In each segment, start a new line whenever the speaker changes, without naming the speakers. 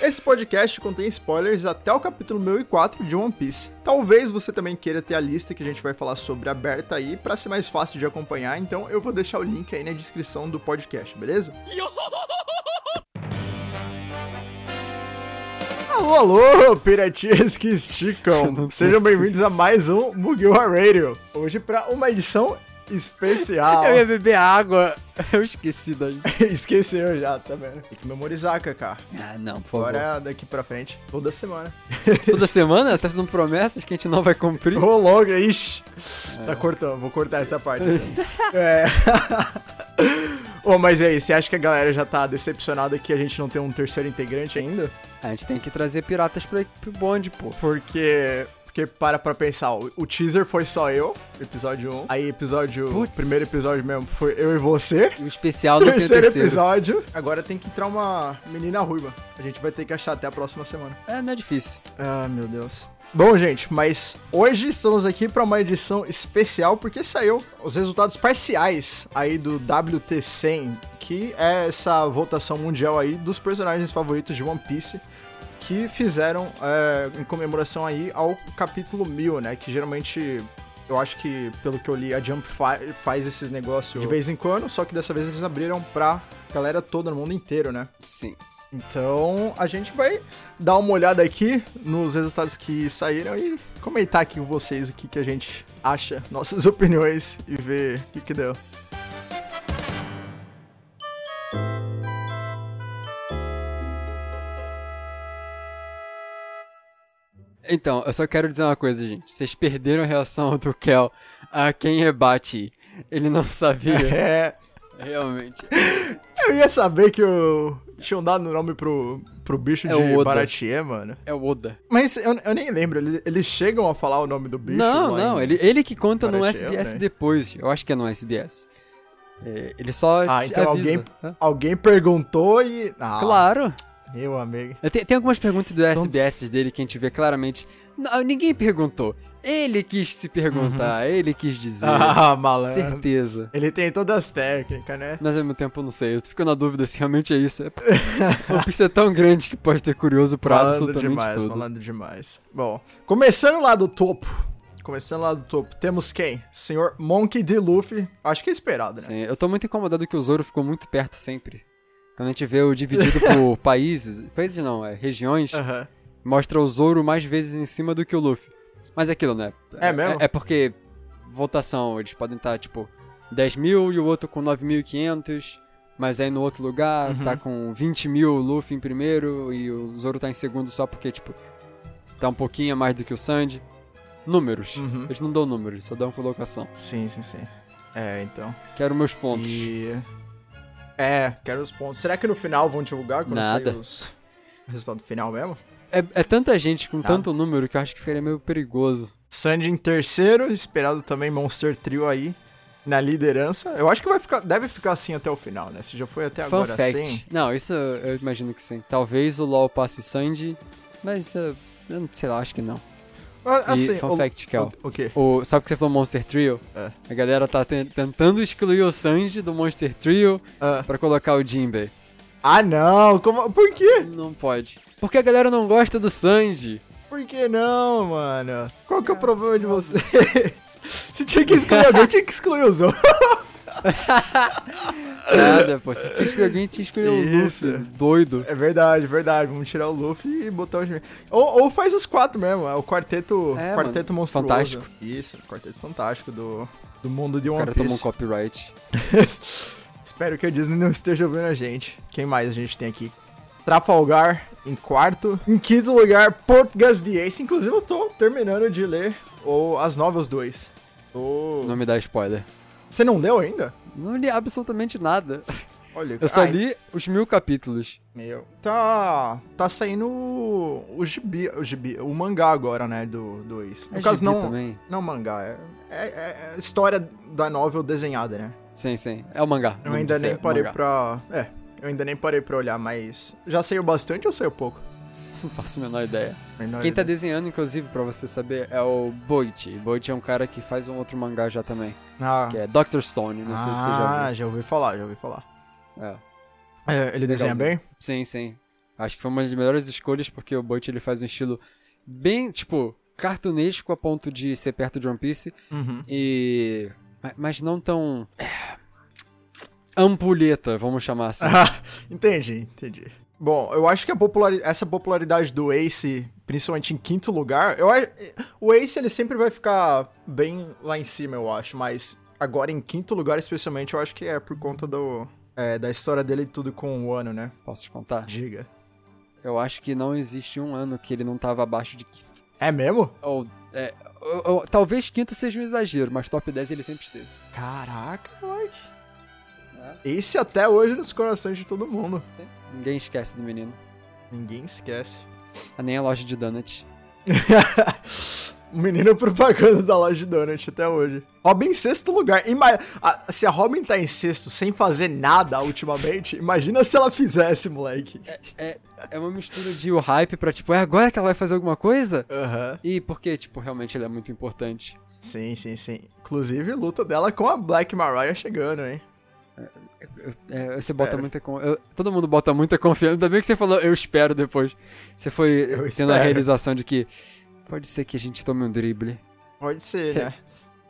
Esse podcast contém spoilers até o capítulo 1004 de One Piece. Talvez você também queira ter a lista que a gente vai falar sobre aberta aí para ser mais fácil de acompanhar, então eu vou deixar o link aí na descrição do podcast, beleza? Alô, alô, piratinhas que esticam. Sejam bem-vindos a mais um Mugiwara Radio. Hoje para uma edição especial.
Eu ia beber água, eu esqueci daí.
Esqueceu já, tá vendo? Tem que memorizar, Kaká.
Ah, não, por favor.
Agora daqui pra frente, toda semana.
Toda semana tá fazendo promessas que a gente não vai cumprir.
Ô, logo, ixi.
É.
Tá cortando, vou cortar essa parte. é. Ô, mas e aí, você acha que a galera já tá decepcionada que a gente não tem um terceiro integrante ainda?
A gente tem que trazer piratas pra, pro bonde, pô.
Porque. Porque para pra pensar, o o teaser foi só eu, episódio 1. Aí episódio.
Putz.
Primeiro episódio mesmo foi eu e você.
E o especial não tem o
Terceiro
terceiro.
episódio. Agora tem que entrar uma menina ruiva. A gente vai ter que achar até a próxima semana.
É, não é difícil.
Ah, meu Deus. Bom, gente, mas hoje estamos aqui para uma edição especial porque saiu os resultados parciais aí do WT100, que é essa votação mundial aí dos personagens favoritos de One Piece que fizeram é, em comemoração aí ao capítulo 1000, né? Que geralmente eu acho que, pelo que eu li, a Jump fa- faz esses negócios de vez em quando, só que dessa vez eles abriram pra galera toda no mundo inteiro, né?
Sim.
Então a gente vai dar uma olhada aqui nos resultados que saíram e comentar aqui com vocês o que, que a gente acha, nossas opiniões e ver o que, que deu.
Então, eu só quero dizer uma coisa, gente. Vocês perderam a reação do Kel a quem rebate. Ele não sabia,
É,
realmente.
eu ia saber que eu tinham dado o nome pro, pro bicho
É o
de
Oda.
Baratie, mano.
É o Oda.
Mas eu, eu nem lembro, eles, eles chegam a falar o nome do bicho?
não,
lá
não,
em-
ele, ele que conta no
Parece eu,
SBS
né?
depois. Eu acho que é no SBS. É, ele só.
Ah,
te
então
avisa.
alguém- Alguém perguntou e... Ah,
Claro.
Meu amigo.
É, Tem, tem algumas perguntas do
Então-
SBS dele que a gente vê claramente. Não, ninguém perguntou. Ele quis se perguntar, ele quis dizer.
Uhum. Ah, malandro.
Certeza.
Ele tem todas as técnicas, né?
Mas ao mesmo tempo, eu não sei. Eu fico na dúvida se realmente é isso. É... o piso é tão grande que pode ter curioso pra absolutamente
demais,
tudo.
Falando demais. Bom, começando lá do topo. Começando lá do topo, temos quem? Senhor Monkey D. Luffy. Acho que é esperado, né?
Sim, eu tô muito incomodado que o Zoro ficou muito perto sempre. Quando a gente vê o dividido por países, países não, é regiões,
Aham.
mostra o Zoro mais vezes em cima do que o Luffy. Mas é aquilo, né?
É mesmo?
É, porque votação, eles podem estar, tipo, 10 mil e o outro com 9.500, mas aí no outro lugar
Uhum.
tá com 20 mil o Luffy em primeiro e o Zoro tá em segundo só porque, tipo, tá um pouquinho a mais do que o Sandy. Números.
Uhum.
Eles não dão números, só dão colocação.
Sim, sim, sim. É, então.
Quero meus pontos.
E. É, quero os pontos. Será que no final vão divulgar quando
Nada.
sair os... o resultado final mesmo?
É, é tanta gente com
Tá.
tanto número que eu acho que ficaria meio perigoso.
Sandy em terceiro, esperado também Monster Trio aí na liderança. Eu acho que vai ficar, deve ficar assim até o final, né? Se já foi até
Fun
agora
fact.
assim.
Não, isso eu eu imagino que sim. Talvez o LoL passe o Sandy, mas eh, eu não sei lá, acho que não.
Ah,
E
Assim,
fun
o-
fact, Kel.
o, o quê?
O, sabe que você falou Monster Trio?
É.
A galera tá ten- tentando excluir o Sanji do Monster Trio
Ah.
pra colocar o Jinbei.
Ah, não! Como... Por quê?
Não pode. Porque a galera não gosta do Sanji.
Por que não, mano? Qual que é o problema de vocês? Se tinha que excluir alguém, tinha que excluir os outros.
Nada, pô. Se tinha que alguém te excluiu o
Isso.
Luffy, doido.
É verdade, verdade. Vamos tirar o Luffy e botar o Jimmy. Ou, ou faz os quatro mesmo, é o quarteto,
É,
quarteto monstruoso.
Fantástico.
Isso, quarteto fantástico do, do mundo de
O
One
cara tomou um
Piece.
copyright.
Espero que a Disney não esteja ouvindo a gente. Quem mais a gente tem aqui? Trafalgar em quarto. Em quinto lugar, Portugas de Ace. Inclusive, eu tô terminando de ler o, as novas dois. Tô-
Não me dá spoiler.
Você não leu ainda?
Não li absolutamente nada.
Olha,
Eu só
ai,
li os mil capítulos.
Meu. Tá. Tá saindo o, o gibi. O gibi. O mangá agora, né? Do 2. No
É
caso,
gibi
não.
Também.
Não mangá. É, é- é história da novel desenhada, né?
Sim, sim. É o mangá.
Eu
Não
ainda
disse,
nem
é o
parei
mangá.
pra. É. Eu ainda nem parei pra olhar, mas. Já saiu bastante ou saiu pouco?
Não faço a menor ideia.
Menor
Quem tá
ideia.
desenhando, inclusive, pra você saber, é o Boichi. Boichi é um cara que faz um outro mangá já também,
Ah,
que é Doctor Stone. Não sei se você já
Ah, já ouvi falar, já ouvi falar.
viu. É.
É, ele desenha bem?
Sim, sim. Acho que foi uma das melhores escolhas porque o Butch ele faz um estilo bem, tipo, cartunesco a ponto de ser perto de One Piece
Uhum.
e ma- mas não tão é, ampulheta, vamos chamar assim.
Ah, entendi, entendi. Bom, eu acho que a populari- essa popularidade do Ace, principalmente em quinto lugar, eu a- o Ace ele sempre vai ficar bem lá em cima, eu acho, mas agora em quinto lugar, especialmente, eu acho que é por conta do, é, da história dele e tudo com o ano, né?
Posso te contar?
Diga.
Eu acho que não existe um ano que ele não tava abaixo de quinto.
É mesmo?
Ou, é, ou- ou- talvez quinto seja um exagero, mas top 10 ele sempre esteve.
Caraca, Mark. Ace até hoje nos corações de todo mundo.
Ninguém esquece do menino.
Ninguém esquece.
Ah, Nem a loja de Donut.
O menino propaganda da loja de Donut até hoje. Robin em sexto lugar. Ima- a- se a Robin tá em sexto sem fazer nada ultimamente, imagina se ela fizesse, moleque.
É uma mistura de o hype pra tipo, é agora que ela vai fazer alguma coisa?
Aham.
E porque, tipo, realmente ele é muito importante.
Sim, sim, sim. Inclusive, luta dela com a Black Mariah chegando, hein?
É, você bota muita con- eu- Todo mundo bota muita confiança. Ainda bem que você falou, eu espero depois. Você foi
Eu
tendo
espero.
a realização de que pode ser que a gente tome um drible.
Pode ser,
Cê-
né?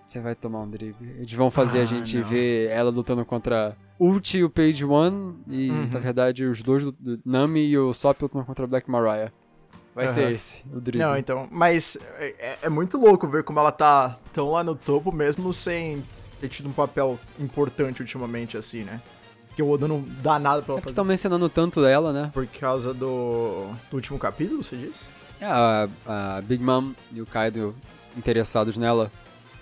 Você vai tomar um drible. Eles vão fazer
Ah,
a gente
não.
ver ela lutando contra Ult e o Page One. E,
Uhum.
na verdade, os dois, do- do Nami e o Sop lutando contra a Black Mariah. Vai ser
Aham.
esse, o drible.
Não, então. Mas é- é, é muito louco ver como ela tá tão lá no topo, mesmo sem ter tido um papel importante ultimamente, assim, né? Porque o Oda não dá nada pra
é
ela
porque
fazer.
estão mencionando tanto dela, né?
Por causa do, do último capítulo, você disse?
É A, a Big Mom e o Kaido interessados nela.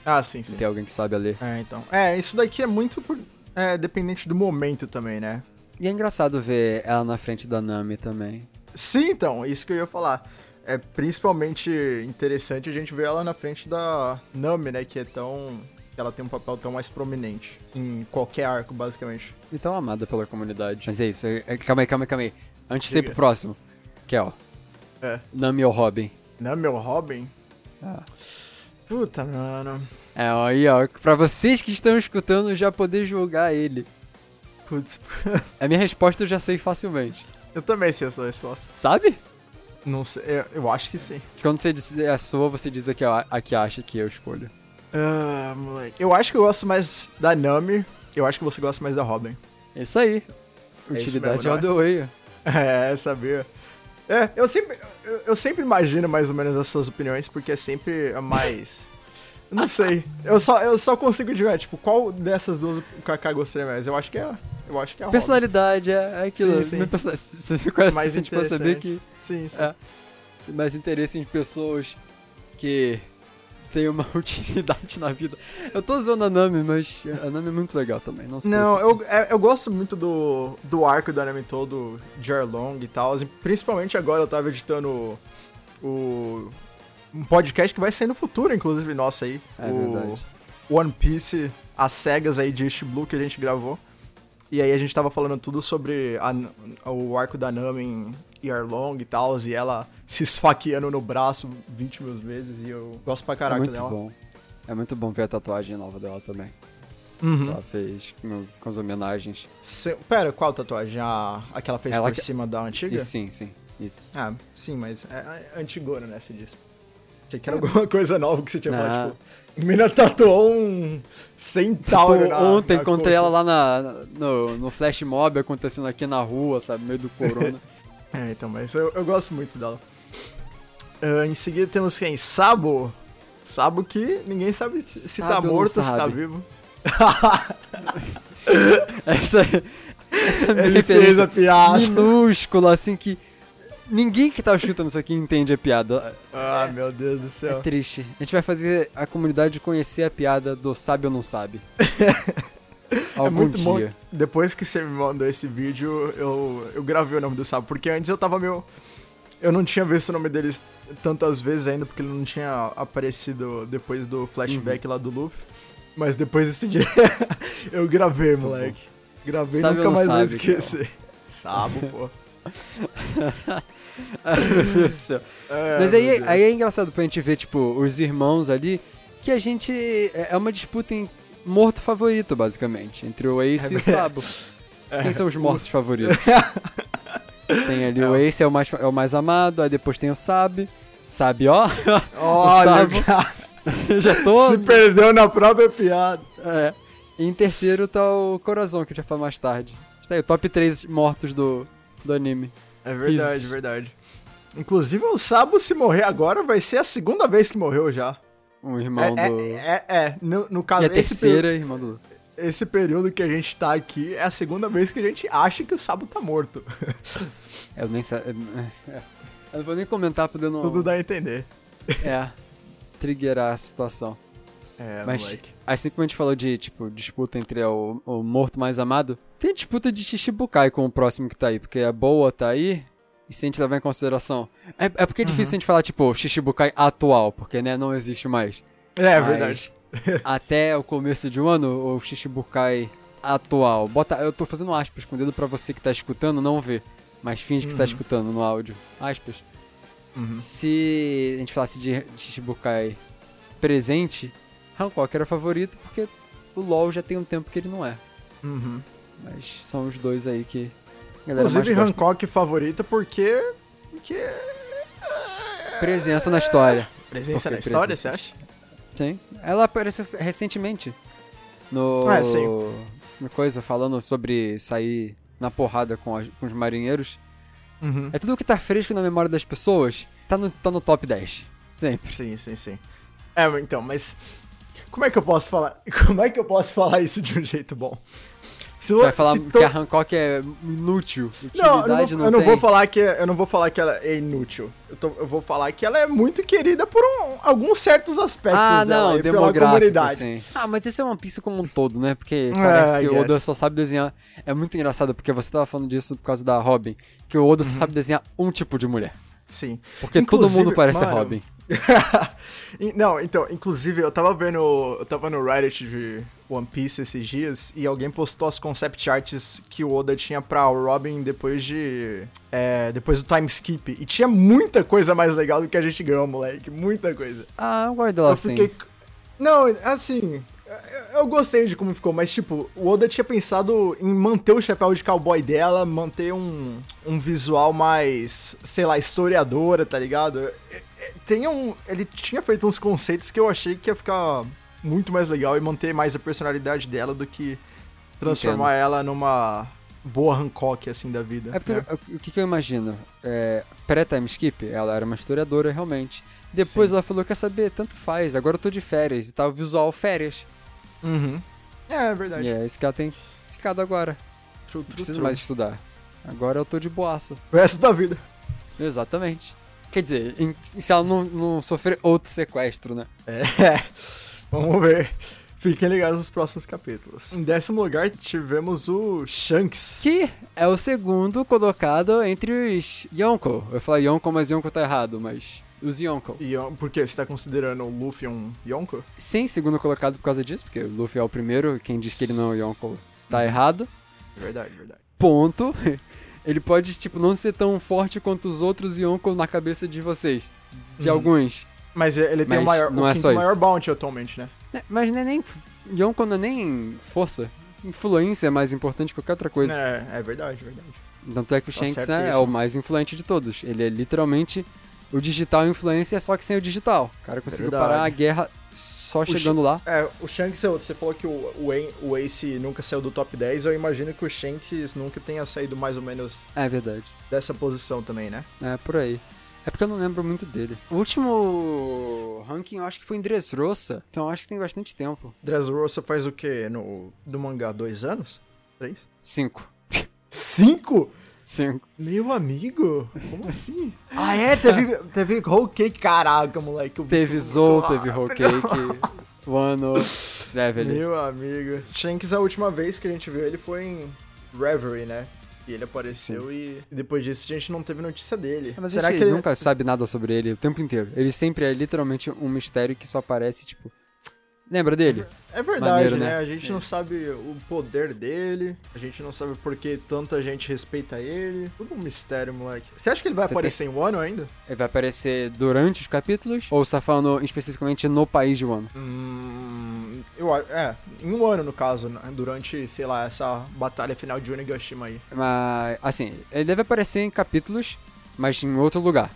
Ah, sim, sim.
Se tem alguém que sabe a ler.
É, então. É, isso daqui é muito por- é, dependente do momento também, né?
E é engraçado ver ela na frente da Nami também.
Sim, então, isso que eu ia falar. É principalmente interessante a gente ver ela na frente da Nami, né? Que é tão. que ela tem um papel tão mais prominente em qualquer arco, basicamente.
E tão amada pela comunidade. Mas é isso. é- é- calma aí, calma aí, calma aí. Antes de ir
Diga.
pro próximo. Que é, ó.
É.
Nami ou Robin.
Nami ou Robin?
Ah.
Puta, mano.
É, ó, aí, ó. Pra vocês que estão escutando, já poder julgar ele.
Putz,
A minha resposta eu já sei facilmente.
eu também sei a sua resposta.
Sabe?
Não sei, eu, eu acho que sim.
Quando você diz a sua, você diz a que, a, a que acha que eu escolho.
Ah, moleque. Eu acho que eu gosto mais da Nami. Eu acho que você gosta mais da Robin.
É isso aí.
É isso
Utilidade
mesmo,
all the way. ó.
É, sabia. É, eu sempre, eu, eu sempre imagino mais ou menos as suas opiniões, porque é sempre a mais. Eu não sei. Eu só, eu só consigo adivinhar, tipo, qual dessas duas o Kaká gostaria mais? Eu acho que é. Eu acho que é a Robin.
Personalidade é, é aquilo.
Sim, sim.
Minha persona- Você ficou assim,
Mais
a gente pode saber que
Sim, sim.
É. tem mais interesse em pessoas que têm uma utilidade na vida. Eu tô zoando a Nami, mas a Nami é muito legal também. Não, se
Não,
preocupe.
eu, é- eu gosto muito do, do arco da Nami todo, de Arlong e tal. e Principalmente agora eu tava editando o, o- um podcast que vai sair no futuro, inclusive, nossa aí.
É
o-
verdade.
One Piece, as cegas aí de East Blue que a gente gravou. E aí a gente tava falando tudo sobre a N- o arco da Nami em Yarlong e tal, e ela se esfaqueando no braço 20 mil vezes, e eu gosto pra
é
caraca
muito
dela.
bom. É muito bom ver a tatuagem nova dela também.
Uhum.
Que ela fez com, com as homenagens.
Se- pera, qual tatuagem? A, a que ela fez
Ela
por
que-
cima da antiga?
E sim, sim. Isso.
Ah, sim, mas é é antigona, né, se diz. Achei que era alguma coisa nova que você tinha falado,
É. Não.
tipo... Mina tatuou um centauro
Tô-
na,
ontem
na
encontrei
coxa.
ela lá na, no, no flash mob acontecendo aqui na rua, sabe? Meio do corona.
É, então, mas eu, eu gosto muito dela. Ah, em seguida temos quem? Sabo. Sabo que ninguém sabe se, se tá
Sabo não
morto, se tá
sabe.
vivo.
essa, essa é a minha
Ele fez
referência.
a piada.
minúscula, assim, que ninguém que tá escutando isso aqui entende a piada.
Ah, meu Deus do
É
céu.
triste. A gente vai fazer a comunidade conhecer a piada do sabe ou não sabe. Algum
É muito
dia.
bom. Depois que você me mandou esse vídeo, eu, eu gravei o nome do Sabo, porque antes eu tava meio... Eu não tinha visto o nome dele tantas vezes ainda, porque ele não tinha aparecido depois do flashback
Uhum.
lá do Luffy. Mas depois desse dia, eu gravei,
bom.
moleque. Gravei,
Sabe ou
nunca
não
mais vou
sabe, cara?
esquecer. Sabo, pô.
Ai, meu Deus do céu.
É,
Mas
meu
aí,
Deus.
aí é engraçado pra gente ver, tipo, os irmãos ali, que a gente. É é uma disputa em morto favorito,
É.
basicamente, entre o Ace e o Sabo. Quem são os mortos favoritos? Tem ali o Ace, é o, mais, é o mais amado, aí depois tem o Sabe. Sabe, ó.
Olha,
Sabe.
cara,
já tô.
se perdeu na própria piada.
É. E em terceiro tá o Corazon, que eu já falo mais tarde. Tá aí, o top 3 mortos do, do anime.
É verdade,
Isso.
verdade. Inclusive, o Sabo, se morrer agora, vai ser a segunda vez que morreu já.
Um
É,
irmão do.
é, é, é, no, no
E
caso,
a
esse, peri-
terceira, é irmão do.
esse período que a gente tá aqui é a segunda vez que a gente acha que o Sabo tá morto.
Eu nem sei. Eu não vou nem comentar pra eu não.
Tudo dá a entender.
É. Triggerar a situação.
É,
Mas-
moleque.
Assim como a gente falou de, tipo, disputa entre o, o morto mais amado, tem disputa de Shishibukai com o próximo que tá aí, porque a boa tá aí, e se a gente levar em consideração... É, é porque é
Uhum.
difícil a gente falar, tipo, Shishibukai atual, porque, né, não existe mais.
É
Mas
verdade.
até o começo de um ano, o Shishibukai atual, bota... Eu tô fazendo aspas com o dedo pra você que tá escutando não ver, mas finge que tá
Uhum.
escutando no áudio. Aspas.
Uhum.
Se a gente falasse de Shichibukai presente, Hancock era o favorito porque o LoL já tem um tempo que ele não é.
Uhum.
Mas são os dois aí que a galera
Inclusive,
mais gosta.
Hancock favorita porque. porque...
Presença na história.
Presença
Porque
na história,
presença.
você acha?
Sim. Ela apareceu recentemente no...
Ah, sim.
no coisa falando sobre sair na porrada com, as- com os marinheiros.
Uhum.
É tudo o que tá fresco na memória das pessoas, tá no, tá no top 10. Sempre.
Sim, sim, sim. É, então, mas. Como é que eu posso falar? Como é que eu posso falar isso de um jeito bom? Se
Você vai falar
se to-
que a Hancock é inútil.
Não, eu não,
utilidade
vou, eu não vou
tem.
falar que eu não vou falar que ela é inútil. Eu, tô- eu vou falar que ela é muito querida por um- alguns certos aspectos
Ah,
dela
não,
e pela
demográfico,
comunidade. É,
assim. Ah, mas isso é One Piece como um todo, né? Porque parece
I
que o Oda
guess.
só sabe desenhar... É muito engraçado, porque você tava falando disso por causa da Robin, que o
Uhum.
Oda só sabe desenhar um tipo de mulher.
Sim.
Porque todo
Inclusive,
mundo parece a
mano,
Robin.
In- Não, então, inclusive, eu tava vendo. Eu tava no Reddit de One Piece esses dias e alguém postou as concept arts que o Oda tinha pra Robin depois de. é, depois do time skip. E tinha muita coisa mais legal do que a gente ganhou, moleque. Muita coisa.
Ah, eu guardo ela
eu
assim.
fiquei. Não, assim. eu- Eu gostei de como ficou, mas tipo, o Oda tinha pensado em manter o chapéu de cowboy dela, manter um, um visual mais, sei lá, historiadora, tá ligado? É- é- Tem um. Ele tinha feito uns conceitos que eu achei que ia ficar muito mais legal e manter mais a personalidade dela do que transformar ela numa boa Hancock, assim, da vida.
É porque
né?
o- o que, que eu imagino? É, Pré-time skip, ela era uma historiadora, realmente. Depois
Sim.
ela falou, quer saber, tanto faz, agora eu tô de férias e tal, visual férias.
Uhum. É, é verdade.
E é isso que ela tem ficado agora.
True,
Não
true,
preciso
true.
mais estudar. Agora eu tô de boaça.
O resto da vida.
Exatamente. Quer dizer, em- se ela não, não sofrer outro sequestro, né?
É. Vamos ver. Fiquem ligados nos próximos capítulos. Em décimo lugar, tivemos o Shanks.
Que é o segundo colocado entre os Yonko. Eu ia falar Yonko, mas Yonko tá errado, mas. Os Yonko.
Yon- Por quê? Você tá considerando o Luffy um Yonko?
Sim, segundo colocado por causa disso, porque o Luffy é o primeiro, quem diz que ele não é o Yonko está errado.
Verdade, verdade.
Ponto. Ele pode, tipo, não ser tão forte quanto os outros Yonko na cabeça de vocês. De
Uhum.
alguns.
Mas ele tem
Mas
o maior,
não
o
é
quinto
só isso.
maior bounty atualmente, né?
Né, Mas não é nem. Yonko não é nem força. Influência é mais importante que qualquer outra coisa.
É, é verdade, verdade.
Tanto é que o
Tá
Shanks
certo
né, é
isso,
o
né?
mais influente de todos. Ele é literalmente o digital influencer, só que sem o digital. O cara conseguiu
Verdade.
parar a guerra só
Sha-
chegando lá.
É, o Shanks, eu- você falou que o, o, Ain- o Ace nunca saiu do top 10, eu imagino que o Shanks nunca tenha saído mais ou menos
É verdade.
dessa posição também, né?
É por aí. É porque eu não lembro muito dele. O último ranking eu acho que foi em Dressrosa, então eu acho que tem bastante tempo.
Dressrosa faz o quê? No, do mangá, dois anos? Três?
Cinco.
Cinco?
Cinco.
Meu amigo? Como assim? ah, é? Teve, teve Whole Cake, caraca, moleque. eu vi
Teve
tudo Ah,
Zou,
muito
teve Whole
rápido.
Cake, Wano, Reveille.
Meu amigo. Shanks, a última vez que a gente viu ele foi em Reverie, né? E ele apareceu e e depois disso a gente não teve notícia dele.
Mas
Será
a gente
que ele...
nunca sabe nada sobre ele o tempo inteiro. Ele sempre é literalmente um mistério que só aparece, tipo. Lembra dele?
É verdade,
Maneiro,
né?
né?
A gente não
Isso.
sabe o poder dele, a gente não sabe por que tanta gente respeita ele. Tudo um mistério, moleque. Você acha que ele vai
Você
aparecer em Wano ainda?
Ele vai aparecer durante os capítulos? Ou você tá falando especificamente no país de Wano?
Hum, eu a- é, em um ano, no caso, né? durante, sei lá, essa batalha final de Onigashima aí.
Mas, assim, ele deve aparecer em capítulos, mas em outro lugar.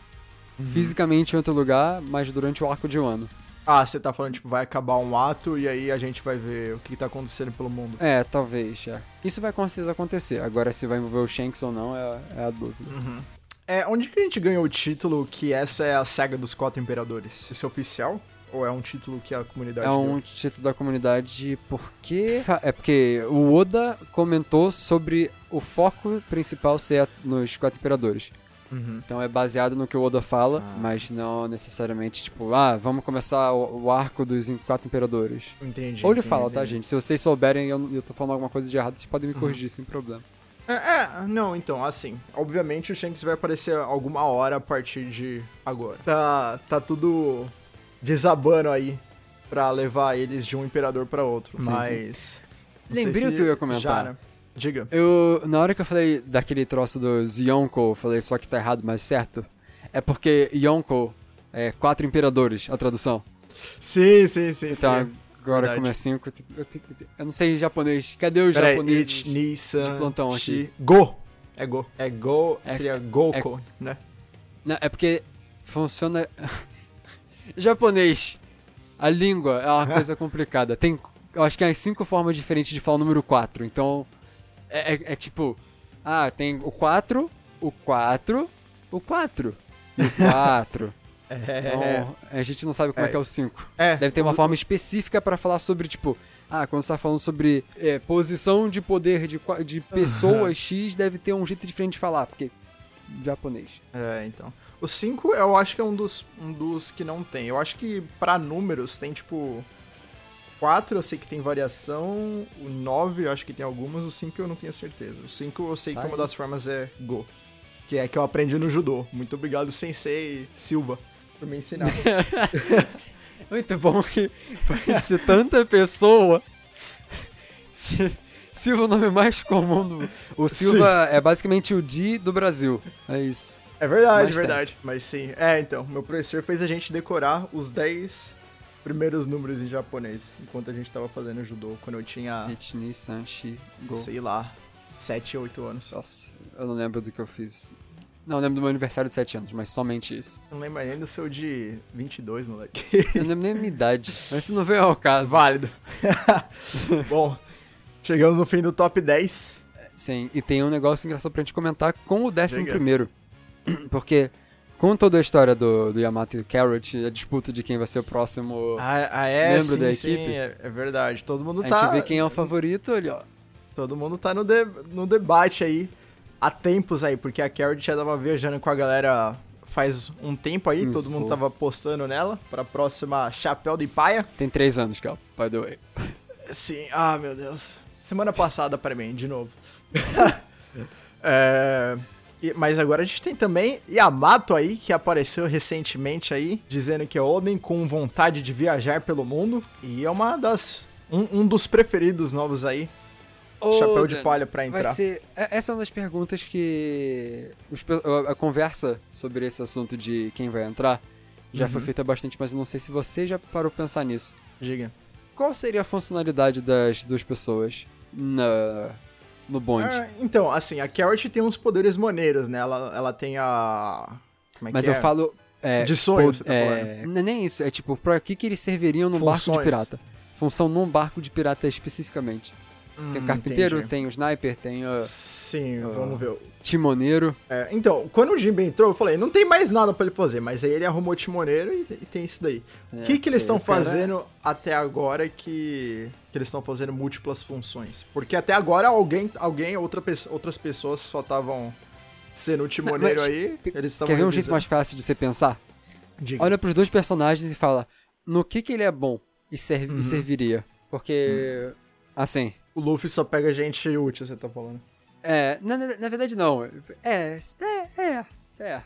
Fisicamente em outro lugar, mas durante o arco de um ano.
Ah, você tá falando, tipo, vai acabar um ato e aí a gente vai ver o que tá acontecendo pelo mundo.
É, talvez, é. Isso vai com certeza acontecer. Agora, se vai envolver o Shanks ou não, é, é a dúvida.
É, onde que a gente ganhou o título que essa é a saga dos quatro imperadores? Isso é oficial? Ou é um título que a comunidade
É um
deu?
título da comunidade porque. fa- É porque o Oda comentou sobre o foco principal ser a- nos quatro imperadores.
Uhum.
Então é baseado no que o Oda fala,
Ah.
mas não necessariamente tipo, ah, vamos começar o, o arco dos im- quatro imperadores.
Entendi.
Ou ele
entendi,
fala, tá,
entendi. Ah.
gente? Se vocês souberem e eu, eu tô falando alguma coisa de errado, vocês podem me corrigir sem problema.
É, é, não, então, assim. Obviamente o Shanks vai aparecer alguma hora a partir de agora. Tá, tá tudo desabando aí pra levar eles de um imperador pra outro.
Sim, sim.
mas. não sei
Lembrei o
se
que eu ia comentar.
já, né? Diga.
Eu, na hora que eu falei daquele troço dos Yonko, eu falei só que tá errado, mas certo. É porque Yonko é quatro imperadores, a tradução.
Sim, sim, sim.
Então
sim.
agora
verdade.
como é cinco, eu, tenho- eu tenho- eu não sei em japonês. Cadê o
Peraí,
é japonês?
Ichi, Nissan,
de plantão aqui.
Shi- Go. É Go. É Go,
É-
seria Goku, né?
Não, é porque funciona. Japonês. A língua é uma coisa complicada. Tem, eu acho que há cinco formas diferentes de falar o número 4. Então, é, é- é tipo. Ah, tem o 4, o 4, o 4. E o 4.
É.
Então, a gente não sabe como é,
É.
que é o 5.
É.
Deve ter uma forma específica pra falar sobre, tipo, ah, quando você tá falando sobre é, posição de poder de, qua- de pessoa X, deve ter um jeito diferente de falar, porque japonês.
É, então. O 5 eu acho que é um dos, um dos que não tem. Eu acho que pra números tem tipo. 4 eu sei que tem variação. O 9 eu acho que tem algumas. O 5 eu não tenho certeza. O 5 eu sei
Tá
que uma
aí.
das formas é Go. Que é que eu aprendi no judô. Muito obrigado, Sensei Silva, por me ensinar.
Muito tá bom que parece tanta pessoa. Si- Silva é o nome mais comum do. O Silva é basicamente o Di do Brasil. É isso.
É verdade,
Mas
verdade. Mas sim. É, então, meu professor fez a gente decorar os 10 primeiros números em japonês, enquanto a gente tava fazendo judô, quando eu tinha,
Etni, Sanchi, Go.
sei lá, 7, 8 anos.
Nossa, eu não lembro do que eu fiz. Não, eu lembro do meu aniversário de 7 anos, mas somente isso.
Não lembro nem do seu de 22, moleque.
Eu não lembro nem a minha idade, mas isso não veio ao caso.
Válido. Bom, chegamos no fim do top 10.
Sim, e tem um negócio engraçado pra gente comentar com o décimo
Diga.
primeiro. Porque com toda a história do, do Yamato e do Carrot, a disputa de quem vai ser o próximo.
Ah, é,
Lembra da equipe?
é, é verdade. Todo mundo
a
tá.
gente vê quem é o favorito ali, ó.
Todo mundo tá no, de- no debate aí há tempos aí, porque a Carrot já tava viajando com a galera faz um tempo aí, todo
Isso.
mundo tava postando nela pra próxima Chapéu de Paia.
Tem três anos, é Cal, by the way.
Sim, ah, meu Deus. Semana passada pra mim, de novo. É, e- mas agora a gente tem também Yamato aí, que apareceu recentemente aí, dizendo que é Oden com vontade de viajar pelo mundo. E é uma das. Um, um dos preferidos novos aí. Chapéu de palha pra entrar.
Vai ser... é- Essa é uma das perguntas que... os pe- a- A conversa sobre esse assunto de quem vai entrar já foi
Uhum.
feita bastante, mas eu não sei se você já parou pra pensar nisso.
Diga.
Qual seria a funcionalidade das duas pessoas na... no bonde?
Ah, então, assim, a Carrot tem uns poderes maneiros, né? Ela, ela tem a. Como é
mas
que
eu
é?
falo... É,
De sonho,
po-
você tá
é, Não é nem isso, é tipo, pra que, que eles serviriam num barco
Funções.
de pirata? Função num barco de pirata especificamente.
Hum,
Tem o é carpinteiro,
entendi.
tem o sniper, tem o
Sim,
Ah.
vamos ver.
timoneiro.
É, então, quando o Jimbe entrou, eu falei, não tem mais nada pra ele fazer, mas aí ele arrumou o timoneiro e, e tem isso daí. É, O que, que eles estão fazendo até agora que, que eles estão fazendo múltiplas funções? Porque até agora alguém, alguém outra, pesso- outras pessoas só estavam sendo o timoneiro
mas-
aí. Eles estavam
Quer ver um jeito
revisando.
mais fácil de você pensar?
Diga.
Olha pros dois personagens e fala no que que ele é bom e, serv- e serviria. Porque, assim,
O Luffy só pega gente útil, você tá falando.
é, na, na- na verdade não. É, é, é. é.
É,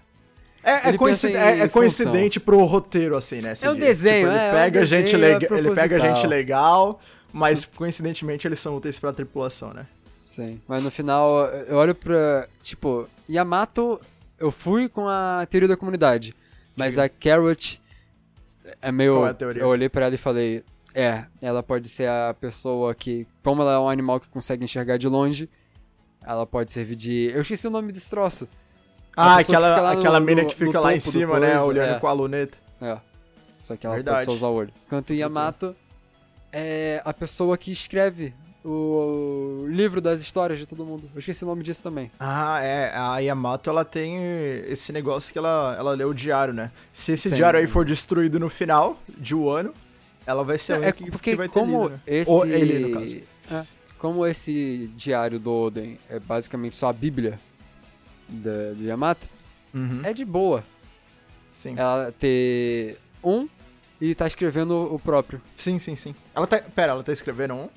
é
Ele
coinci-
pensa em
é- é
função.
coincidente pro roteiro, assim, né? se
É um
diz.
desenho,
ele
é, é um
pega
desenho,
gente
é
lega- Ele pega
proposital.
gente legal, mas coincidentemente eles são úteis pra tripulação, né?
Sim. Mas no final, eu olho pra, tipo, Yamato, eu fui com a teoria da comunidade, mas a Carrot é meio...
Qual é a teoria?
Eu olhei pra ela e falei, É, ela pode ser a pessoa que, como ela é um animal que consegue enxergar de longe, ela pode servir de. Eu esqueci o nome desse troço.
Ah,
A pessoa que
aquela,
fica lá no-
aquela mina
no-
que
no
fica lá em
topo do
cima, né?
coisa,
Olhando
é.
com a luneta.
É. Só que ela
Verdade.
pode só usar o olho. Enquanto Yamato é a pessoa que escreve o livro das histórias de todo mundo. Eu esqueci o nome disso também.
Ah, é. A Yamato, ela tem esse negócio que ela, ela lê o diário, né? Se esse
Sim.
diário aí for destruído no final de um ano, ela vai ser a única é que- que vai ter
É como
lido, né?
esse.
Ou ele, no caso.
É, como esse diário do Oden é basicamente só a Bíblia da- do Yamato,
Uhum,
é de boa
sim.
ela ter um e tá escrevendo o próprio.
sim, sim, sim. Ela tá... Pera, ela tá escrevendo um?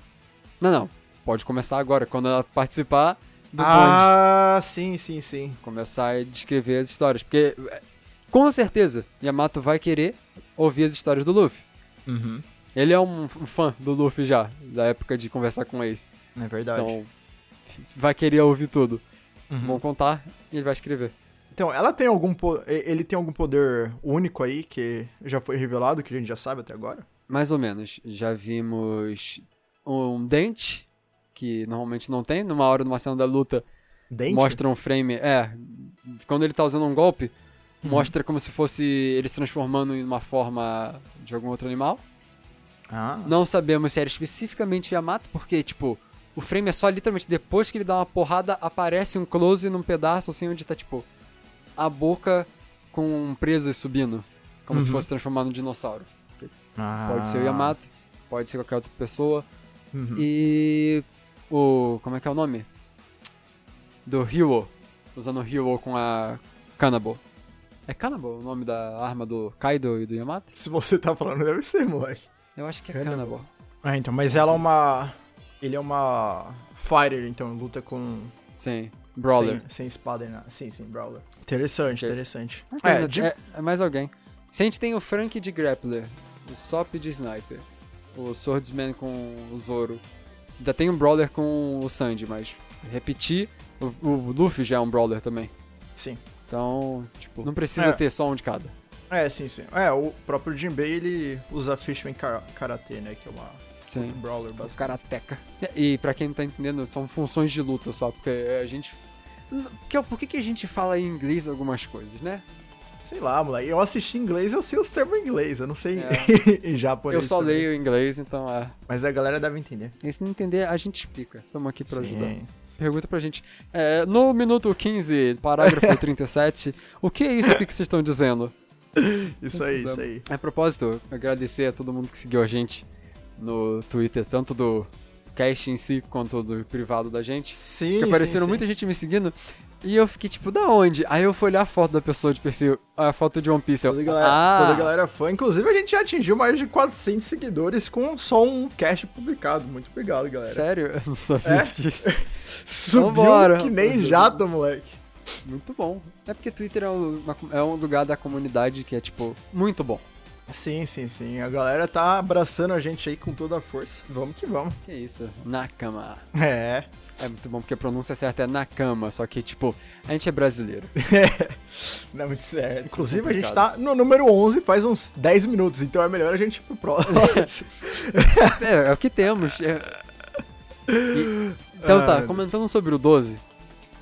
Não, não. Pode começar agora, quando ela participar do bonde.
ah, sim, sim, sim.
começar a descrever as histórias. Porque, é, com certeza, Yamato vai querer ouvir as histórias do Luffy.
Uhum,
Ele é um f- fã do Luffy já, da época de conversar com o Ace.
é verdade.
Então, vai querer ouvir tudo.
Uhum.
Vão contar e ele vai escrever.
Então, ela tem algum po... e- ele tem algum poder único aí que já foi revelado, que a gente já sabe até agora?
Mais ou menos. Já vimos um dente, que normalmente não tem. Numa hora, numa cena da luta,
Dente?
mostra um frame. É, quando ele tá usando um golpe,
Uhum.
mostra como se fosse ele se transformando em uma forma de algum outro animal.
Ah,
Não sabemos se era especificamente Yamato, porque, tipo, o frame é só literalmente depois que ele dá uma porrada, aparece um close num pedaço, assim, onde tá, tipo, a boca com presas subindo. Como se
Uhum.
fosse transformado num dinossauro.
Ah.
Pode ser o Yamato, pode ser qualquer outra pessoa.
Uhum.
E. O. Como é que é o nome? Do Hyo. Usando o Hyo com a. Cannibal. É Cannibal o nome da arma do Kaido e do Yamato?
Se você tá falando, deve ser, moleque.
Eu acho que é
Cannibal.
Cannibal.
Ah, então, mas ela é uma. Ele é uma. Fighter, então, luta com.
Sim. Brawler.
Sem, sem espada e nada. Sim, sim, Brawler. Interessante,
Ok.
interessante.
É,
É, de-
é- é mais alguém. Se a gente tem o Frank de Grappler, o Sop de Sniper, o Swordsman com o Zoro, ainda tem um Brawler com o Sandy, mas repetir, o, o Luffy já é um Brawler também.
Sim.
Então, tipo, não precisa
É.
ter só um de cada.
É, sim, sim. É, o próprio Jinbei, ele usa Fishman Kara- Karate, né? Que é uma
Sim.
um Brawler,
O
basicamente.
Karateka. E pra quem não tá entendendo, são funções de luta só, porque a gente... Que é o- Por que, que a gente fala em inglês algumas coisas, né?
Sei lá, moleque. Eu assisti em inglês, eu sei os termos em inglês. Eu não sei em japonês.
É. Eu só
também.
leio em inglês, então é.
Mas a galera deve entender.
E se não entender, a gente explica. Tamo aqui pra
Sim.
ajudar. Pergunta pra gente. é, no minuto 15, parágrafo 37, o que é isso que que vocês estão dizendo?
Isso aí, isso aí.
A propósito, agradecer a todo mundo que seguiu a gente no Twitter, tanto do cast em si quanto do privado da gente.
Sim,
Que apareceram
sim, sim.
muita gente me seguindo. E eu fiquei tipo, da onde? Aí eu fui olhar a foto da pessoa de perfil, a foto de One Piece. Eu,
Toda a galera,
ah,
toda a galera fã. Inclusive, a gente já atingiu mais de 400 seguidores com só um cast publicado. Muito obrigado, galera.
sério? Eu não sabia
É?
disso.
Subiu
Vambora.
que nem jato, moleque.
Muito bom. É porque Twitter é um- uma- é um lugar da comunidade que é, tipo, muito bom.
Sim, sim, sim. A galera tá abraçando a gente aí com toda a força. Vamos que vamos.
Que isso? Nakama.
É.
É muito bom porque a pronúncia certa é na cama, só que, tipo, a gente é brasileiro.
Dá é muito certo. Inclusive, a
Complicado.
gente tá no número 11 faz uns 10 minutos, então é melhor a gente ir pro próximo.
é, é o que temos. é. E- então
Ah,
tá,
meu
comentando sobre o 12,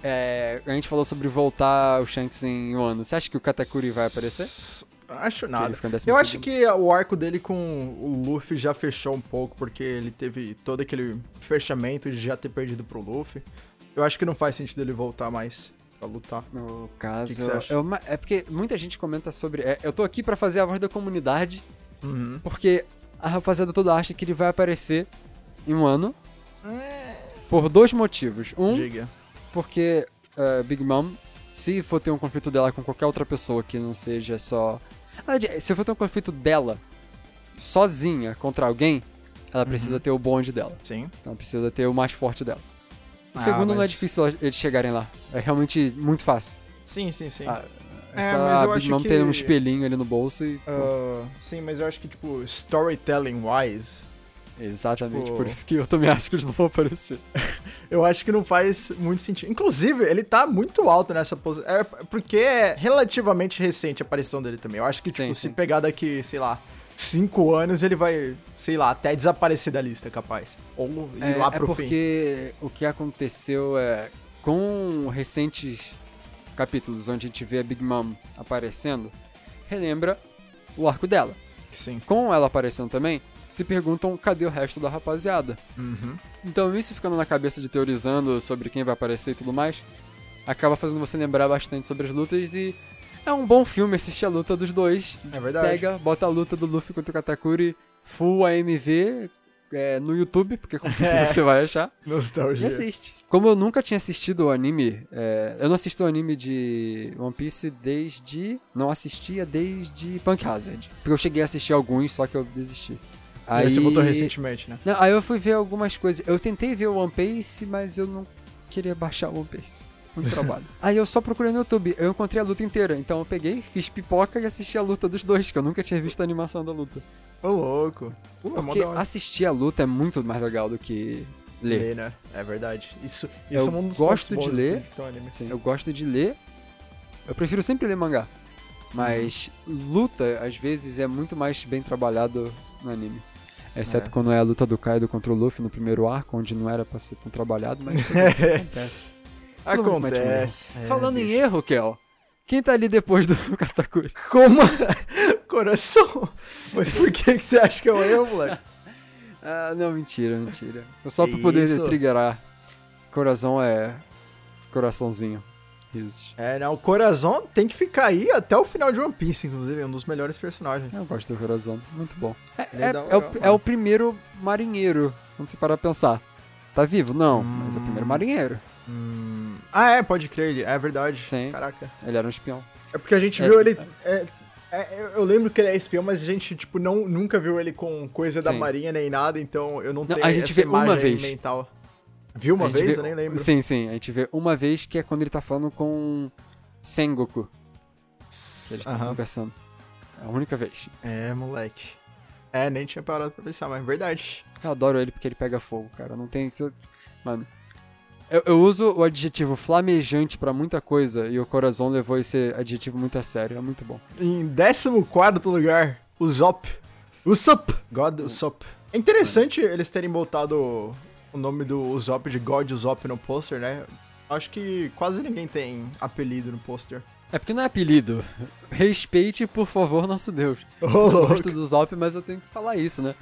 é, a gente falou sobre voltar o Shanks em um ano. Você acha que o
Tá
Katakuri vai aparecer?
Acho
ele
nada.
fica em décimo
Eu acho
segundo.
que o arco dele com o Luffy já fechou um pouco, porque ele teve todo aquele fechamento de já ter perdido pro Luffy. Eu acho que não faz sentido ele voltar mais pra lutar.
No
O
caso,
que que você acha?
é uma- é porque muita gente comenta sobre. é, eu tô aqui pra fazer a voz da comunidade,
Uhum.
porque a rapaziada toda acha que ele vai aparecer em um ano por dois motivos. Um,
Diga.
porque eh, Big Mom, se for ter um conflito dela com qualquer outra pessoa que não seja só. Na verdade, Se for ter um conflito dela sozinha contra alguém, ela
Uhum.
precisa ter o bonde dela.
Sim.
Então precisa ter o mais forte dela. O
Ah,
segundo, não é
mas-
difícil eles chegarem lá. É realmente muito fácil.
Sim, sim, sim.
Ah,
É,
é só
mas eu
a Big
acho
Mom
que-
ter um espelhinho ali no bolso e. pô,
Ah, sim, mas eu acho que, tipo, storytelling wise,
exatamente.
tipo-
Por isso que eu também acho que eles não vão aparecer.
eu acho que não faz muito sentido. Inclusive, ele tá muito alto nessa posição. É porque é relativamente recente a aparição dele também. Eu acho que, tipo,
Sim,
se
sim.
pegar daqui, sei lá, cinco anos ele vai, sei lá, até desaparecer da lista, capaz. Ou ir
É,
lá
é
pro fim.
porque o que aconteceu é com recentes capítulos onde a gente vê a Big Mom aparecendo, relembra o arco dela.
Sim.
Com ela aparecendo também, se perguntam cadê o resto da rapaziada.
Uhum.
Então isso ficando na cabeça de teorizando sobre quem vai aparecer e tudo mais, acaba fazendo você lembrar bastante sobre as lutas e é um bom filme assistir a luta dos dois.
É verdade.
Pega, assim, bota a luta do Luffy contra o Katakuri full AMV é, no YouTube, porque com certeza você vai achar. E
Nostalgia.
assiste. Como eu nunca tinha assistido o anime, é, eu não assisto o anime de One Piece desde. Não assistia desde Punk Hazard. Porque eu cheguei a assistir alguns, só que eu desisti.
Aí... Você botou recentemente, né?
Não, aí eu fui ver algumas coisas. Eu tentei ver o One Piece, mas eu não queria baixar o One Piece. Muito trabalho. aí eu só procurei no YouTube. Eu encontrei a luta inteira. Então eu peguei, fiz pipoca e assisti a luta dos dois, que eu nunca tinha visto a animação da luta.
Ô, louco. Pô, é mó
Porque
da hora.
assistir a luta é muito mais legal do que ler.
Ler, né? É verdade. Isso,
Eu
isso é um dos
gosto
pontos
de
bons
ler.
do Então, anime.
Sim. Eu gosto de ler. Eu prefiro sempre ler mangá. Mas luta, às vezes, é muito mais bem trabalhado no anime. Exceto
É.
quando é a luta do Kaido contra o Luffy no primeiro arco, onde não era pra ser tão trabalhado, mas tudo bem, acontece. Todo mundo comete um erro.
Acontece. É,
Falando em
bicho.
erro, Kel, quem tá ali depois do Katakuri?
Como? Coração? Mas por que, que você acha que é um erro, moleque?
Ah, não, mentira, mentira. Foi Só
Que
pra poder
isso?
triggerar. Coração é. Coraçãozinho. Risos.
É, não. O Coração tem que ficar aí até o final de One Piece, inclusive. É um dos melhores personagens.
Eu gosto do Corazon, muito bom. É,
Ele é
é-
da hora,
é
mano.
o, é o primeiro marinheiro, quando você parar pra pensar. Tá vivo? Não, mas é o primeiro marinheiro.
Hum, Ah, é, pode crer. ele- É verdade.
Sim.
Caraca.
Ele era um espião.
É porque a gente
É,
viu ele. é, é, eu- eu lembro que ele é espião, mas a gente, tipo, não, nunca viu ele com coisa da
Sim.
marinha nem nada, então eu não,
Não,
tenho
a gente
essa
vê uma
imagem
vez.
mental. Viu uma
A gente
vez?
vê-
Eu nem lembro.
Sim, sim. A gente vê uma vez que é quando ele tá falando com Sengoku. que Eles estão
Aham.
conversando. É a única vez.
É, moleque. É, nem tinha parado pra pensar, mas é verdade.
Eu adoro ele porque ele pega fogo, cara. Não tem. Mano. Eu, eu uso o adjetivo flamejante pra muita coisa e o Corazon levou esse adjetivo muito a sério. É muito bom.
Em 14 lugar, o Zop. O Sop. God Usopp. É interessante eles terem botado o nome do Usopp de God Usopp no pôster, né? Acho que quase ninguém tem apelido no pôster.
É porque não é apelido. Respeite, por favor, nosso Deus.
Ô,
Eu
louco.
gosto do Zop, mas eu tenho que falar isso, né?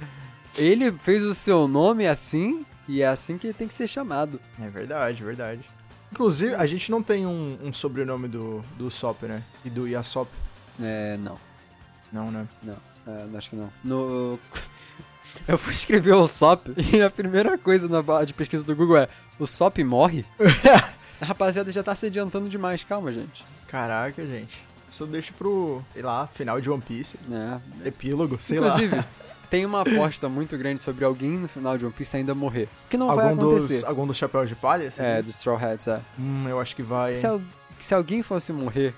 Ele fez o seu nome assim, e é assim que ele tem que ser chamado.
É verdade, verdade. Inclusive, a gente não tem um, um sobrenome do, do Usopp, né? E do Yasop.
É, não.
Não, né?
É, acho que não. No... Eu fui escrever o Sop e a primeira coisa na barra de pesquisa do Google é: o Sop morre? A rapaziada já tá se adiantando demais, calma, gente.
Caraca, gente. Isso eu deixo pro, sei lá, final de One Piece.
É.
Epílogo, sei lá.
Inclusive, tem uma aposta muito grande sobre alguém no final de One Piece ainda morrer. O que não vai
Algum dos,
acontecer.
algum dos chapéus de palha? você
É,
diz?
dos Straw Hats, é.
Hum, eu acho que vai.
Se, al- que se alguém fosse morrer.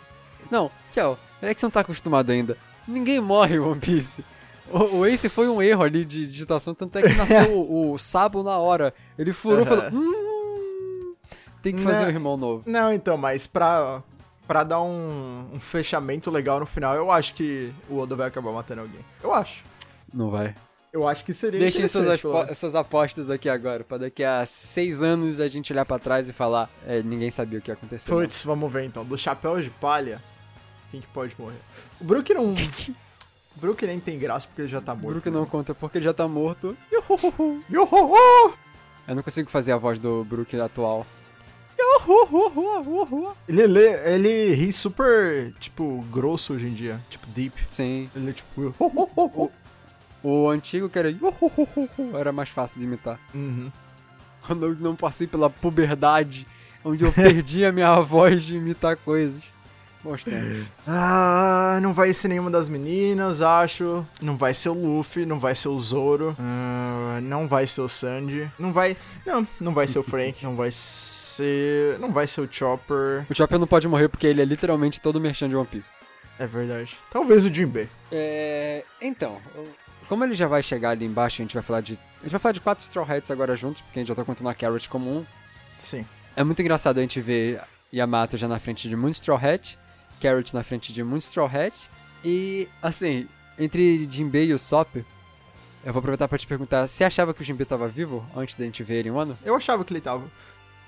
Não, Kel, é que você não tá acostumado ainda. Ninguém morre em One Piece. O, o Ace foi um erro ali de digitação, tanto é que nasceu o, o Sabo na hora. Ele furou e falou. Hum, tem que fazer
Né?
um irmão novo.
Não, então, mas pra, pra dar um, um fechamento legal no final, eu acho que o Oda vai acabar matando alguém. Eu acho.
Não vai.
Eu acho que seria
Deixem suas,
interessante,
aspo-
pelo menos.
suas apostas aqui agora, pra daqui a seis anos a gente olhar pra trás e falar. "É, ninguém sabia o que aconteceu. não."
Puts, vamos ver então. Do chapéu de palha, quem que pode morrer? O Brook não. o Brook nem tem graça porque ele já tá
O
morto.
Brook não conta porque ele já tá morto. Iuhuhuhu.
Yohoho!
Eu não consigo fazer a voz do Brook atual. Iuhuhuhu, uhuhu.
Ele, lê, ele ri super, tipo, grosso hoje em dia. Tipo, deep.
Sim.
Ele é tipo. "Yohohoho".
O antigo que era "Uhuhuhuhu", era mais fácil de imitar.
Uhum.
Quando eu não passei pela puberdade, onde eu perdi a minha voz de imitar coisas. Bons tempos.
Ah, não vai ser nenhuma das meninas, acho. Não vai ser o Luffy, não vai ser o Zoro. Ah, não vai ser o Sandy. Não vai. Não, não vai ser o Frank. Não vai ser. Não vai ser o Chopper.
O Chopper não pode morrer porque ele é literalmente todo merchan de One Piece.
É verdade. Talvez o Jinbei.
É, então, eu- como ele já vai chegar ali embaixo, a gente vai falar de. A gente vai falar de quatro Straw Hats agora juntos, porque a gente já tá contando a Carrot como um.
Sim.
É muito engraçado a gente ver Yamato já na frente de muito Straw Hat, Carrot na frente de muito Straw Hat, e assim, Entre Jinbei e o Sop, eu vou aproveitar pra te perguntar, você achava que o Jinbei tava vivo antes da gente ver ele um em Wano?
Eu achava que ele tava.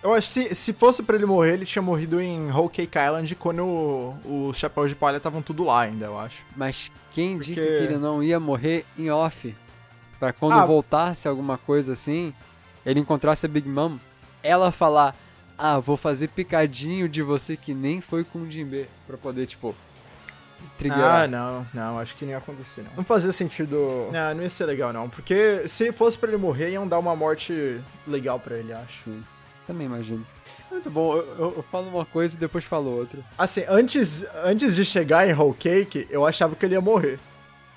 Eu acho que se, se fosse pra ele morrer, ele tinha morrido em Whole Cake Island quando o- os chapéus de palha estavam tudo lá ainda, eu acho.
Mas quem
Porque-
disse que ele não ia morrer em off? Pra quando
Ah.
voltasse alguma coisa assim, ele encontrasse a Big Mom, ela falar: Ah, vou fazer picadinho de você que nem foi com o Jinbe. Pra poder, tipo,
Ah,
triggerar.
não, não, acho que não ia acontecer, não. Não fazia sentido. Não, não ia ser legal, não. Porque se fosse pra ele morrer, iam dar uma morte legal pra ele, acho.
Também imagino. É muito bom, eu, eu- eu falo uma coisa e depois falo outra.
Assim, antes, antes de chegar em Whole Cake, eu achava que ele ia morrer.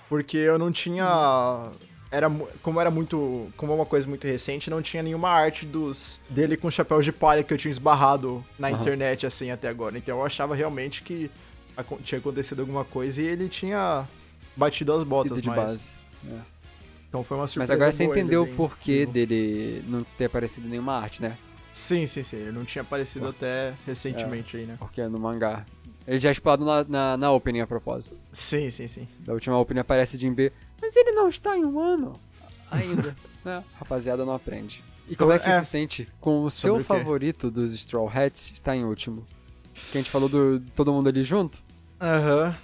Porque eu não tinha. Era, mu- como era muito. Como é uma coisa muito recente, não tinha nenhuma arte dos dele com chapéu de palha que eu tinha esbarrado na
Aham.
internet, assim, até agora. Então eu achava realmente que acon- tinha acontecido alguma coisa e ele tinha batido as botas,
Ido de
mas.
base.
Então foi uma
Mas
surpresa.
agora você
boa ele
entendeu
vir
o porquê
vivo.
dele não ter aparecido nenhuma arte, né?
Sim, sim, sim. Ele não tinha aparecido até recentemente aí, né?
Porque é no mangá. Ele já é explorado na, na, na opening a propósito.
Sim, sim, sim.
Da última opinião aparece Jim B. Mas ele não está em um ano ainda. né? Rapaziada não aprende. E como é que você
É.
se sente com o
Sobre
seu
o quê?
favorito dos Straw Hats está em último? Que a gente falou do todo mundo ali junto?
Aham.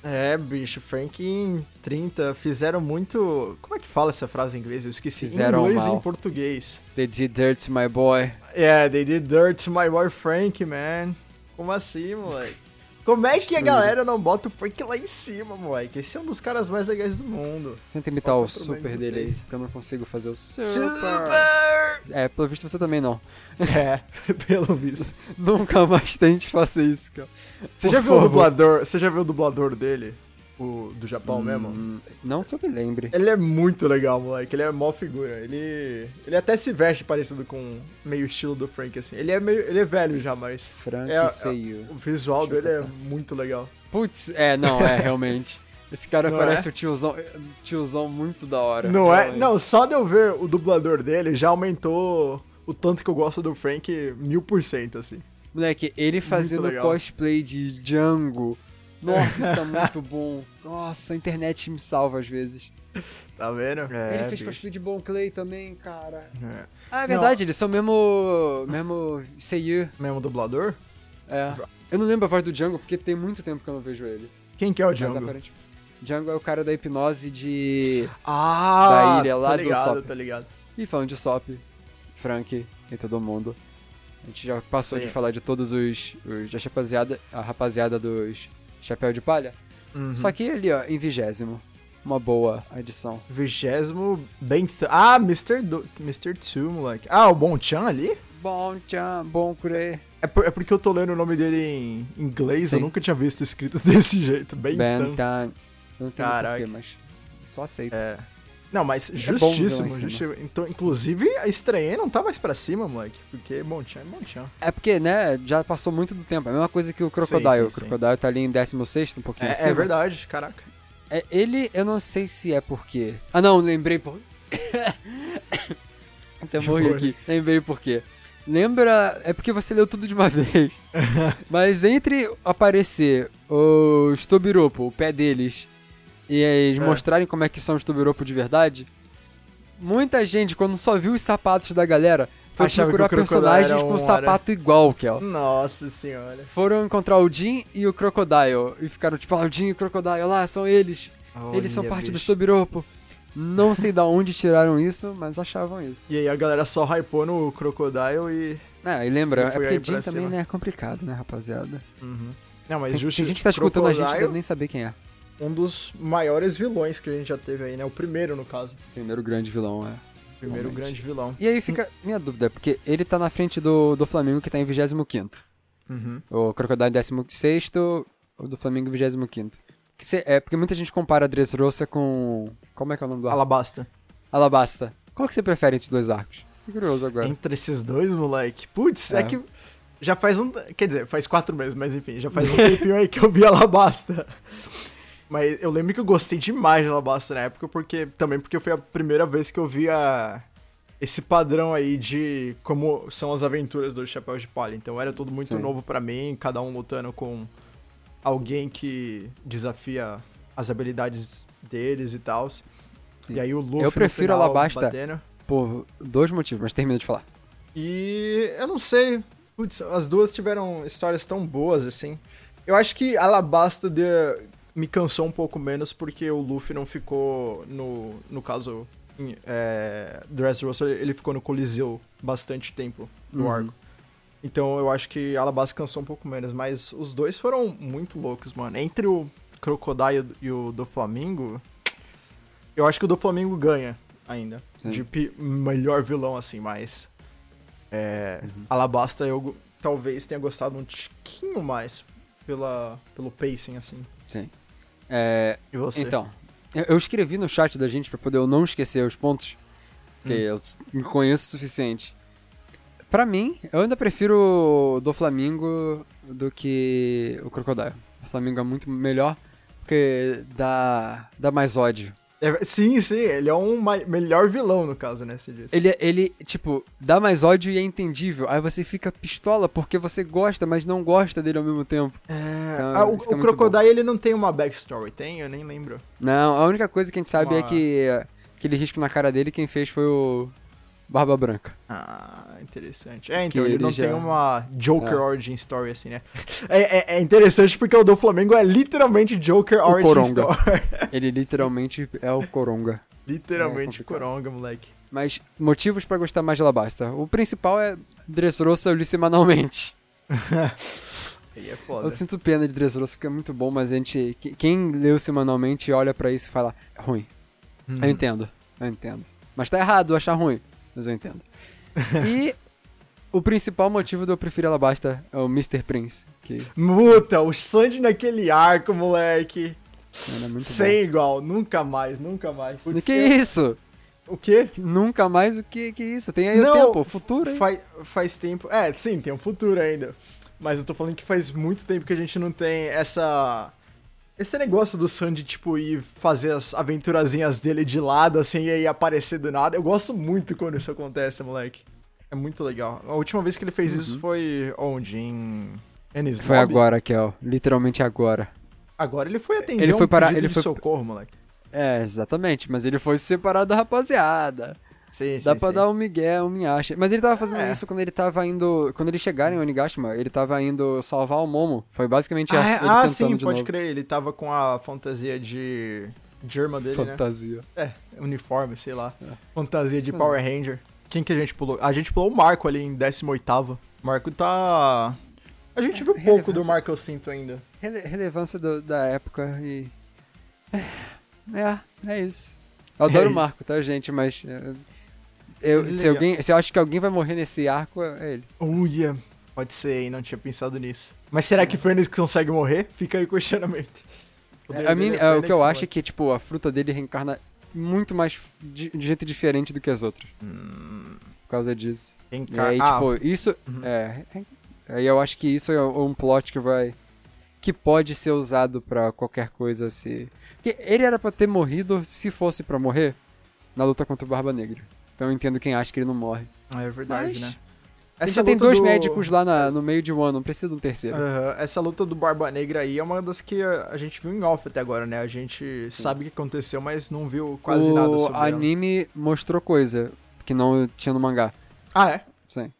É, bicho, Frank em 30 fizeram muito. Como é que fala essa frase em inglês? Eu esqueci.
Fizeram
em inglês e
mal.
em português.
They did dirt to my boy.
Yeah, É, they did dirt to my boy Frank, man. Como assim, moleque? Como é que a
Destruído.
galera não bota o Frank lá em cima, moleque? Esse é um dos caras mais legais do mundo.
Tenta imitar
Qual
o
que é o problema
super
de
dele aí,
vocês?
porque eu não consigo fazer o super.
Super!
É, pelo visto você também não.
É, pelo visto.
Nunca mais tente fazer isso, cara.
Você
Por
já viu o
favor.
dublador? Você já viu o dublador dele? O do Japão mesmo?
Hum, Não que eu me lembre.
Ele é muito legal, moleque. Ele é mó figura. Ele. Ele até se veste parecido com meio estilo do Frank, assim. Ele é meio. Ele é velho já, mas.
Frank
É, é-
Seiyu.
O visual
Deixa eu
dele é
tentar.
muito legal.
Putz, é, não, é, realmente. Esse cara
Não
parece
é?
o tiozão, tiozão muito da hora.
Não é?
realmente.
Não, só de eu ver o dublador dele já aumentou o tanto que eu gosto do Frank mil por cento, assim.
Moleque, ele fazendo
legal.
cosplay de Django. Nossa, isso tá muito bom. Nossa, a internet me salva às vezes.
Tá vendo? É,
ele fez
bicho.
cosplay de Bon Clay também, cara.
É.
Ah, é verdade, eles são mesmo. mesmo Seiyu.
Mesmo dublador?
É. Eu não lembro a voz do Django porque tem muito tempo que eu não vejo ele.
Quem que é o
Mas
Django?
aparente- Django é o cara da hipnose de.
Ah,
Da ilha lá
tá
do
ligado,
Sop.
tá ligado.
E falando de Sop, Frank e todo mundo. A gente já passou
Sim.
de falar de todos os. os a, rapaziada, a rapaziada dos Chapéu de Palha.
Uhum.
Só que ali, ó, em vigésimo. Uma boa adição.
Vigésimo bem. Ah, Mr. Do... Mr. Two, moleque. Ah, o Bon Chan ali?
Bom tchan, bom cure.
É, por- é porque eu tô lendo o nome dele em inglês, eu
Sim. tá.
nunca tinha visto escrito desse jeito. Bem então.
Ben
tanto.
tan. Não tem
Caraca.
porquê, mas só aceita.
É. Não, mas
bom ver um lá em
justíssimo,
cima.
justíssimo. Então, inclusive, a estranhei não tá mais pra cima, moleque. Porque Bonchan é Bonchan.
É. porque, né, já passou muito do tempo. É a mesma coisa que o Crocodile.
sim, sim.
o Crocodile tá ali em 16 um pouquinho
É,
acima.
é verdade, caraca.
É, ele, eu não sei se é porque. Ah, não, lembrei por. Até morri
Foi.
aqui. Lembrei por quê. Lembra. É porque você leu tudo de uma vez. Mas entre aparecer os Tobiropo, o pé deles, e eles
É.
mostrarem como é que são os Tobiropo de verdade, muita gente, quando só viu os sapatos da galera, foi
Achava que o
procurar
Crocodile
personagens
era
com
um
sapato igual, Kel.
Nossa senhora.
Foram encontrar o Jin e o Crocodile. E ficaram tipo, ah, o Jin e o Crocodile, lá, são eles. Eles são
Olha,
parte dos
bicho.
Tobiropo. Não sei da onde tiraram isso, mas achavam isso.
E aí a galera só hypou no Crocodile e.
Ah, e lembra,
Eu
é
fui
porque
aí pra
Jin também
cima.
né, é complicado, né, rapaziada?
Uhum. Não, mas
Tem, tem
justi-
gente que tá escutando a gente e
Crocodile,
deve nem saber quem é.
Um dos maiores vilões que a gente já teve aí, né? O primeiro, no caso.
Primeiro grande vilão, é.
O primeiro
Realmente.
grande vilão.
E aí fica minha dúvida, é porque ele tá na frente do, do Flamengo, que tá em 25
Uhum.
O Crocodile em 16 o do Flamengo em 25 que cê, É, porque muita gente compara a Dressrosa com... Como é que é o nome do arco?
Alabasta.
Alabasta. Qual que você prefere entre os dois arcos? Fiquei curioso agora.
Entre esses dois, moleque. Putz, é.
É.
que já faz um. Quer dizer, faz quatro meses, mas enfim, já faz um tempinho aí que eu vi Alabasta. Mas eu lembro que eu gostei demais de Alabasta na época, porque também porque foi a primeira vez que eu via esse padrão aí de como são as aventuras dos Chapéus de Palha. Então era tudo muito
Sim.
novo pra mim, cada um lutando com alguém que desafia as habilidades deles e tal. E aí o Luffy
Eu
no
prefiro
final,
Alabasta.
batendo.
Por dois motivos, mas termina de falar.
E eu não sei. Putz, as duas tiveram histórias tão boas assim. Eu acho que Alabasta de... me cansou um pouco menos porque o Luffy não ficou no. No caso, em, é, Dressrosa, ele ficou no Coliseu bastante tempo no
Uhum.
arco. Então eu acho que Alabasta cansou um pouco menos. Mas os dois foram muito loucos, mano. Entre o Crocodile e o do Flamengo, eu acho que o do Flamengo ganha ainda.
Sim.
De pi- melhor vilão, assim, mas. É,
Uhum.
Alabasta eu go- talvez tenha gostado um tiquinho mais pela, pelo pacing, assim.
É,
E você?
Então, eu- eu escrevi no chat da gente pra poder eu não esquecer os pontos, porque
Hum.
eu s- me conheço o suficiente. Pra mim, eu ainda prefiro o do Flamengo do que o Crocodile. O Flamengo é muito melhor, porque dá, dá mais ódio.
É, sim, sim, ele é um mai- melhor vilão, no caso, né? Você disse.
Ele, ele, tipo, dá mais ódio e é entendível. Aí você fica pistola porque você gosta, mas não gosta dele ao mesmo tempo.
É,
Então,
ah, o,
isso que é
o
muito
Crocodile ele não tem uma backstory, tem? Eu nem lembro.
Não, a única coisa que a gente sabe é
Uma-
que é, aquele risco na cara dele, quem fez foi o Barba Branca.
Ah, interessante. É, então
Que
ele,
ele
não
já-
tem uma Joker
É.
Origin Story, assim, né? É, é- é interessante porque o do Flamengo é literalmente Joker Origin
Coronga.
Story.
Ele literalmente é o Coronga.
literalmente
É complicado.
Coronga, moleque.
Mas motivos pra gostar mais de Alabasta. O principal é Dressrosa eu li semanalmente.
Ele é
Eu
foda.
sinto pena de Dressrosa porque é muito bom, mas a gente que- quem leu semanalmente olha pra isso e fala "É ruim.
Uhum.
Eu entendo. Eu entendo. Mas tá errado achar ruim, mas eu entendo. E o principal motivo de eu preferir Alabasta é o Mr. Prince, que
Muta, o Sandy naquele arco, moleque.
era muito
Sem igual, nunca mais, nunca mais.
bom.
Putz,
que
eu-
isso?
O quê?
Nunca mais o que que isso? Tem aí
Não,
o tempo, o futuro, hein?
Faz, faz tempo. É, sim, tem um futuro ainda. Mas eu tô falando que faz muito tempo que a gente não tem essa. Esse negócio do Sandy, tipo, ir fazer as aventurazinhas dele de lado, assim, e aí aparecer do nada. Eu gosto muito quando isso acontece, moleque. É muito legal. A última vez que ele fez isso foi onde? Em. Ennis
Uhum. Foi
Lobby?
agora, Kel. Literalmente agora.
Agora ele foi atender
Ele foi
um
parar-
pedido
ele
de
foi-
socorro, moleque.
É, exatamente, mas ele foi separado da rapaziada.
Sim, sim,
Dá pra
sim.
dar um migué, um miacha. Mas ele tava fazendo
É.
isso quando ele tava indo. Quando ele chegaram em Onigashima, ele tava indo salvar o Momo. Foi basicamente
Ah,
assim,
é?
ele
Ah,
tentando
sim,
de
pode
novo.
crer. Ele tava com a fantasia de. de irmã dele, né?
Fantasia.
É, uniforme, sei lá.
É.
Fantasia de Power Ranger. Quem que a gente pulou? A gente pulou o Marco ali em 18. Marco tá. A gente viu pouco do
É, relevância.
Marco, eu sinto ainda.
Rele- relevância do- da época e. É, é isso. Eu
É
adoro o
isso.
Marco, tá, gente? Mas. é, Eu,
Ele
se,
liga.
alguém, se eu acho que alguém vai morrer nesse arco, é ele.
Uia. Pode ser, hein? Não tinha pensado nisso. Mas
É.
será que Fênix consegue morrer? Fica aí o questionamento. poder
A mim,
dele é
é, o
Fênix,
que eu
mano.
acho é que, tipo, a fruta dele reencarna muito mais f- de, de jeito diferente do que as outras. Por causa disso.
Hum, Quem
E
ca...
aí,
ah,
tipo, isso. É. é- Aí eu acho que isso é um plot que vai. Que pode ser usado pra qualquer coisa se. Porque ele era pra ter morrido se fosse pra morrer na luta contra o Barba Negra. Então eu entendo quem acha que ele não morre.
é verdade,
tipo, Mas-
né?
Ele já tem
luta
dois
do- É,
médicos lá na- no meio de um ano, não precisa de um terceiro.
Aham, essa luta do Barba Negra aí é uma das que a a gente viu em off até agora, né? A gente sabe o que aconteceu, mas não viu quase
o
nada sobre ela.
anime mostrou coisa que não tinha no mangá.
Ah, é?
Sim.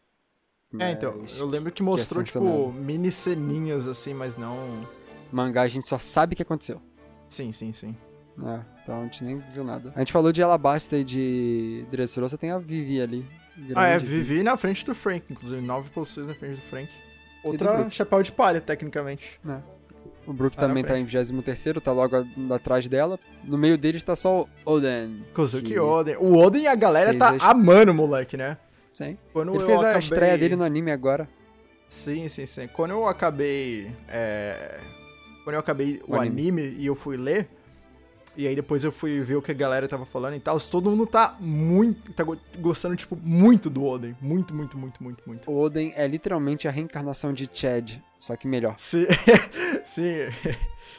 É, então.
Mas
Eu lembro que mostrou, tipo,
sancionado.
mini ceninhas assim, mas não.
Mangá a gente só sabe o que aconteceu.
Sim, sim, sim.
né? então a gente nem viu nada. A gente falou de Alabasta e de Dressrosa, tem a Vivi ali.
Ah, é,
Grande
Vivi na frente do Frank, inclusive, nove posições na frente do Frank.
do
Outra
Brook.
chapéu de palha, tecnicamente.
O Brook
Ah, na
também tá em 23º, tá logo a- atrás dela. No meio deles tá só o Oden.
Kozuki
que-
Oden. O Oden e a galera
Fez
tá
a est-
amando o moleque, né?
Sim.
Quando
Ele
eu
fez a
acabei-
estreia dele no anime agora.
Sim, sim, sim. Quando eu acabei. é, Quando eu acabei o,
O
anime.
anime.
e eu fui ler. E aí depois eu fui ver o que a galera tava falando e tal. Todo mundo tá muito. tá go- gostando, tipo, muito do Oden. Muito, muito, muito, muito, muito.
O Oden é literalmente a reencarnação de Chad, só que melhor.
Sim, sim.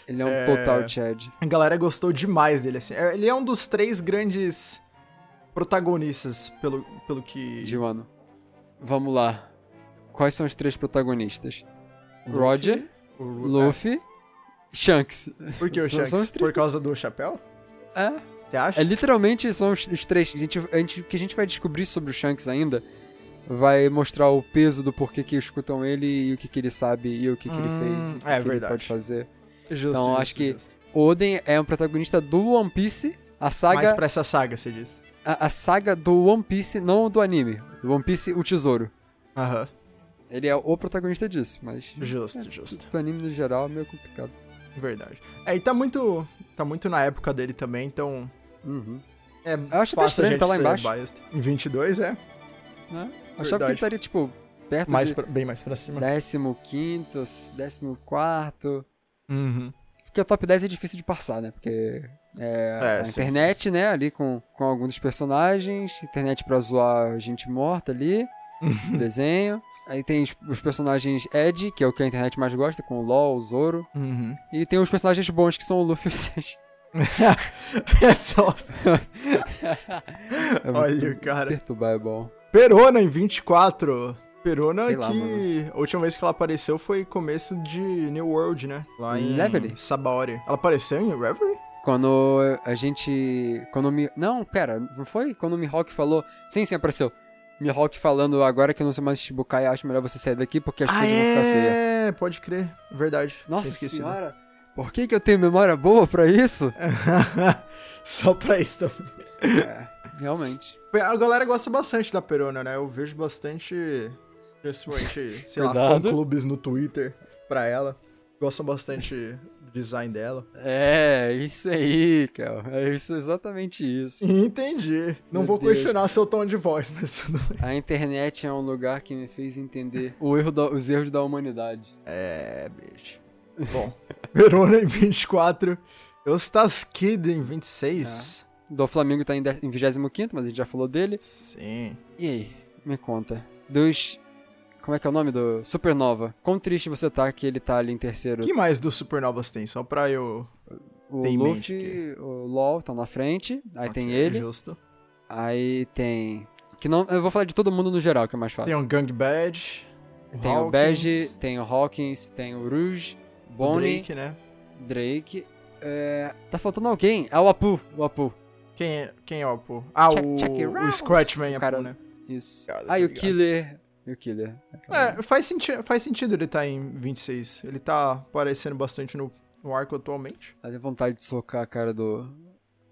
Ele é um
É.
total Chad.
A galera gostou demais dele, assim. É, Ele é um dos três grandes protagonistas, pelo, pelo que...
de um ano. Vamos lá. Quais são os três protagonistas?
Luffy,
Roger,
o Ru-
Luffy Shanks.
Por que o
Não, são
Shanks?
os três.
Por causa do chapéu?
É.
Você acha?
É, literalmente são os, os três. A gente, a gente- o que a gente vai descobrir sobre o Shanks ainda vai mostrar o peso do porquê que escutam ele e o que, que ele sabe e o que, que ele
Hum,
fez. e o que
é
que Ele
verdade.
pode fazer.
Justo,
então,
justo,
acho que
justo.
Oden é um protagonista do One Piece. A
Mais
saga,
pra essa saga, você diz.
a, a saga do One Piece, não do anime. Do One Piece, o tesouro.
Aham.
Ele é o protagonista disso, mas.
Justo, justo.
Do anime no geral é meio complicado.
Verdade. É, e tá muito. Tá muito na época dele também, então.
Uhum.
É
Eu acho até estranho, tá lá embaixo.
biased. Em 22, é.
Né? Achava que
Verdade.
ele estaria, tipo, perto
Mais
de
pra- bem mais pra cima.
15, 14.
Uhum.
Porque o top 10 é difícil de passar, né? Porque é,
É,
a
sim,
internet, né? Ali com, com alguns dos personagens. Internet pra zoar gente morta ali. desenho. Aí tem os, os personagens Ed, que é o que a internet mais gosta, com o LOL, o Zoro.
Uhum.
E tem os personagens bons, que são o Luffy e o Sanji.
é só.
É
Olha
muito
o cara.
Perturbar é bom.
Perona em 24. Perona
Sei
que
lá, mano.
a última vez que ela apareceu foi começo de New World, né? Lá em
Reverie?
Sabaori. Ela apareceu em Reverie?
Quando a gente... Quando o Mi... Não, pera, não foi? Quando o Mihawk falou... Sim, sim, apareceu. Mihawk falando, agora que eu não sou mais Shibukai, acho melhor você sair daqui, porque as coisas vão ficar feias.
Ah, é, pode crer. Verdade.
Nossa
Tinha esquecido.
senhora, né? por que, que eu tenho memória boa pra isso?
Só pra isso também.
É, Realmente.
A galera gosta bastante da Perona, né? Eu vejo bastante, principalmente, sei lá,
Cuidado.
fã-clubes no Twitter pra ela. Gostam bastante do design dela.
É, isso aí, Kel. É isso, exatamente isso.
Entendi. Não
Meu
vou
Deus.
questionar seu tom de voz, mas tudo bem.
A internet é um lugar que me fez entender o erro da- os erros da humanidade.
É, bicho. Bom, Verona em 24. Eustace Kid em 26.
Do Flamengo tá em, dez- em 25, mas a gente já falou dele.
Sim.
E aí, me conta. Dos. Como é que é o nome do. Supernova. Quão triste você tá que ele tá ali em terceiro.
O que mais dos Supernovas tem? Só pra eu.
o
tem em mente é.
Luffy, o LOL estão na frente. Aí tem
Ok, é
ele.
Justo.
Aí tem. Que não. Eu vou falar de todo mundo no geral, que é mais fácil.
Tem um o Gang Badge.
Tem o Badge, tem o Hawkins, tem o Rouge, Bonnie,
Drake, né?
Drake. É, tá faltando alguém. Ah, o Apu. O Apu.
Quem é, quem é o Apu? Ah,
Check-
o,
check it
o
out.
Scratchman é
O cara-
Apu, né?
Isso.
Obrigado,
Ah, e o
obrigado.
Killer. E o Killer.
É, faz, senti faz sentido ele tá em 26. Ele tá aparecendo bastante no, no arco atualmente.
Dá vontade Tá de socar a cara do.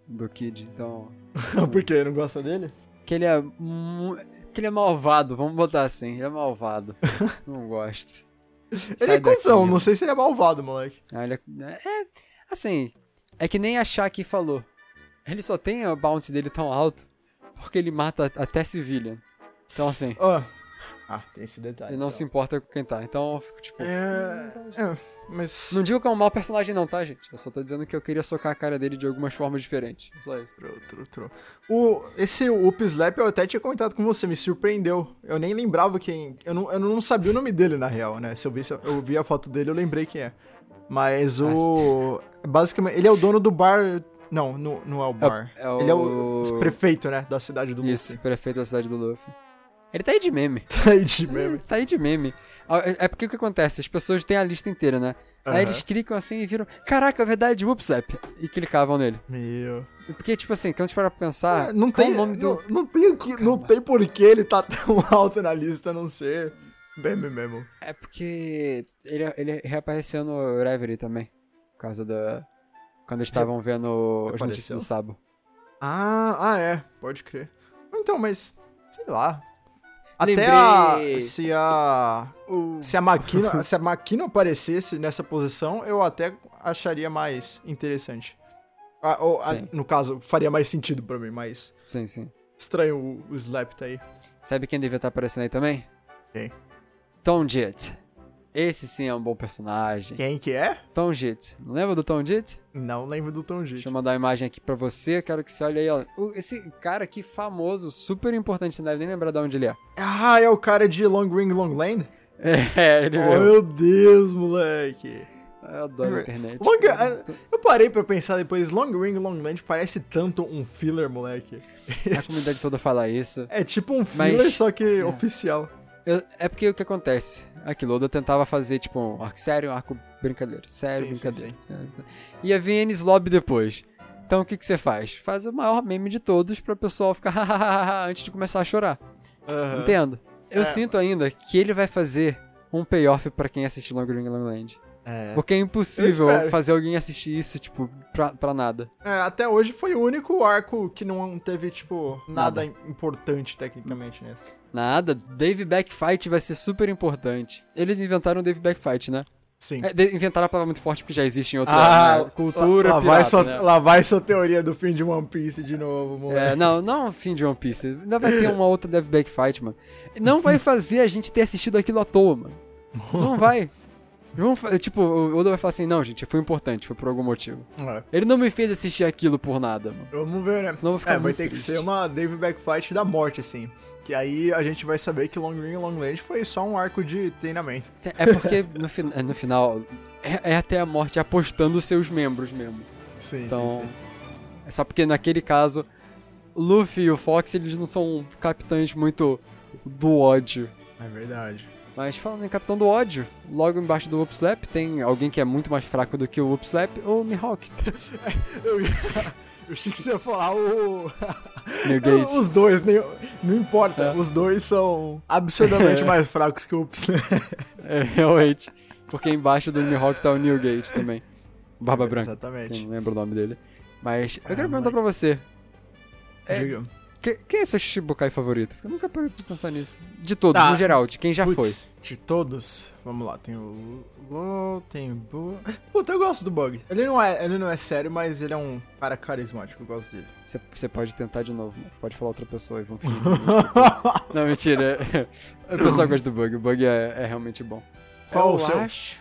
Do Kid, então.
Por quê? Não gosta dele?
Que ele é. mu- Que ele é malvado, vamos botar assim. Ele é malvado. não gosto.
Ele
Sai
é cuzão,
daqui,
não sei se ele é malvado, moleque.
Ah, ele é, é. Assim, é que nem a Shaki falou. Ele só tem o bounce dele tão alto porque ele mata até civilian. Então, assim,
Ó. Ah, tem esse detalhe.
ele não
então.
se importa com quem tá. Então, eu fico tipo.
É, é, mas.
Não digo que é um mau personagem, não, tá, gente? Eu só tô dizendo que eu queria socar a cara dele de algumas formas diferentes. Só isso.
Tru, tru, tru. O, esse Up Slap eu até tinha comentado com você, me surpreendeu. Eu nem lembrava quem. Eu não, eu não sabia o nome dele, na real, né? Se eu vi, se eu- eu vi a foto dele, eu lembrei quem é. Mas o. Basicamente, ele é o dono do bar. Não, não, não é o bar.
É o.
Ele é o prefeito, né? Da cidade do
Isso, prefeito da cidade do Luffy. Ele tá aí de meme.
Luffy. Aí de meme.
Tá aí de meme. Ah, É é porque o que acontece? As pessoas têm a lista inteira, né? Aí
Aham.
eles clicam assim e viram, caraca, é verdade, Whoopsap. E clicavam nele.
Meu.
Porque, tipo assim, quando a gente para pra pensar,
É, não
qual
tem.
o nome
não,
do.
não tem o que. Não tem por que ele tá tão alto na lista, a não ser. Meme mesmo.
É porque ele, ele reapareceu no Reverie também. Por causa da. Quando eles estavam vendo as
Reapareceu?
notícias do Sabo.
Ah, ah, é, pode crer. Então, mas sei lá. Até
Lembrei.
a, se a
O...
se a Makino, se a Makino aparecesse nessa posição, eu até acharia mais interessante. Ah, ou, ah,
Sim.
no caso, faria mais sentido pra mim, mas
Sim, sim.
estranho o, o Slap tá aí.
Sabe quem devia estar aparecendo aí também?
Quem?
Tom Jit. Esse sim é um bom personagem.
Quem que é?
Tom Jit. Não lembra do Tom Jit?
Não lembro do Tom G.
Deixa eu mandar uma imagem aqui pra você. Quero que você olhe aí, ó. O- Esse cara aqui famoso, super importante, você não deve nem lembrar de onde ele é.
Ah, é o cara de Long Ring Long Land?
É, ele
Oh,
mesmo.
meu Deus, moleque.
Eu adoro a internet.
Longa-
cara.
Eu parei pra pensar depois, Long Ring Long Land parece tanto um filler, moleque.
A comunidade toda fala isso.
É tipo um filler,
Mas-
só que oficial.
Eu- é porque o que acontece? Aquilo, Oda tentava fazer, tipo, um arco sério, um arco brincadeira. Sério,
Sim, sim,
brincadeira. Ia vir Enes Lobby depois. Então o que, que você faz? Faz o maior meme de todos pra pessoal ficar antes de começar a chorar.
Aham.
Entendo. Eu
É.
sinto ainda que ele vai fazer um payoff pra quem assiste Long Ring Long Land.
É.
Porque é impossível
Eu espero.
fazer alguém assistir isso, tipo, pra, pra nada.
É, até hoje foi o único arco que não teve, tipo, nada,
Nada.
importante tecnicamente nesse.
Nada. Dave Back Fight vai ser super importante. Eles inventaram o Dave Back Fight, né?
Sim.
É, de- inventaram a palavra muito forte porque já existe em outra
Ah,
né, cultura.
lá, lá vai
pirata,
sua,
né?
lá vai sua teoria do fim de One Piece de novo,
É,
moleque.
não, não é um fim de One Piece. Ainda vai ter uma outra Death Back Fight, mano. Não vai fazer a gente ter assistido aquilo à toa, mano. Não vai. Vão fa- tipo, o Oda vai falar assim, não, gente, foi importante, foi por algum motivo.
É.
Ele não me fez assistir aquilo por nada, mano.
Vamos ver, né?
Senão eu vou ficar
É, vai
muito
ter que
triste.
ser uma Dave Backfight da morte, assim. Que aí a gente vai saber que Long Ring e Long Land foi só um arco de treinamento.
É porque no, fin- é, no final é, é até a morte apostando os seus membros mesmo.
Sim,
Então, é só porque naquele caso, o Luffy e o Fox, eles não são capitães muito do ódio.
sim. É verdade.
Mas falando em Capitão do Ódio, logo embaixo do Upslap tem alguém que é muito mais fraco do que o Upslap, o Mihawk,
Eu, eu achei que você ia falar o.
New Gate.
Os dois, nem, não importa.
É.
Os dois são absurdamente mais fracos que o né? Ups.
É, realmente. Porque embaixo do Mihawk tá o New Gate também. Barba Branca, que eu
É, Exatamente.
não lembro o nome dele. Mas eu quero
Ah,
perguntar
moleque.
pra você, É,
Diga.
que- quem é seu Shibukai favorito? Eu nunca parei pra pensar nisso. De todos,
Tá.
no geral, de quem já foi.
Putz, De todos, vamos lá, tem o Lo, tem o Bu. Puta, eu gosto do Bug. Ele não é, ele não é sério, mas ele é um cara carismático, eu gosto dele.
Você- Você pode tentar de novo, pode falar outra pessoa e vão fingir. não, mentira. é, O pessoal gosta do bug, o bug é, é realmente bom.
Qual
eu
o seu?
acho.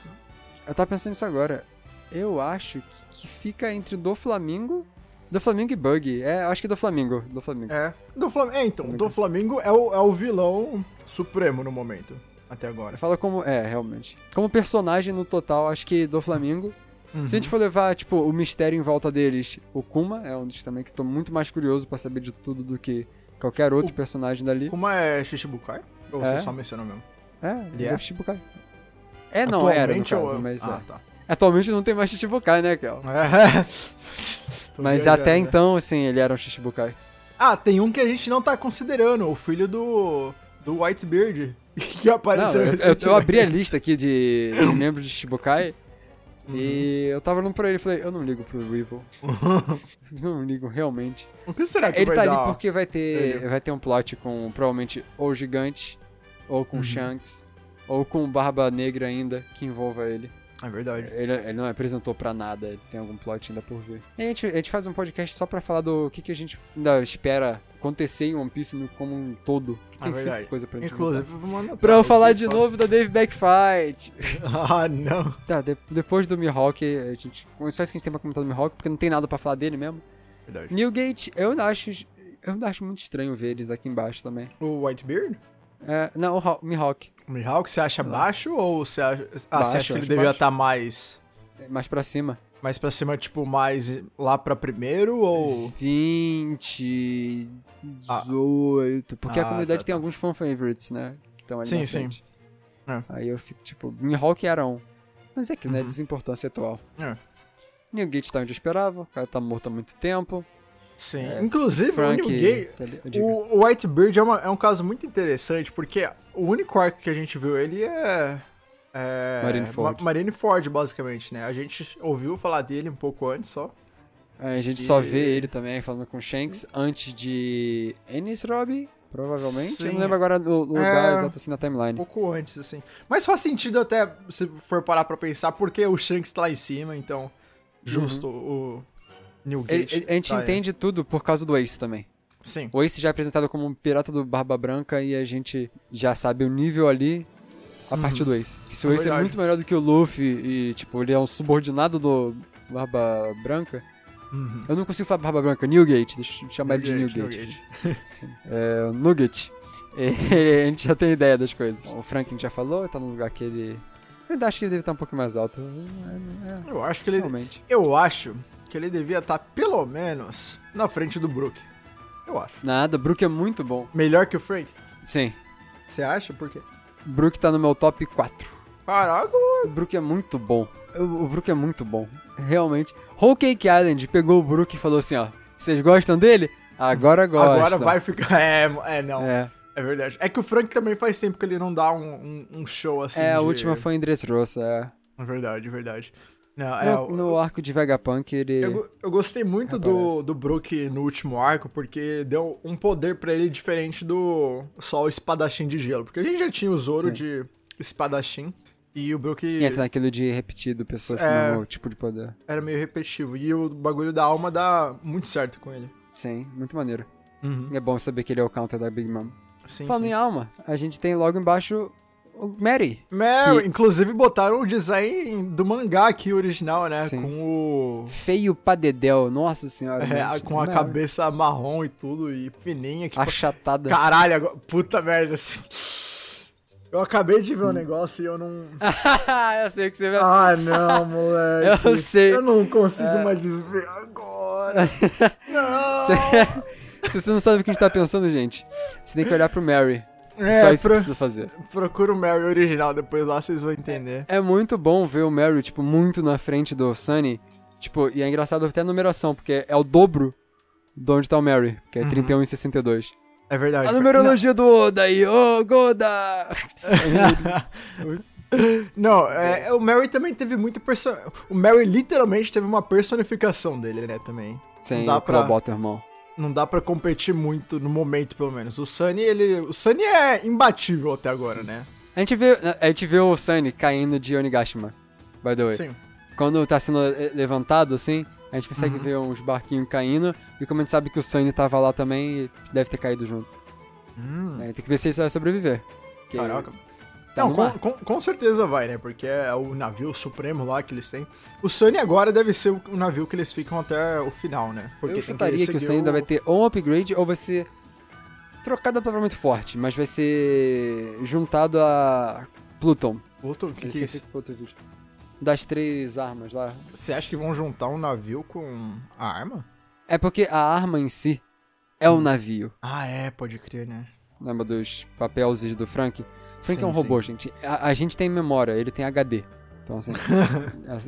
Eu tava pensando nisso agora. Eu acho que, que fica entre do Flamengo. Do Flamengo e Bug. É, eu acho que do Flamengo. Do Flamengo.
É. Do Flam... é, então, do Flamengo é o, é o vilão supremo no momento, até agora.
Fala como. É, realmente. Como personagem no total, acho que do Flamengo. Se
Uhum.
a gente for levar, tipo, o mistério em volta deles, o Kuma é um dos também que eu tô muito mais curioso pra saber de tudo do que qualquer outro
O-
personagem dali.
Como é Shishibukai? Ou você
É.
só menciona mesmo?
É,
Ele
é
é?
o Shibukai. É, não era, no
Atualmente
caso,
ou-
mas
ah,
é.
tá.
Atualmente não tem mais Shichibukai, né, Kel?
É.
Mas
Tô viajando,
até
né?
então, assim, ele era um Shichibukai.
Ah, tem um que a gente não tá considerando, o filho do. do Whitebeard. Que
Não,
apareceu
eu, eu-
recentemente.
eu abri a lista aqui de, de membros de Shibukai
Uhum.
e eu tava olhando pra ele e falei, eu não ligo pro Weevil. não ligo, realmente.
O que será que
ele
vai
tá
dar?
ali porque vai ter,
Ele.
vai ter um plot com provavelmente ou o Gigante, ou com o
Uhum.
Shanks, ou com o Barba Negra ainda, que envolva ele.
É verdade.
Ele, ele não apresentou pra nada, ele tem algum plot ainda por vir. E a gente, a gente faz um podcast só pra falar do que, que a gente ainda espera acontecer em One Piece no- como um todo. Que
É
tem sempre
verdade.
coisa pra gente
Inclusive,
contar.
vamos anotar
Pra eu
o que
falar
ele
de
fala.
novo da Dave Backfight.
ah, não.
Tá, de- depois do Mihawk, a gente. é Só isso que a gente tem pra comentar do Mihawk, porque não tem nada pra falar dele mesmo.
Verdade.
Newgate, eu ainda acho. Eu ainda acho muito estranho ver eles aqui embaixo também.
O Whitebeard?
É, não, o Haw- Mihawk.
O Mihawk, você acha
Sei lá.
baixo ou você acha. Ah,
Baixo,
você acha que
eu
ele
acho
devia
baixo.
estar mais.
é, Mais pra cima.
Mais pra cima, tipo, mais lá pra primeiro ou.
20.
Ah.
18. Porque
Ah,
a comunidade
tá,
tem alguns fan favorites, né? Que estão ali
Sim,
na
sim.
frente.
É.
Aí eu fico tipo, Mihawk era um. Mas é que, né?
Uhum.
Desimportância atual.
É.
Newgate tá onde eu esperava, o cara tá morto há muito tempo.
Sim.
É,
Inclusive,
Frank.
o New Gay,
tá ali- diga.
O Whitebeard é, uma- é um caso muito interessante, porque o único arco que a gente viu ele é. é
Marineford.
Ma Marineford, basicamente, né? A gente ouviu falar dele um pouco antes só.
Aí a gente só
E-
vê ele também falando com o Shanks antes de Ennis Robbie, provavelmente. Eu
Sim.
não lembro agora o o lugar
É.
exato assim na
Um
timeline.
pouco antes, assim. Mas faz sentido até, se for parar pra pensar, porque o Shanks tá lá em cima, então. Justo o
Uhum. Ele-
Newgate.
ele- a gente
tá aí.
entende tudo por causa do Ace também.
Sim.
O Ace já é apresentado como um pirata do Barba Branca e a gente já sabe o nível ali a
Uhum.
partir do Ace. Que se o
É
Ace é
verdade.
muito melhor do que o Luffy e, tipo, ele é um subordinado do Barba Branca.
Uhum.
Eu não consigo falar Barba Branca, Newgate, deixa eu chamar ele de
Newgate,
Newgate.
Newgate.
é, o Nugget. E a gente já tem ideia das coisas. O Franklin já falou, tá no lugar que ele. Eu ainda acho que ele deve estar um pouco mais alto. É, é,
Eu acho que ele.
realmente.
Eu acho que ele devia estar pelo menos na frente do Brook. Eu acho.
Nada, Brook é muito bom.
Melhor que o Frank?
Sim.
Você acha? Por quê?
Brook tá no meu top 4.
Caraca,
O Brook é muito bom. O o Brook é muito bom. Realmente. Whole Cake Island pegou o Brook e falou assim, ó. Vocês gostam dele? Agora gostam.
agora vai ficar. É, é não. É.
É,
verdade. É que o Frank também faz tempo que ele não dá um, um- um show assim.
é a
de-
última foi em Dressrosa. É.
Verdade, verdade. Não, é,
No, no arco de Vegapunk ele...
Eu, go- eu gostei muito do,
Aparece.
do Brook no último arco, porque deu um poder pra ele diferente do só o espadachim de gelo. Porque a gente já tinha o Zoro
Sim.
de espadachim, e o Brook
E é entra naquilo de repetido pessoas
É.
com o mesmo tipo de poder.
era meio repetitivo. E o bagulho da alma dá muito certo com ele.
Sim, muito maneiro.
Uhum.
É bom saber que ele é o counter da Big Mom.
Sim,
Falando
sim.
em alma, a gente tem logo embaixo o Mary.
Mary,
que-
inclusive botaram o design do mangá aqui original, né?
Sim.
Com o.
Feio pra dedéu, nossa senhora.
é, a-
mas-
com a
Mary.
cabeça marrom e tudo, e fininha. Que tipo,
Achatada.
Caralho, agora... puta merda. assim. Eu acabei de ver
Hum.
um negócio e eu não.
É. eu sei o que você vai
Ah, não, moleque.
Eu sei. É.
Eu não consigo mais desver agora. não!
Cê- Se você não sabe o que a gente tá pensando, gente, você tem que olhar pro Mary.
É,
Só isso
pro-
que precisa fazer.
Procura o Mary original depois lá, vocês vão entender.
É muito bom ver o Mary, tipo, muito na frente do Sunny. Tipo, e é engraçado até a numeração, porque é o dobro de onde tá o Mary, que é 31 e 62.
É verdade.
A
Uhum. foi-
numerologia do Oda aí, ô Goda!
Não, é, o Mary também teve muito person... O Mary literalmente teve uma personificação dele, né, também.
Sem
dá
o
pra-
Clawbot, irmão.
Não dá pra competir muito no momento, pelo menos. O Sunny, ele... O Sunny é imbatível até agora, né?
A gente, vê, a gente vê o Sunny caindo de Onigashima, by the way.
Sim.
Quando tá sendo eh, levantado, assim, a gente consegue
Uhum.
ver uns barquinhos caindo. E como a gente sabe que o Sunny tava lá também, e deve ter caído junto.
Hum,
Aí tem que ver se ele vai sobreviver. Porque
caraca.
Tá
não,
no
com,
mar.
com, com certeza vai, né? Porque é o navio supremo lá que eles têm. O Sunny agora deve ser o o navio que eles ficam até o final, né?
eu
tem
chutaria que, o
seguir
Sunny ainda vai ter ou um upgrade ou vai ser trocado é uma palavra muito forte, mas vai ser juntado a Pluton.
Outro, que
Ele
que é
sempre
isso?
fica com outro vídeo. Das três armas lá.
Você acha que vão juntar um navio com a arma?
É porque a arma em si é um navio.
Ah, é, pode crer, né?
Lembra dos papelzinhos do Frank? Frank
Sim,
é um
sim.
robô, gente. A, a gente tem memória, ele tem HD. Então, assim,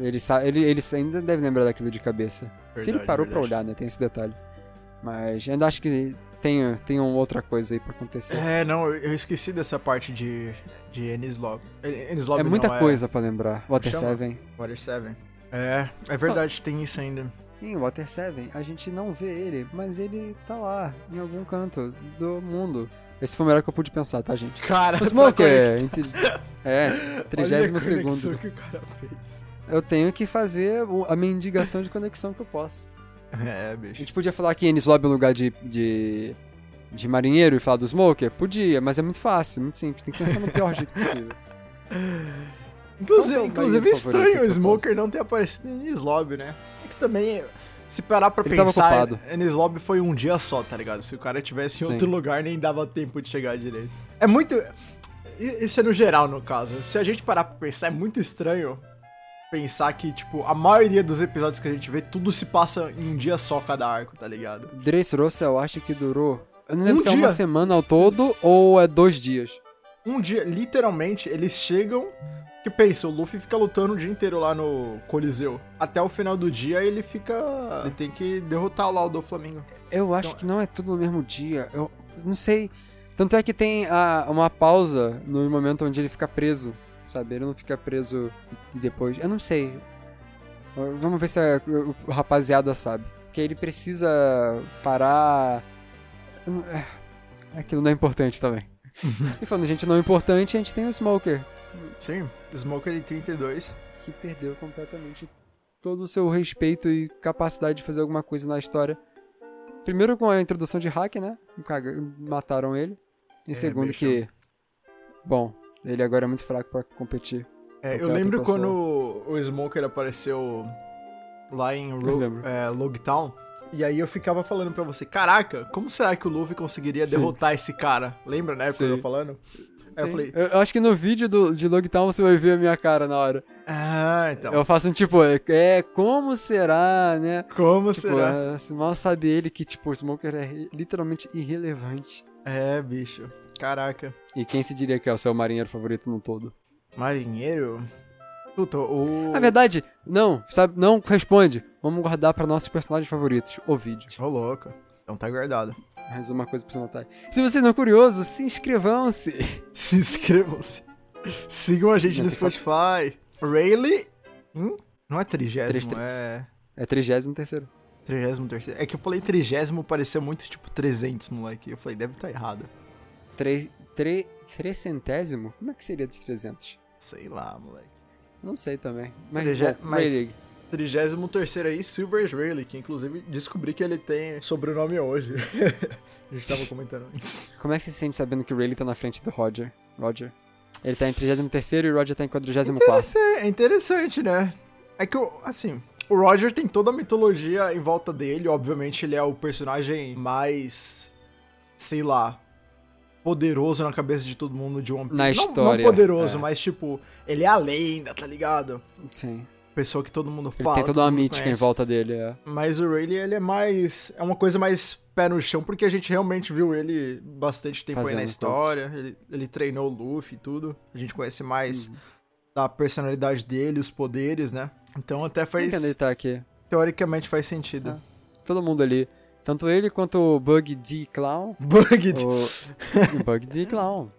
ele, sa- ele, ele ainda deve lembrar daquilo de cabeça. Se ele
Verdade,
parou pra
verdade.
olhar, né? Tem esse detalhe. Mas ainda acho que tem, tem uma outra coisa aí pra acontecer. É,
É, não, eu eu esqueci dessa parte de, de Ennis Lobby. En- Ennis Lobby
É muita
não, é.
coisa pra lembrar. Water
Chama?
Seven.
Water 7. É, é verdade, tem isso ainda.
Em Water Seven, a gente não vê ele, mas ele tá lá, em algum canto do mundo. Esse foi o melhor que eu pude pensar, tá, gente?
Cara,
O
pra
Smoker
conectar-
é, entre... é
olha a
32
conexão
segundo.
que o cara fez.
Eu tenho que fazer o- a minha indicação de conexão que eu posso.
É,
A
bicho.
gente podia falar que Ennis Lobby é um lugar de, de, de marinheiro e falar do Smoker? Podia, mas é muito fácil, muito simples. Tem que pensar no pior jeito possível.
Inclusive,
Qual que é o
inclusive é
banheiro favorito
estranho
que
o
eu
Smoker não ter aparecido em Ennis Lobby, né? É que também, se parar pra
Ele tava
pensar,
ocupado.
Ennis Lobby foi um dia só, tá ligado? Se o cara tivesse em
Sim.
outro lugar, nem dava tempo de chegar direito. É muito... i- Isso é no geral, no caso. Se a gente parar pra pensar, é muito estranho pensar que, tipo, a maioria dos episódios que a gente vê, tudo se passa em um dia só, cada arco, tá ligado?
Dressrosa, eu acho que durou... Eu não lembro
Um
se é uma
dia.
semana ao todo ou é dois dias.
Um dia, literalmente, eles chegam. Que pensa, o Luffy fica lutando o dia inteiro lá no Coliseu. Até o final do dia ele fica. Ele tem que derrotar lá o do Flamengo.
Eu acho
Então-
que não é tudo no mesmo dia. Eu não sei. Tanto é que tem a- uma pausa no momento onde ele fica preso, sabe? Ele não fica preso e depois. Eu não sei. Uh, Vamos ver se a, o- o rapaziada sabe. Que ele precisa parar. Eu não- é, Aquilo não é importante também. e falando, gente, não é importante, a gente tem o Smoker,
Sim, Smoker em 32.
que perdeu completamente todo o seu respeito e capacidade de fazer alguma coisa na história. Primeiro com a introdução de hack, né? Caga- Mataram ele. E
É,
segundo
bicho.
que. Bom, ele agora é muito fraco pra competir.
É,
Qualquer
eu
outra
lembro
pessoa.
quando o Smoker apareceu lá em Ro
lembro.
é, Logtown. E aí eu ficava falando pra você, caraca, como será que o Luffy conseguiria
Sim.
derrotar esse cara? Lembra, né? Quando
Sim.
eu tô falando? Aí eu
Sim.
falei,
eu acho que no vídeo do, de Logtown você vai ver a minha cara na hora.
ah, então.
Eu faço um tipo, é, é, como será, né?
Como
Tipo,
será?
é, se mal sabe ele que, tipo, o Smoker é ri- literalmente irrelevante.
É, bicho. Caraca.
E quem se diria que é o seu marinheiro favorito no todo?
Marinheiro? Puta, o.
Na verdade, não, sabe, não responde. Vamos guardar pra nossos personagens favoritos, o vídeo.
Ô, louco. Então tá guardado.
Mais uma coisa pra você notar. Se vocês não é curioso, se inscrevam-se.
Se inscrevam-se. Sigam a gente
Não,
no
tem que
Spotify. Rayleigh. Hum? Não é trigésimo,
Três,
é.
É 33º.
Trigésimo terceiro. É que eu falei trigésimo, pareceu muito tipo 300, moleque. Eu falei, deve estar errado.
Três, tre, trecentésimo? Como é que seria dos 300?
Sei lá, moleque.
Não sei também. Mas,
Trige-
bom,
mas-
Rayleigh,
Trigésimo terceiro aí, Silver Rayleigh, que inclusive descobri que ele tem sobrenome hoje. a gente tava comentando antes.
como é que você se sente sabendo que o Rayleigh tá na frente do Roger? Roger. Ele tá em 33º e o Roger tá em 44º.
É interessante, né? É que, o- assim, o Roger tem toda a mitologia em volta dele. Obviamente, ele é o personagem mais, sei lá, poderoso na cabeça de todo mundo de One Piece.
Na
Não-
história,
Não poderoso,
é.
mas, tipo, ele é a lenda, tá ligado?
Sim.
pessoa que todo mundo
Ele
fala.
tem toda
todo
uma
mundo
mítica em
conhece.
volta dele, é.
Mas o Rayleigh, ele é mais. É uma coisa mais pé no chão, porque a gente realmente viu ele bastante tempo aí na
Fazendo
história. Ele, ele treinou o Luffy e tudo. A gente conhece mais
Uhum.
da personalidade dele, os poderes, né? Então até faz.
Entendo ele tá aqui.
Teoricamente faz sentido.
Ah. Todo mundo ali. Tanto ele quanto o Bug D. Clown.
Bugged.
O, o Bug D. Clown.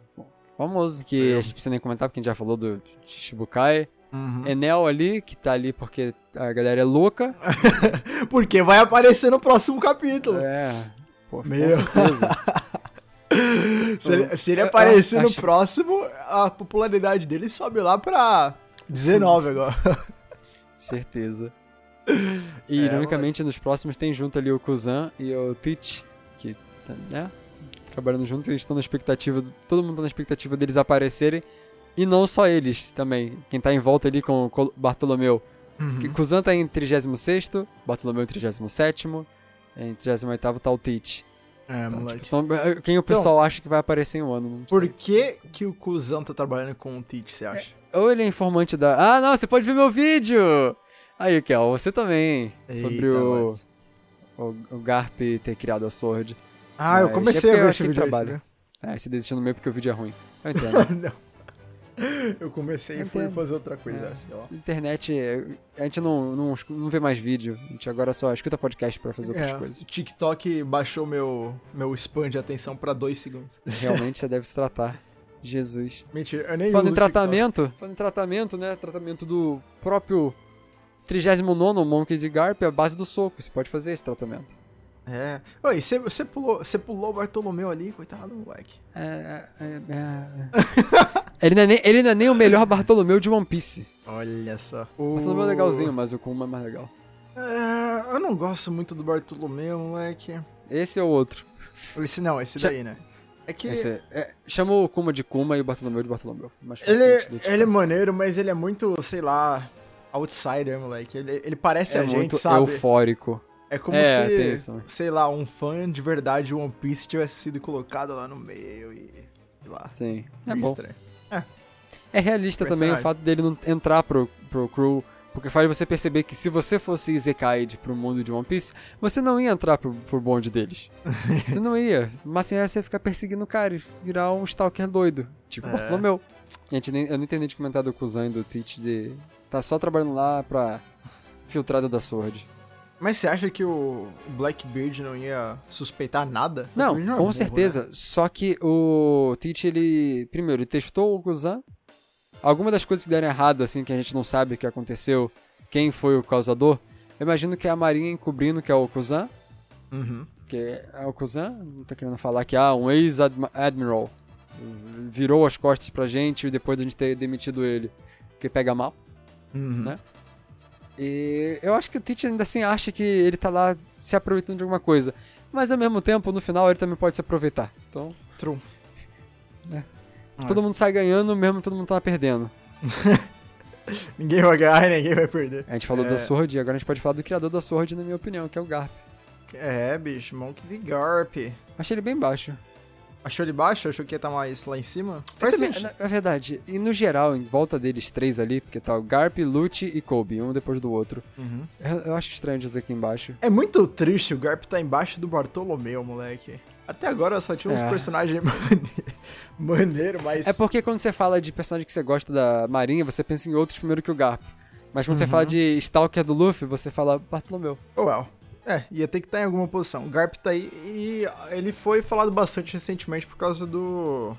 Famoso. Que a gente precisa nem comentar, porque a gente já falou do Shibukai.
Uhum.
Enel ali, que tá ali porque a galera é louca.
Porque vai aparecer no próximo capítulo.
É. Pô,
Meu.
com certeza.
Se ele, se ele
Eu- eu
aparecer no
acho-
próximo, a popularidade dele sobe lá pra 19 agora.
certeza. E,
É,
ironicamente, nos próximos tem junto ali o Kuzan e o Teach, que tá- né? Trabalhando junto, eles estão na expectativa. Todo mundo tá na expectativa deles aparecerem. E não só eles também. Quem tá em volta ali com o Col- Bartolomeu. Que
Uhum.
Kuzan tá em 36, Bartolomeu em 37, em 38 tá o Teach.
É,
Então,
moleque.
tipo, são- quem o pessoal acha que vai aparecer em um ano. Não
Então- Por
sei.
que, que o cuzão tá trabalhando com o Teach, você acha?
Ou ele é informante da. Ah, não, você pode ver meu vídeo! Aí, Kel, você também. sobre
Eita,
o,
nós.
o, o Garp ter criado a Sword.
Ah, eu
Mas
comecei
é
a
porque
ver
eu
esse
acho que
vídeo aí,
trabalha. É, você desistiu no meio porque o vídeo é ruim. Eu entendo.
você viu? Não. Eu comecei e fui
Entendo.
fazer outra coisa, assim,
É.
sei lá.
Internet, é, a gente não, não, escu- não vê mais vídeo. A gente agora só escuta podcast pra fazer outras
É,
coisas.
TikTok baixou meu, meu span de atenção pra dois segundos.
Realmente você deve se tratar. Jesus.
Mentira, eu nem
Falando
uso
em
TikTok.
tratamento, falando em tratamento, né? Tratamento do próprio 39 Monkey de Garp é a base do soco. Você pode fazer esse tratamento.
É. Oi, você, você pulou, você pulou o Bartolomeu ali, coitado, moleque.
É, é, é, é. ele, não é nem, ele não é nem o melhor Bartolomeu de One Piece.
Olha só.
O
O
Bartolomeu é legalzinho, mas o Kuma é mais legal.
É, eu não gosto muito do Bartolomeu, moleque.
Esse é o outro.
Esse não, esse
Já-
daí, né? É que
Esse é- é, chama o Kuma de Kuma e o Bartolomeu de Bartolomeu. Mais tipo, facilmente de
Ele,
identificar.
ele é maneiro, mas ele é muito, sei lá, outsider, moleque. Ele, ele parece
é
a gente,
muito
sabe?
eufórico.
É como
É, tem
se,
isso também.
sei lá, um fã de verdade de One Piece tivesse sido colocado lá no meio e. sei lá.
Sim. É
meio
bom.
estranho.
É realista também o
Personagem.
fato dele não entrar pro, pro crew. Porque faz você perceber que se você fosse Izekaid pro mundo de One Piece, você não ia entrar pro, pro bonde deles. você não ia. No máximo ia você ficar perseguindo o cara e virar um stalker doido. Tipo o
É.
Bartolomeu. A gente nem, eu não entendi de comentar do Kuzan e do Teach de. Tá só trabalhando lá pra filtrada da Sword.
Mas você acha que o o Blackbeard não ia suspeitar nada?
Não, né?
Ele é
com
burro,
certeza. Só que o Teach, ele. Primeiro, ele testou o Kuzan. Algumas das coisas que deram errado, assim, que a gente não sabe o que aconteceu, quem foi o causador, eu imagino que é a Marinha encobrindo que é o Kuzan.
Né? Uhum.
Que é o Kuzan, não tá querendo falar que ah, um ex-admiral virou as costas pra gente depois de a gente ter demitido ele. Que pega mal.
Uhum.
Né? E eu acho que o Teach ainda assim acha que ele tá lá se aproveitando de alguma coisa. Mas ao mesmo tempo, no final, ele também pode se aproveitar. Então.
True.
É.
É.
Todo mundo sai ganhando, mesmo todo mundo tá perdendo.
Ninguém vai ganhar e ninguém vai perder.
A gente falou
É.
da Sword, agora a gente pode falar do criador da Sword, na minha opinião, que é o Garp.
É, bicho, Monk de Garp.
Achei ele bem baixo.
Achou ele baixo? Achou que ia estar mais lá em cima?
Mas
Faz
também,
sentido.
na- é verdade. E no geral, em volta deles três ali, porque tá o Garp, Lute e Kobe, um depois do outro.
Uhum.
Eu, eu acho estranho dizer aqui embaixo.
É muito triste o Garp tá embaixo do Bartolomeu, moleque. Até agora só tinha uns
É.
personagens mane... maneiro, mas.
É porque quando você fala de personagem que você gosta da Marinha, você pensa em outros primeiro que o Garp. Mas quando você
Uhum.
fala de Stalker do Luffy, você fala Bartolomeu.
Well. É, ia ter que estar em alguma posição. O Garp tá aí e ele foi falado bastante recentemente por causa do.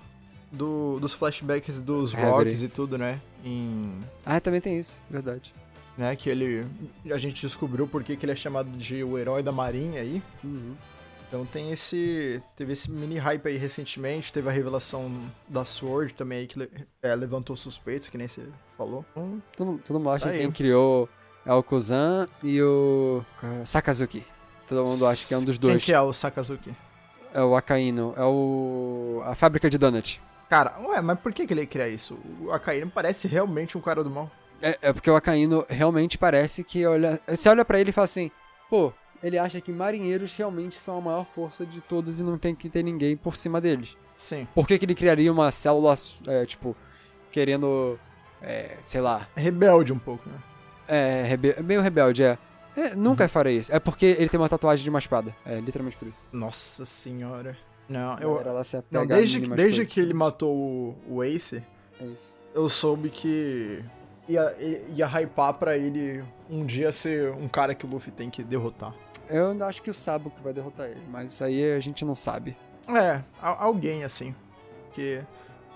do- dos flashbacks dos
Reverie.
rocks e tudo, né? Em.
Ah, também tem isso, verdade.
Né, que ele. A gente descobriu por que que ele é chamado de o herói da marinha aí.
Uhum.
Então tem esse. Teve esse mini hype aí recentemente, teve a revelação da Sword também aí que le- é, levantou suspeitos, que nem você falou. Então,
Todo, todo mundo acha
Tá
que
aí.
quem criou é o Kuzan e o Ka- Sakazuki. Todo mundo acha que é um dos dois.
Quem que é o Sakazuki?
É o Akainu, é o. a fábrica de donut.
Cara, ué, mas por que, que ele cria isso? O Akainu parece realmente um cara do mal.
É, é porque o Akainu realmente parece que olha. Você olha pra ele e fala assim, pô, ele acha que marinheiros realmente são a maior força de todos e não tem que ter ninguém por cima deles.
Sim.
Por que, que ele criaria uma célula, é, tipo, querendo. é, sei lá.
Rebelde um pouco, né?
É, rebe- meio rebelde, é. É,
Uhum.
nunca faria isso. É porque ele tem uma tatuagem de uma espada. É, literalmente por isso.
Nossa senhora. Não,
A galera,
eu.
ela se apega
Não,
a
desde,
mínimas
desde
coisas.
que ele matou o, o Ace,
assim. É isso.
eu soube que ia, ia, ia hypar pra ele um dia ser um cara que o Luffy tem que derrotar.
Eu ainda acho que o Sabo que vai derrotar ele, mas isso aí a gente não sabe.
É, a- alguém assim. Que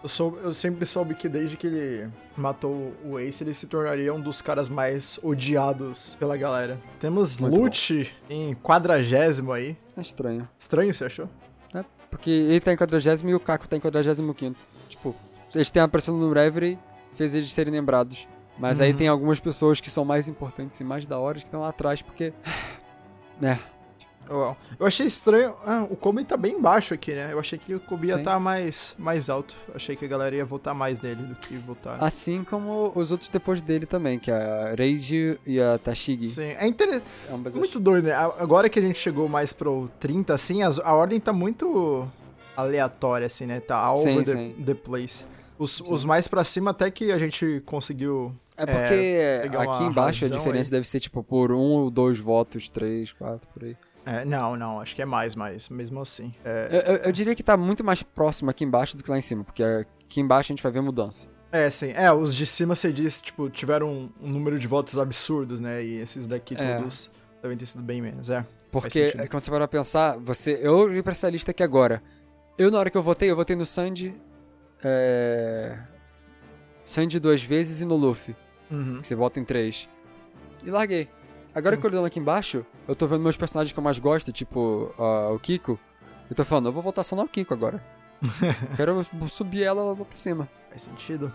eu, sou, eu sempre soube que desde que ele matou o Ace, ele se tornaria um dos caras mais odiados pela galera. Temos
Muito
Lute em quadragésimo aí.
É estranho.
Estranho, você achou?
Porque ele tá em 40 e o Caco tá em 45. Tipo, eles têm a pressão no Reverie, fez eles serem lembrados. Mas aí
Uhum.
tem algumas pessoas que são mais importantes e mais da hora que estão lá atrás, porque. É,
Uau. Eu achei estranho. Ah, o Kobe tá bem baixo aqui, né? Eu achei que o Kobe ia
Sim.
estar tá mais, mais alto. Eu achei que a galera ia votar mais nele do que votar.
assim como os outros depois dele também, que é a Reiji e a Tashigi.
Sim, é interessante.
Ambas as-
Muito doido, né? A- Agora que a gente chegou mais pro 30, assim, as- a ordem tá muito aleatória, assim, né? Tá all
Sim,
over the,
sim.
the place. Os, os mais pra cima até que a gente conseguiu...
É porque
pegar uma
aqui embaixo a
razão
diferença
aí.
deve ser tipo por um ou dois votos, três, quatro, por aí.
É, não, não, acho que é mais, mas mesmo assim. É,
Eu, eu- eu diria que tá muito mais próximo aqui embaixo do que lá em cima, porque aqui embaixo a gente vai ver mudança.
é, sim. É, os de cima, você diz, tipo, tiveram um, um número de votos absurdos, né? E esses daqui
É.
todos devem ter sido bem menos, é.
Porque
Faz sentido.
é, quando você para pra pensar, você. Eu olhei pra essa lista aqui agora. Eu, na hora que eu votei, eu votei no Sandy. É... Sandy duas vezes e no Luffy.
Uhum.
Que você vota em três. E larguei. Agora
Sim.
que eu olhando aqui embaixo, eu tô vendo meus personagens que eu mais gosto, tipo ah, o Kiko. Eu tô falando, eu vou votar só no Kiko agora. Quero subir ela lá pra cima.
Faz sentido.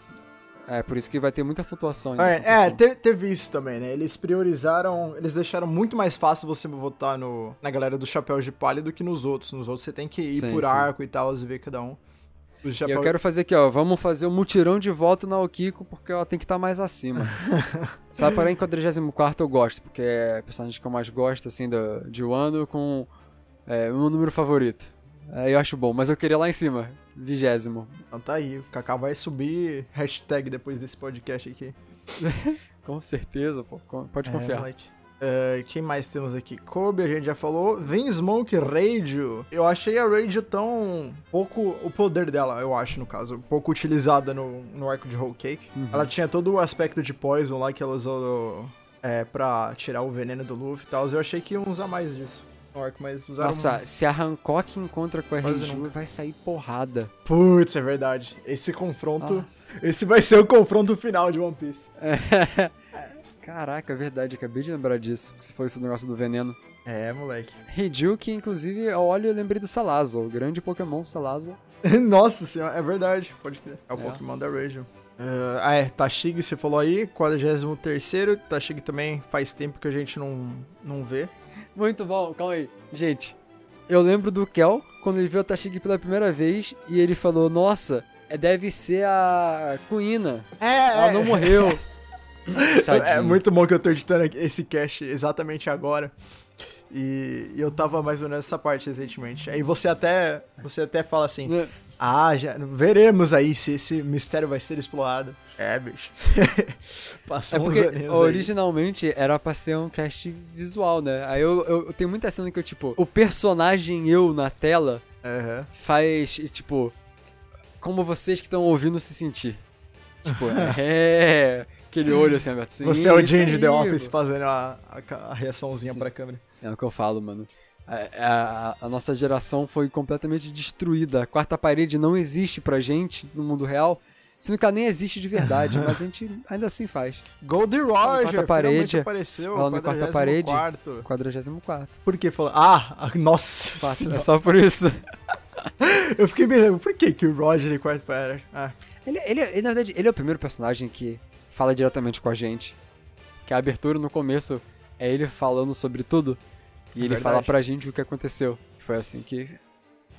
É, por isso que vai ter muita flutuação ainda.
É, é,
acontecendo.
te- teve isso também, né? Eles priorizaram, eles deixaram muito mais fácil você votar no, na galera dos chapéus de palha do que nos outros. Nos outros você tem que ir
Sim,
por
sim.
arco e tal, e ver cada um. Os
E
chapéus...
eu quero fazer aqui, ó. Vamos fazer um mutirão de voto na Okiko, porque ela tem que estar mais acima. Se ela parar em 44 eu gosto, porque é a personagem que eu mais gosto, assim, do, de um ano, com é, o meu número favorito. Aí eu acho bom, mas eu queria lá em cima, vigésimo.
Então tá aí, o Kaká vai subir hashtag depois desse podcast aqui.
Com certeza, pô. com- Pode
É,
confiar.
moleque. É, quem mais temos aqui? Kobe, a gente já falou. Vem Smoke Radio. Eu achei a Radio tão pouco. O poder dela, eu acho, no caso, pouco utilizada no, no arco de Whole Cake.
Uhum.
Ela tinha todo o aspecto de Poison lá que ela usou é, pra tirar o veneno do Luffy e tal. Eu achei que iam usar mais disso no arco, mas usaram.
Nossa, se a Hancock encontra com a
Quase
Renju, vai sair porrada.
Putz, é verdade. Esse confronto.
Nossa.
Esse vai ser o confronto final de One Piece.
Caraca, é verdade, acabei de lembrar disso. Você falou esse negócio do veneno.
É, moleque.
Renju, que inclusive, eu olho e lembrei do Salazar, o grande Pokémon Salazar.
Nossa senhora, é verdade, pode crer. É o
É.
Pokémon da Region. Ah, ah, é, Tashig você falou aí, 43º, Tashig também faz tempo que a gente não, não vê.
Muito bom, calma aí. Gente, eu lembro do Kel quando ele viu a Tashig pela primeira vez e ele falou: Nossa, é- deve ser a Kuina.
É,
Ela não morreu.
É muito bom que eu tô editando aqui esse cast exatamente agora. E, e eu tava mais ou menos nessa parte recentemente. Aí você até, você até fala assim:
É.
Ah, já, veremos aí se esse mistério vai ser explorado. É, bicho.
É
Passamos uns
porque
aninhos aí.
originalmente era pra ser um cast visual, né? Aí eu, eu, eu tenho muita cena que eu, tipo, o personagem eu na tela
Aham.
faz, tipo, como vocês que estão ouvindo se sentir. Tipo, é. Aquele olho assim aberto. Assim,
Você é o
"Isso
Jim de
aí,
The
mano."
Office fazendo a, a ca- a reaçãozinha
Sim.
pra câmera.
É o que eu falo, mano. A, a- a nossa geração foi completamente destruída. A quarta parede não existe pra gente no mundo real. Sendo que ela nem existe de verdade, mas a gente ainda assim faz.
Goldie Roger, finalmente
parede.
apareceu.
Falando em quarta parede.
44º.
44.
Por que falou? Ah, a- nossa
Quatro,
senhora.
é só por isso. né?
Eu fiquei pensando, por que que o Roger é quarto parede? Ah,
Ele, ele- ele, na verdade, ele é o primeiro personagem que fala diretamente com a gente. Que a abertura no começo é ele falando sobre tudo.
É
E ele
verdade.
fala pra gente o que aconteceu. Foi assim que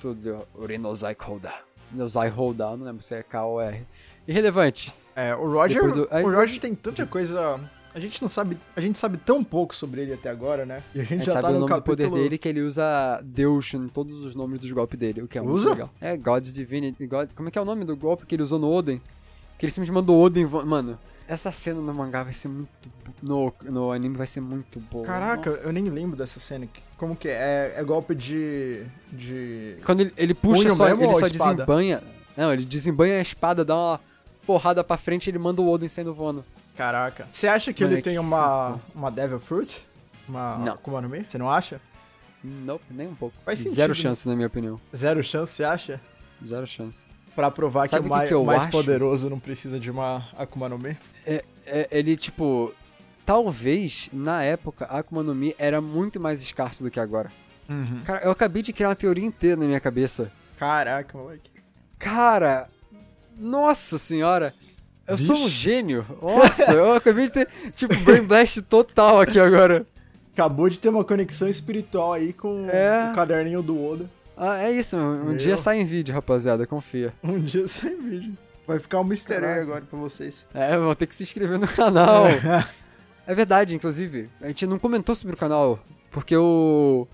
tudo deu. Urinozai Holda. Urinozai Holda, não lembro se é K ou R. Irrelevante.
é, o Roger,
Depois do- aí-
o Roger tem tanta coisa... A gente não sabe... A gente sabe tão pouco sobre ele até agora, né? E a gente,
A gente
já
sabe
tá
o
no
nome
capítulo...
do poder dele que ele usa Deus em todos os nomes dos golpes dele, o que é muito
Usa?
legal. É, God's Divinity. God... Como é que é o nome do golpe que ele usou no Oden? Que ele simplesmente mandou o Oden. vo- Mano, essa cena no mangá vai ser muito. bo- No, no anime vai ser muito boa.
Caraca,
Nossa.
eu nem lembro dessa cena. Como que é? É, é golpe de... de...
Quando ele, ele puxa,
Punho
só,
mesmo
ele
ou
só
espada?
desembanha. Não, ele desembanha a espada, dá uma porrada pra frente e ele manda o Oden saindo voando.
Caraca. Você acha que
Mano,
ele
é
tem
que-
uma, uma Devil Fruit? Uma...
Não.
Como é o nome? Você não acha?
Nope, nem um pouco.
Faz sentido,
Zero
né?
chance, na minha opinião.
Zero chance, você acha?
Zero chance.
Pra provar
Sabe
que
o
o
que
mai-
que eu
mais
acho?
poderoso não precisa de uma Akuma no Mi.
É, ele, tipo. Talvez, na época, a Akuma no Mi era muito mais escasso do que agora. Cara, eu acabei de criar uma teoria inteira na minha cabeça.
Caraca, moleque.
Cara, nossa senhora. Eu sou um
Vixe.
gênio. Nossa, eu acabei de ter, tipo, brain blast total aqui agora.
Acabou de ter uma conexão espiritual aí com
É.
o caderninho do Oda.
Ah, é isso, um
Meu.
dia sai em vídeo, rapaziada, confia.
Um dia sem vídeo. Vai ficar um mistério
Caraca.
agora pra vocês.
É, vão ter que se inscrever no canal. É verdade, inclusive, a gente não comentou sobre o canal, porque o...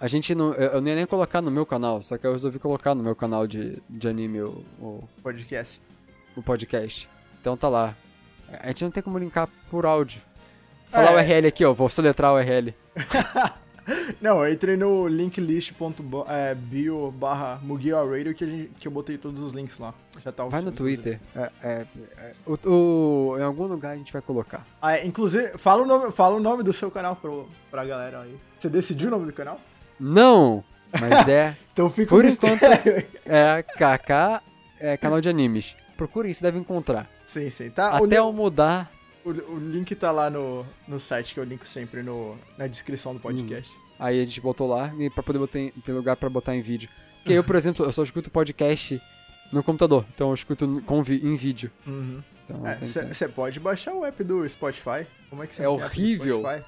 A gente não... Eu eu não ia nem colocar no meu canal, só que eu resolvi colocar no meu canal de, de anime o- o,
Podcast.
o podcast. Então tá lá. A gente não tem como linkar por áudio. Falar
É.
o URL aqui, ó. Vou soletrar o URL.
Não, eu entrei no linklist.bio é, barra Mugiwa Radio que, a gente- que eu botei todos os links lá. Já tá
Vai no
inclusive.
Twitter. É, é, é, o- o- em algum lugar a gente vai colocar.
Ah, é, inclusive, fala o, nome, fala o nome do seu canal pro, pra galera aí. Você decidiu o nome do canal?
Não! Mas é.
Então fica
Por
o mistério aí.
É KK é, canal de animes. Procurem, se deve encontrar.
Sim, sim. Tá, o
Até
link-
eu mudar.
O, o link tá lá no, no site que eu linko sempre no, na descrição do podcast.
Aí a gente botou lá e pra poder botar em, ter lugar pra botar em vídeo. Porque eu, por exemplo, eu só escuto podcast no computador. Então eu escuto no- com vi- em vídeo.
Uhum.
Então, não tem como.
Você pode baixar o app do Spotify. Como é que você
É
não tem app do
horrível.
Spotify?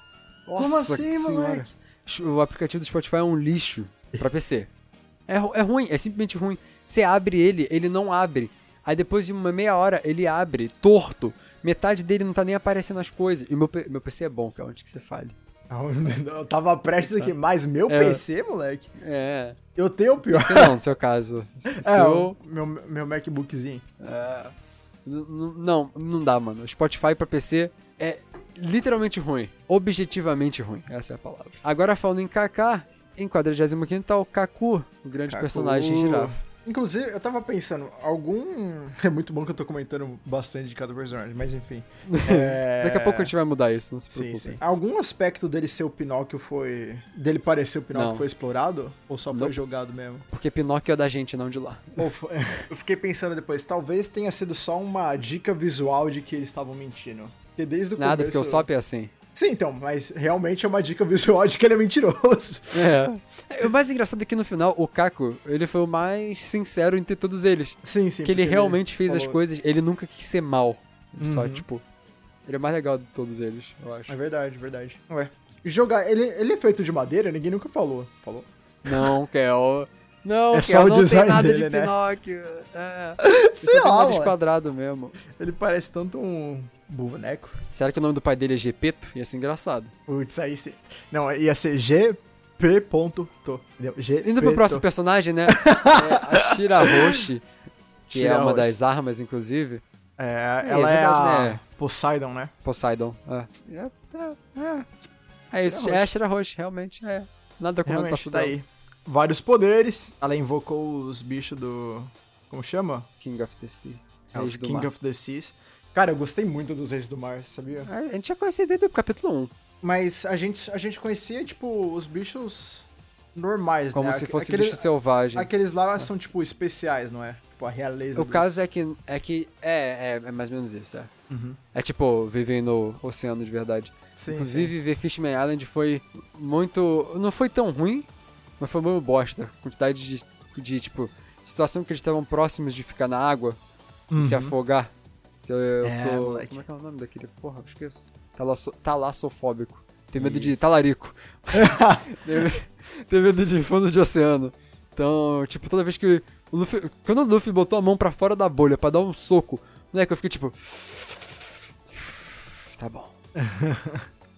Nossa
Como assim,
senhora.
moleque?
O aplicativo do Spotify é um lixo pra PC. É, ru- é ruim, é simplesmente ruim. Você abre ele, ele não abre. Aí depois de uma meia hora ele abre, torto. Metade dele não tá nem aparecendo as coisas. E meu, P- meu PC é bom, que é onde que você fale.
Eu tava prestes aqui, mas meu
É.
PC, moleque,
É.
eu tenho o pior.
Você não, no seu caso. Se-
É,
Seu.
o meu, meu MacBookzinho.
é, n- n- não, não dá, mano. Spotify pra PC é literalmente ruim. Objetivamente ruim. Essa é a palavra. Agora falando em KK, em 45 tá o Kaku, o grande
Kaku.
personagem girafa.
Inclusive, eu tava pensando, algum... É muito bom que eu tô comentando bastante de cada personagem, mas enfim. É...
Daqui a pouco a gente vai mudar isso, não se
Sim,
preocupe.
sim. Algum aspecto dele ser o Pinóquio foi. dele parecer o Pinóquio
Não.
foi explorado? Ou só foi
Nope.
jogado mesmo?
Porque Pinóquio é da gente, não de lá.
Ou foi- Eu fiquei pensando depois, talvez tenha sido só uma dica visual de que eles estavam mentindo. Porque desde o
Nada,
começo.
porque o Sop é assim.
Sim, então, mas realmente é uma dica visual de que ele é mentiroso.
É. O mais engraçado é que no final, o Caco, ele foi o mais sincero entre todos eles.
Sim, sim.
que ele
porque
realmente fez as
falou-
coisas, ele nunca quis ser mal. Ele Só,
Uhum.
tipo, ele é mais legal de todos eles, eu acho.
É verdade, verdade. Ué. Jogar. Ele, ele é feito de madeira? Ninguém nunca falou. Falou?
Não, Kel. Não,
É só
Kel,
o
não tem
design
nada
dele,
de
né?
Pinóquio. É.
Sei
Só tem
lá,
nariz
mano.
quadrado mesmo.
Ele parece tanto um. Boneco.
Será que o nome do pai dele é Gepeto? Ia ser engraçado.
Putz, aí se... Não, ia ser GP.to.
Indo pro próximo personagem, né? é a Shirahoshi, que é uma
Shirahoshi.
das armas, inclusive.
É,
É,
ela é,
verdade,
a
né?
Poseidon, né?
Poseidon. É, é, é, é. É isso,
Shirahoshi.
é a Shirahoshi, realmente. É. Nada como
Realmente, tá aí. Vários poderes. Ela invocou os bichos do... Como chama?
King of the Sea.
É,
Reis
os
do
King
Mar.
of the Seas. Cara, eu gostei muito dos Reis do Mar, sabia?
É, A gente já conhecia desde o capítulo 1.
Mas a gente, a gente conhecia, tipo, os bichos normais,
Como
né?
se
Aque-
fosse assim, né?
aqueles,
bicho selvagem.
Aqueles lá são, tipo, especiais, não é? Tipo, a realeza
O
dos-
caso é que. É que. É, é, é mais ou menos isso, é.
Uhum.
É tipo, viver no oceano de verdade.
Sim,
Inclusive, ver Fishman Island foi muito. Não foi tão ruim, mas foi meio bosta. Quantidade de, de tipo, situação que eles estavam próximos de ficar na água
sim.
e se
Uhum.
afogar. Eu, eu
É,
sou.
moleque.
Como é que é o nome daquele? Porra, eu esqueço. Talasso, talassofóbico. Tem medo de
Isso.
talarico. tem, tem medo de fundo de oceano. Então, tipo, toda vez que. O Luffy, quando o Luffy botou a mão pra fora da bolha pra dar um soco, moleque, eu fiquei tipo. Tá bom.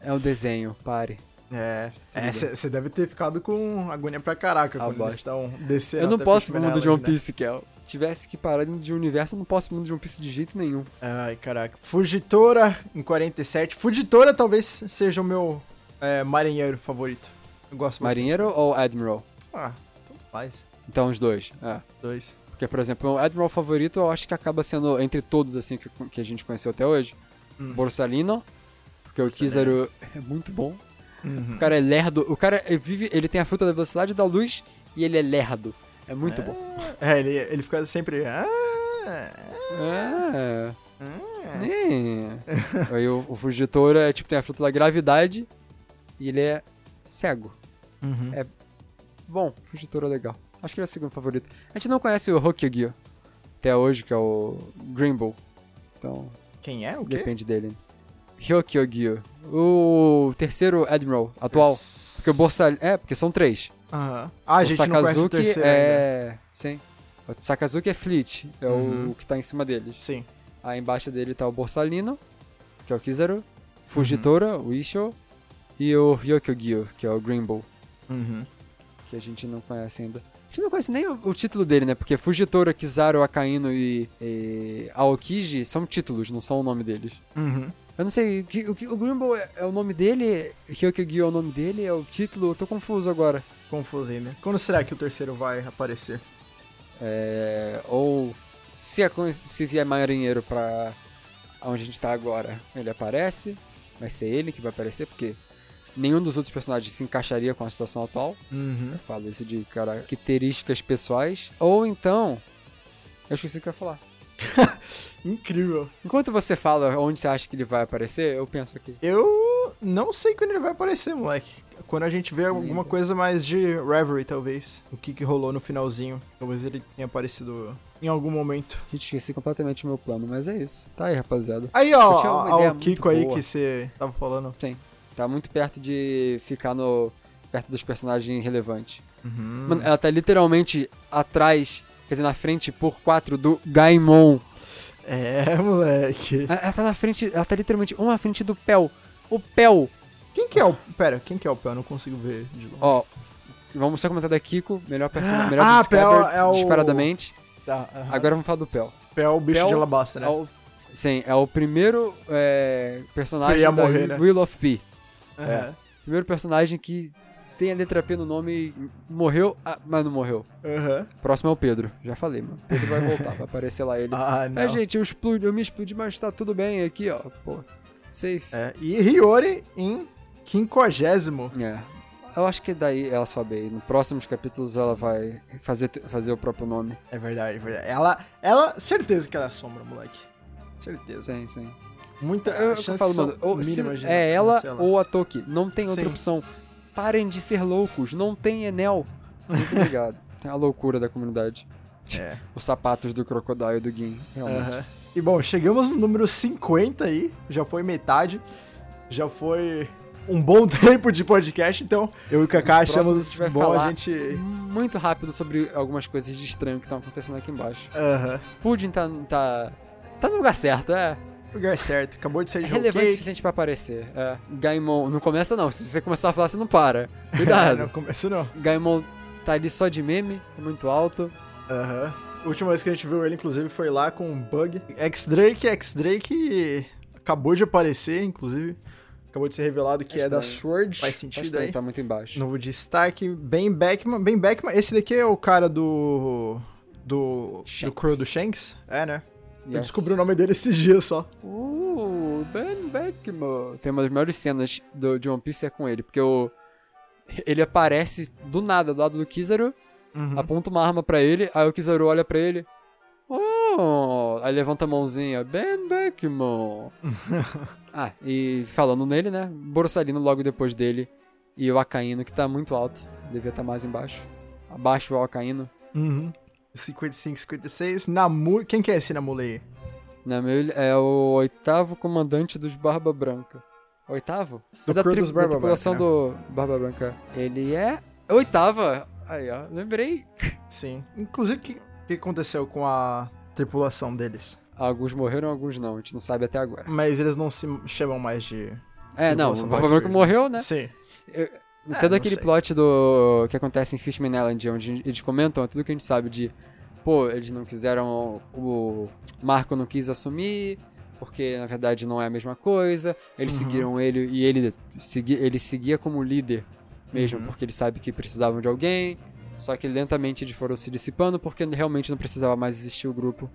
é um desenho, pare.
É,
bem.
você deve ter ficado com agonia pra caraca
Ah,
quando eles
bosta.
estão descendo.
eu não
até
posso pro
Fishman
mundo de One
Island, né?
Piece, Kel. Se tivesse que parar dentro de um universo, eu não posso pro mundo de One Piece de jeito nenhum.
Ai, caraca. Fugitora em 47. Fugitora talvez seja o meu é, marinheiro favorito. Eu gosto mais.
Marinheiro ou Admiral?
Ah, então faz.
Então, os dois. É.
Dois.
Porque, por exemplo, o Admiral favorito eu acho que acaba sendo, entre todos assim que, que a gente conheceu até hoje,
Hum.
Uhum. Borsalino. Porque o Kizaru é muito bom.
Uhum.
O cara é lerdo. O cara é- vive. Ele tem a fruta da velocidade da luz e ele é lerdo. É muito bom.
É, ele, ele fica sempre. Ah,
É.
ah.
É. Aí o, o Fugitor é, tipo, tem a fruta da gravidade e ele é cego.
Uhum.
É. Bom, Fugitora é legal. Acho que ele é o segundo favorito. A gente não conhece o Hokugyo até hoje, que é o Grimble. Então,
Quem é? O quê?
depende dele. Hyokyogyo. O terceiro Admiral atual. Porque o Borsal... É, porque são três.
Aham. Ah, a
o
gente não conhece o
Sakazuki
terceiro ainda.
é... Sim. O Sakazuki é Fleet. É
Uhum.
o que tá em cima deles.
Sim.
Aí embaixo dele tá o Borsalino, que é o
Uhum.
Kizaru. Fugitora, o Isho. E o Hyokyogyo, que é o Grimble.
Uhum.
que a gente não conhece ainda. A gente não conhece nem o, o título dele, né? Porque Fugitora, Kizaru, Akainu e, e Aokiji são títulos, não são o nome deles.
Uhum.
Eu não sei, o, que- o, que- o Grimble é, é o nome dele? Hyokugyo é o nome dele? É o título? Eu tô confuso agora.
Confuso ainda. Quando será que o terceiro vai aparecer?
É, ou se, a coisa- se vier marinheiro pra onde a gente tá agora, ele aparece. Vai ser ele que vai aparecer, porque nenhum dos outros personagens se encaixaria com a situação atual.
Uhum.
Eu falo isso de características pessoais. Ou então. Eu esqueci o que eu ia falar.
Incrível.
Enquanto você fala onde você acha que ele vai aparecer, eu penso aqui.
Eu não sei quando ele vai aparecer, moleque. Quando a gente vê alguma
Lindo.
coisa mais de Reverie, talvez. O que, que rolou no finalzinho. Talvez ele tenha aparecido em algum momento.
Gente, esqueci completamente o meu plano, mas é isso. Tá aí, rapaziada.
Aí,
Eu tinha
ó,
uma
ó,
ideia
o Kiko
muito
aí
boa.
que você tava falando.
Tá muito perto de ficar no. perto dos personagens relevantes.
Uhum.
Mano, ela tá literalmente atrás, quer dizer, na frente por 4 do Gaimon.
É, moleque.
Ela, ela tá na frente. Ela tá literalmente uma à frente do Pel. O Pel.
Quem que é o... Pera, quem que é o Pel? Eu não consigo ver de longe.
Ó. Vamos só comentar da Kiko, melhor personagem, melhor
Ah,
dos
Pel
Scabbards,
é o-
disparadamente.
Tá, aham.
Agora vamos falar do Pel.
Pel é o bicho
Pel
de alabasta, né?
É o, sim, é o primeiro é, personagem
Que ia
da
morrer, né?
Wheel of P.
Aham.
Primeiro personagem que tem a letra P no nome e morreu, ah, mas não morreu.
Aham.
Próximo é o Pedro, já falei, mano. Pedro vai voltar, vai aparecer lá ele.
Ah, não.
é, gente, eu, explodi, eu me explodi, mas tá tudo bem aqui, ó. Pô, safe. É.
É, e Hiyori em quinquagésimo.
É. Eu acho que daí ela sobe aí. Nos próximos capítulos ela vai fazer, fazer o próprio nome.
É verdade, é verdade. Ela, ela, certeza que ela é sombra, moleque. Certeza.
Sim, sim. é
Muita
Eu, eu
chance
falo,
são
mano, ou se-
mínimas de não
é ela
ser
ou a Toki. Não tem outra
Sim.
opção. Parem de ser loucos. Não tem Enel. Muito obrigado. É a loucura da comunidade.
É.
Os sapatos do Crocodile e do Gin. Realmente.
Aham. E bom, chegamos no número 50 aí, já foi metade, já foi um bom tempo de podcast, então eu e o Kaká
Nos próximos a
achamos
gente vai
bom
falar
a gente...
Muito rápido sobre algumas coisas de estranho que estão acontecendo aqui embaixo.
Aham.
Pudim tá, tá. tá no lugar certo, é.
Lugar certo. Acabou de sair
É
de
relevante o
Hellcake.
suficiente pra aparecer. É. Gaimon, não começa não. Se você começar a falar, você não para. Cuidado.
não começo não.
Gaimon tá ali só de meme, é muito alto.
Aham. A última vez que a gente viu ele, inclusive, foi lá com um bug. X-Drake, X-Drake acabou de aparecer, inclusive. Acabou de ser revelado que
É
é da
estranho.
Sword. Faz
Mas
sentido
também
aí.
tá muito embaixo.
Novo destaque, Ben Beckman. Ben Beckman, esse daqui é o cara do. Do. Do
Shanks.
crew do Shanks? É, né? Eu
Yes.
descobri o nome dele esses dias só.
Uh, Ben Beckman. Tem uma das melhores cenas do, de One Piece é com ele, porque o. Ele aparece do nada do lado do Kizaru, aponta uma arma pra ele, aí o Kizaru olha pra ele. Oh! Aí levanta a mãozinha, Ben Beckman. ah, e falando nele, né? Borsalino logo depois dele e o Acaíno, que tá muito alto, devia estar mais embaixo. Abaixo o Acaíno.
Uhum. 55, 56. Namu. Quem que é esse Namule aí?
Na meu, é o oitavo comandante dos Barba Branca. Oitavo?
Do
é da,
crew
tri
dos Barba
da tripulação
Branca, né?
do Barba Branca. Ele é oitava. Aí, ó, lembrei.
Sim. Inclusive, o que, o que aconteceu com a tripulação deles?
Alguns morreram, alguns não. A gente não sabe até agora.
Mas eles não se chamam mais de.
É, não, o
Tripulação
Barba
Black
Branca
Beard.
morreu, né?
Sim.
Todo
É, não
aquele
sei.
plot do que acontece em Fishman Island, onde eles comentam é tudo que a gente sabe de, pô, eles não quiseram, o Marco não quis assumir, porque na verdade não é a mesma coisa. Eles
Uhum.
seguiram ele e ele segui, ele seguia como líder mesmo,
Uhum.
porque ele sabe que precisavam de alguém. Só que lentamente eles foram se dissipando porque realmente não precisava mais existir o grupo.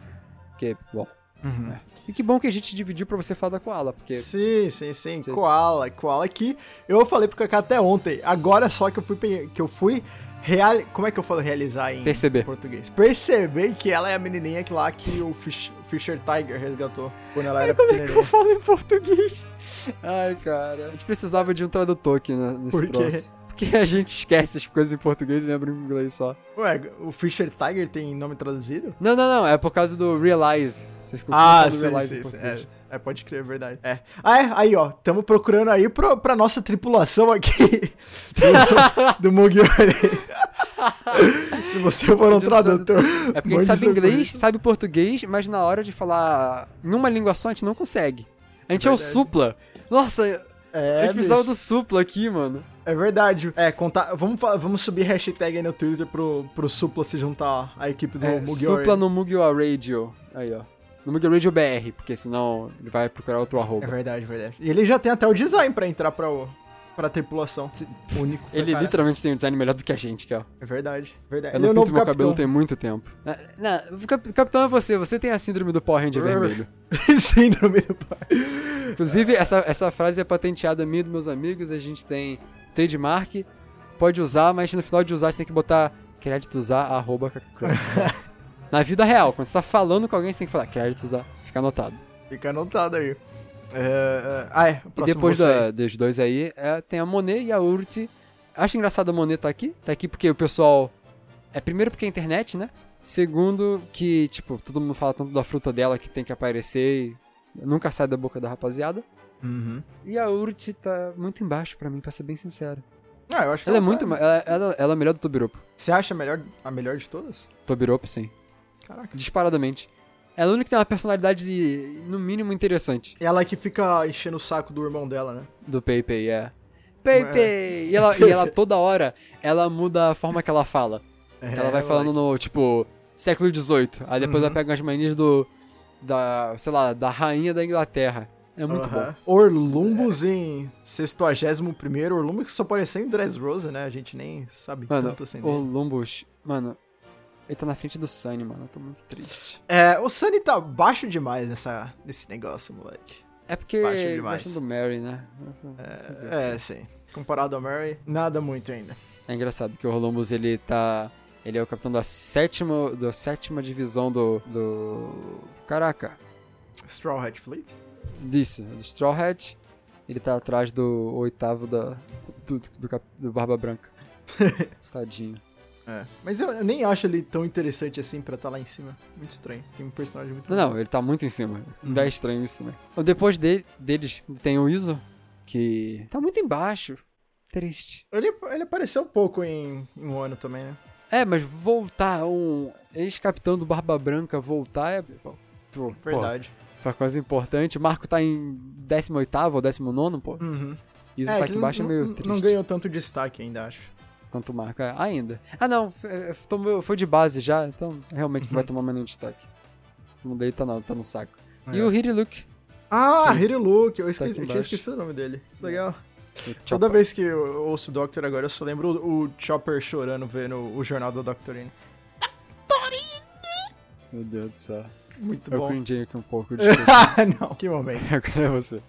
Porque, bom.
Uhum.
E que bom que a gente dividiu pra você falar da Koala, Né? porque
Sim, sim, sim.
Sim.
Koala, Koala que eu falei pro Kaká até ontem. Agora só que eu fui pe- que eu fui real, como é que eu falo realizar em
Perceber.
português? Perceber que ela é a menininha que lá que o Fish- Fisher Tiger resgatou quando ela era
Como é que eu
pequenininha.
falo em português? Ai, cara. A gente precisava de um tradutor aqui né, nesse
Por quê?
troço. Porque a gente esquece as coisas em português e lembra em inglês só.
Ué, o Fisher Tiger tem nome traduzido?
Não, não, não. É por causa do Realize. Você ficou
Ah,
falando
sim,
Realize
sim,
em
sim.
português.
É, é, pode crer, é verdade. É. Ah, é, aí, ó, tamo procurando aí pro, pra nossa tripulação aqui do, do Mugiwara. Se você for um
Precisa de um tradutor.
tradutor.
É, porque a gente
mande
sabe
seu
inglês, sabe português, mas na hora de falar em uma língua só, a gente não consegue. A gente é, o
Verdade.
supla. Nossa, a
É,
gente precisava
bicho.
do supla aqui, mano.
É verdade. É, contar. Vamos, fa- vamos subir hashtag aí no Twitter pro, pro Supla se juntar à equipe do
É,
Mugiwara.
supla no Mugiwa Radio. Aí, ó. No Mugiwa Radio BR, porque senão ele vai procurar outro arroba.
É verdade, verdade. E ele já tem até o design pra entrar pra, o, pra tripulação.
Sim.
Único. pra
Ele
caralho.
literalmente tem um design melhor do que a gente, cara.
É verdade, verdade.
Eu
Ele é
não
o novo
pinto meu
capitão.
cabelo tem muito tempo. Ah, Não, o cap- capitão é você, você tem a síndrome do Power Ranger
Brrr.
vermelho.
Síndrome do pai.
Inclusive, essa, essa frase é patenteada minha e dos meus amigos, a gente tem trademark, pode usar, mas no final de usar você tem que botar crédito usar, arroba cacacruz. Na vida real, quando você tá falando com alguém, você tem que falar crédito usar, fica anotado.
Fica anotado aí. É, é, ah, é. o
E
próximo
depois
você
da-
aí.
dos dois aí, é, tem a Monet e a Urti. Acho engraçado a Monet tá aqui. Tá aqui porque o pessoal. É primeiro porque é internet, né? Segundo, que, tipo, todo mundo fala tanto da fruta dela que tem que aparecer e nunca sai da boca da rapaziada.
Uhum.
E a Urti tá muito embaixo pra mim, pra ser bem sincero.
Ah, eu acho que
Ela é
tá-
muito. ma- Ela, ela, ela é a melhor do Tobiropo.
Você acha a melhor, a melhor de todas?
Tobiropo, sim.
Caraca.
Disparadamente. Ela é a única que tem uma personalidade, no mínimo, interessante.
Ela é que fica enchendo o saco do irmão dela, né?
Do PayPay, é. PayPay! E ela, e ela toda hora, ela muda a forma que ela fala.
É,
ela vai falando no, tipo, século XVIII. Aí depois
Uhum.
ela pega as manias do. Da. sei lá, da rainha da Inglaterra. É muito bom.
Aham. Orlumbus em 61 Orlumbus que só apareceu em Dressrosa, né? A gente nem sabe
Mano,
tanto assim
o
dele.
Lumbus, É, mano, ele tá na frente do Sunny, mano. Eu tô muito triste.
É, o Sunny tá baixo demais nessa, nesse negócio, moleque.
É porque
Baixo
ele
demais.
gosta do Mary, né? Fazer o
É, é, sim. Comparado ao Mary, nada muito ainda.
É engraçado que o Columbus, ele tá. Ele é o capitão da sétima. Da sétima divisão do. do. Caraca!
Straw Hat Fleet?
Disso, do Straw Hat. Ele tá atrás do oitavo da. Do, do, cap- do Barba Branca. Tadinho.
É. Mas eu, eu nem acho ele tão interessante assim pra tá lá em cima. Muito estranho. Tem um personagem muito.
Não, não, ele tá muito em cima.
Uhum.
Dá estranho isso também. Então, Depois dele, deles, tem o Iso, que tá muito embaixo. Triste.
Ele, ele apareceu pouco em, em um ano também, né?
É, mas voltar um ex-capitão do Barba Branca voltar é. pô, pô,
Verdade.
Foi uma coisa importante. O Marco tá em 18 ou 19, pô.
Uhum.
Isso
É,
tá
que
aqui
não-
embaixo é meio
não-
triste.
Não ganhou tanto destaque ainda, acho.
Quanto o Marco, é, ainda. Ah, não. é, é, tomou- Foi de base já, então realmente
Uhum.
não vai tomar mais nenhum destaque. Não dei, tá não, tá no saco. E
É.
o Hiriluk.
Ah, Hiriluke, eu,
tá aqui
esqueci, eu tinha
embaixo.
esquecido o nome dele. Legal.
o
Toda
Chopper.
vez que eu ouço o Doctor agora, eu só lembro o, o Chopper chorando vendo o jornal da Doctorine.
Meu Deus do céu.
Muito Tá
Eu
bom. Ah,
cringei aqui um pouco, desculpa.
não, que momento.
Agora é você.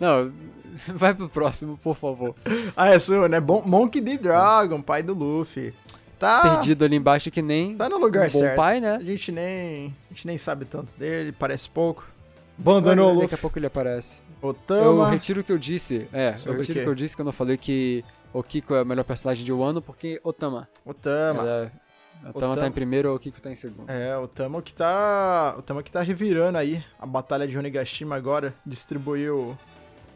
Não, vai pro próximo, por favor.
Ah, é sua, né? Bon Monkey D. Dragon, pai do Luffy. Tá,
Perdido ali embaixo que nem
tá no
um bom
lugar certo.
pai,
A
né?
gente nem. A gente nem sabe tanto dele, parece pouco. Abandonou o
Daqui a
Luffy.
pouco ele aparece. Eu
Otama.
retiro o que eu disse. É, eu
Sobre o
retiro o
quê?
que eu disse quando eu falei que o Kiko é o melhor personagem de Wano, porque Otama.
Otama.
Ela, Otama, tá
Otama.
em primeiro, o Kiko tá em segundo.
É, o Tamo que tá. O Tamo que tá revirando aí a batalha de Onigashima agora. Distribuiu.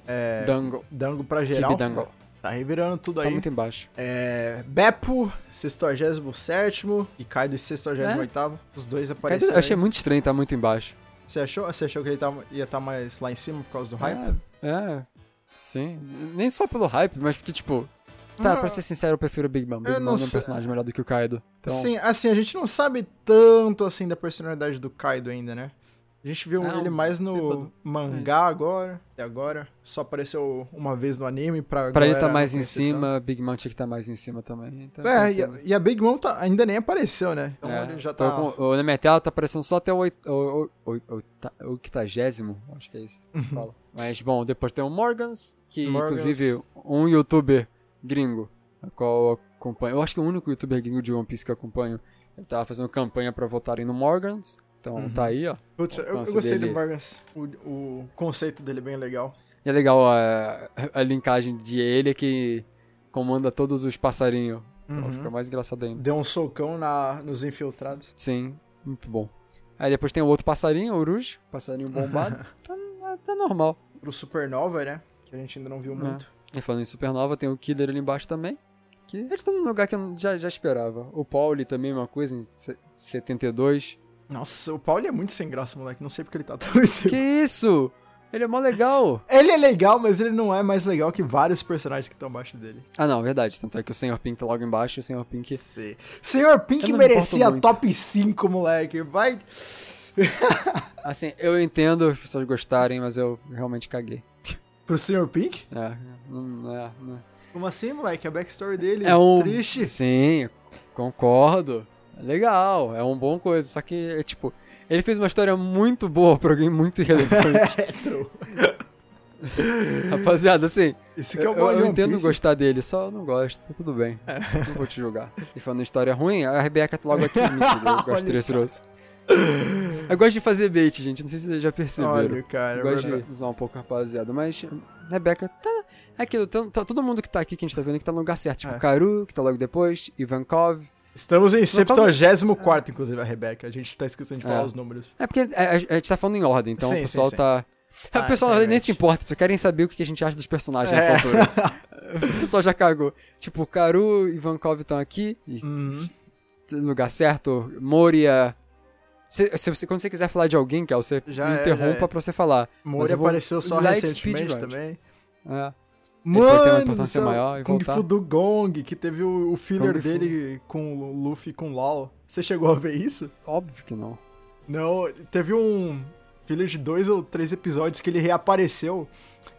É,
Dango.
Dango pra geral.
Kibi Dango.
Tá revirando tudo
Tá
aí.
muito embaixo.
É, Beppo, 67 e Kaido, 68 Os dois
É. Cadê-
apareceram.
eu achei
aí.
muito estranho tá muito embaixo.
Você achou? Você achou que ele tava- ia estar mais lá em cima por causa do hype?
É, é, sim. Nem só pelo hype, mas porque, tipo... Tá,
Não.
pra ser sincero, eu prefiro o Big Mom. Big
Eu
Mom
não
é um
sei.
personagem melhor do que o Kaido. Então,
Sim, assim, a gente não sabe tanto assim da personalidade do Kaido ainda, né? A gente viu
É,
ele
um
mais no
bêbado. É
mangá agora, até agora. Só apareceu uma vez no anime pra
pra ele
galera
tá mais
não
em
conhecer
cima, Big Mom tinha que tá mais em cima também. Então,
tanto. um então. É, e
então-
a, e a Big Mom tá- ainda nem apareceu, né? Então
É,
ele já
tô
tá...
com- o- na minha tela tá aparecendo só até o oit- o- o- o- oita- oitagésimo, acho que é isso que se fala. Mas, bom, depois tem o Morgans, que
Uhum. Morgans.
inclusive um youtuber gringo, a qual eu acompanho, eu acho que é o único youtuber gringo de One Piece que eu acompanho, ele tava fazendo campanha pra votarem no Morgans, então
Uhum.
tá aí, ó.
Putz, eu, eu
alcance
gostei
dele.
do Morgans. O, o conceito dele é bem legal.
E é legal a, a linkagem de ele é que comanda todos os passarinhos, então
Uhum.
fica mais engraçado ainda.
Deu um socão na, nos infiltrados.
Sim, muito bom. Aí depois tem o outro passarinho, o Uruj, passarinho bombado, tá, tá normal.
Pro Supernova, né? Que a gente ainda
É.
não viu muito.
E falando em Supernova, tem o Killer ali embaixo também. Que eles estão num lugar que eu não- já, já esperava. O Pauli também, uma coisa, em se- 72.
Nossa, o Pauli é muito sem graça, moleque. Não sei porque ele tá tão em cima.
Que isso? Ele é mó legal.
Ele é legal, mas ele não é mais legal que vários personagens que estão abaixo dele.
Ah, não, verdade. Tanto é que o Senhor Pink tá logo embaixo. O Senhor Pink.
Sim. Senhor
Eu
Pink
não me
merecia
importo muito.
top 5, moleque. Vai.
Assim, eu entendo as pessoas gostarem, mas eu realmente caguei.
Pro Senhor Pink?
É, não, não é, não é.
Como assim, moleque? A backstory dele
É um.
triste.
Sim, concordo. É Legal, é um bom coisa. Só que, é tipo, ele fez uma história muito boa pra alguém muito irrelevante.
É, true.
Rapaziada, assim.
Isso que é
Eu,
o bom de
eu
One
entendo
Piece.
gostar dele, só eu não gosto, tá tudo bem.
É.
Não vou te julgar. E falando em história ruim, a Rebeca tá logo aqui, mentira, eu gosto de
Olha,
trouxe. Eu gosto de fazer bait, gente, não sei se vocês já perceberam.
Olha, cara.
eu gosto
verdade.
de zoar um pouco a rapaziada, mas Rebeca tá... É aquilo, tá, tá todo mundo que tá aqui, que a gente tá vendo, que tá no lugar certo. Tipo,
É.
Karu, que tá logo depois, Ivankov.
Estamos em
Não, calma.
74, inclusive, a Rebeca. A gente tá esquecendo de falar
É.
os números.
É porque a, a- a gente tá falando em ordem, então
Sim,
o
sim,
pessoal
sim.
tá...
Ah,
o pessoal nem
realmente.
se importa, só querem saber o que a gente acha dos
É.
personagens nessa altura. O pessoal já cagou. Tipo, Karu e Ivankov estão aqui, e
Uhum.
no lugar certo, Moria. Se, se você- quando você quiser falar de alguém, Kel, você
Já
me
é, já
interrompa
é.
pra você falar. Mas
Mori
eu vou-
apareceu só
Light
recentemente
speed,
também.
É. Depois tem uma
Mano, do
importância
céu,
maior e
Kung
voltar.
Fu do Gong, que teve o, o filler
Kung Fu.
dele com o Luffy e com o Law. Você chegou a ver isso?
Óbvio que não.
Não, teve um filler de dois ou três episódios que ele reapareceu.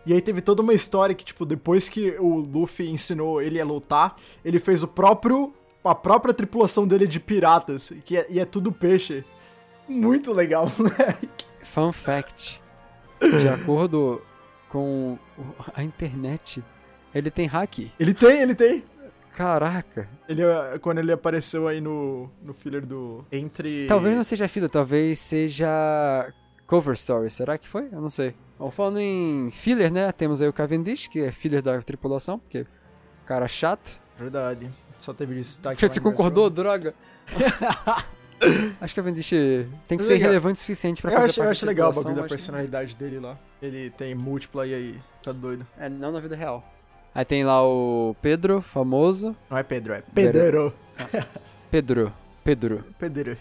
E aí teve toda uma história que, tipo, depois que o Luffy ensinou ele a lutar, ele fez o próprio. a própria tripulação dele de piratas, que é, e é tudo peixe. Muito legal, né? moleque.
Fun fact: de acordo com o- a internet, ele tem hack.
Ele tem, ele tem.
Caraca.
Ele, eh, quando ele apareceu aí no, no filler do. Entre.
Talvez não seja fila, talvez seja cover story. Será que foi? Eu não sei. Bom, falando em filler, né? Temos aí o Cavendish, que é filler da tripulação, porque cara é chato.
Verdade. Só teve destaque.
Porque
lá
você
em
concordou,
Dressrosa.
droga? acho que a Vendish tem que
Mas
ser
legal.
relevante o suficiente pra
Eu
fazer
acho, eu
parte
acho
da
legal o
tripulação,
bagulho da
mas-
personalidade dele lá. Ele tem múltipla e aí tá doido.
É, não na vida real. Aí tem lá o Pedro, famoso.
Não é Pedro, é Pedro.
Pedro. Pedro.
Pedro.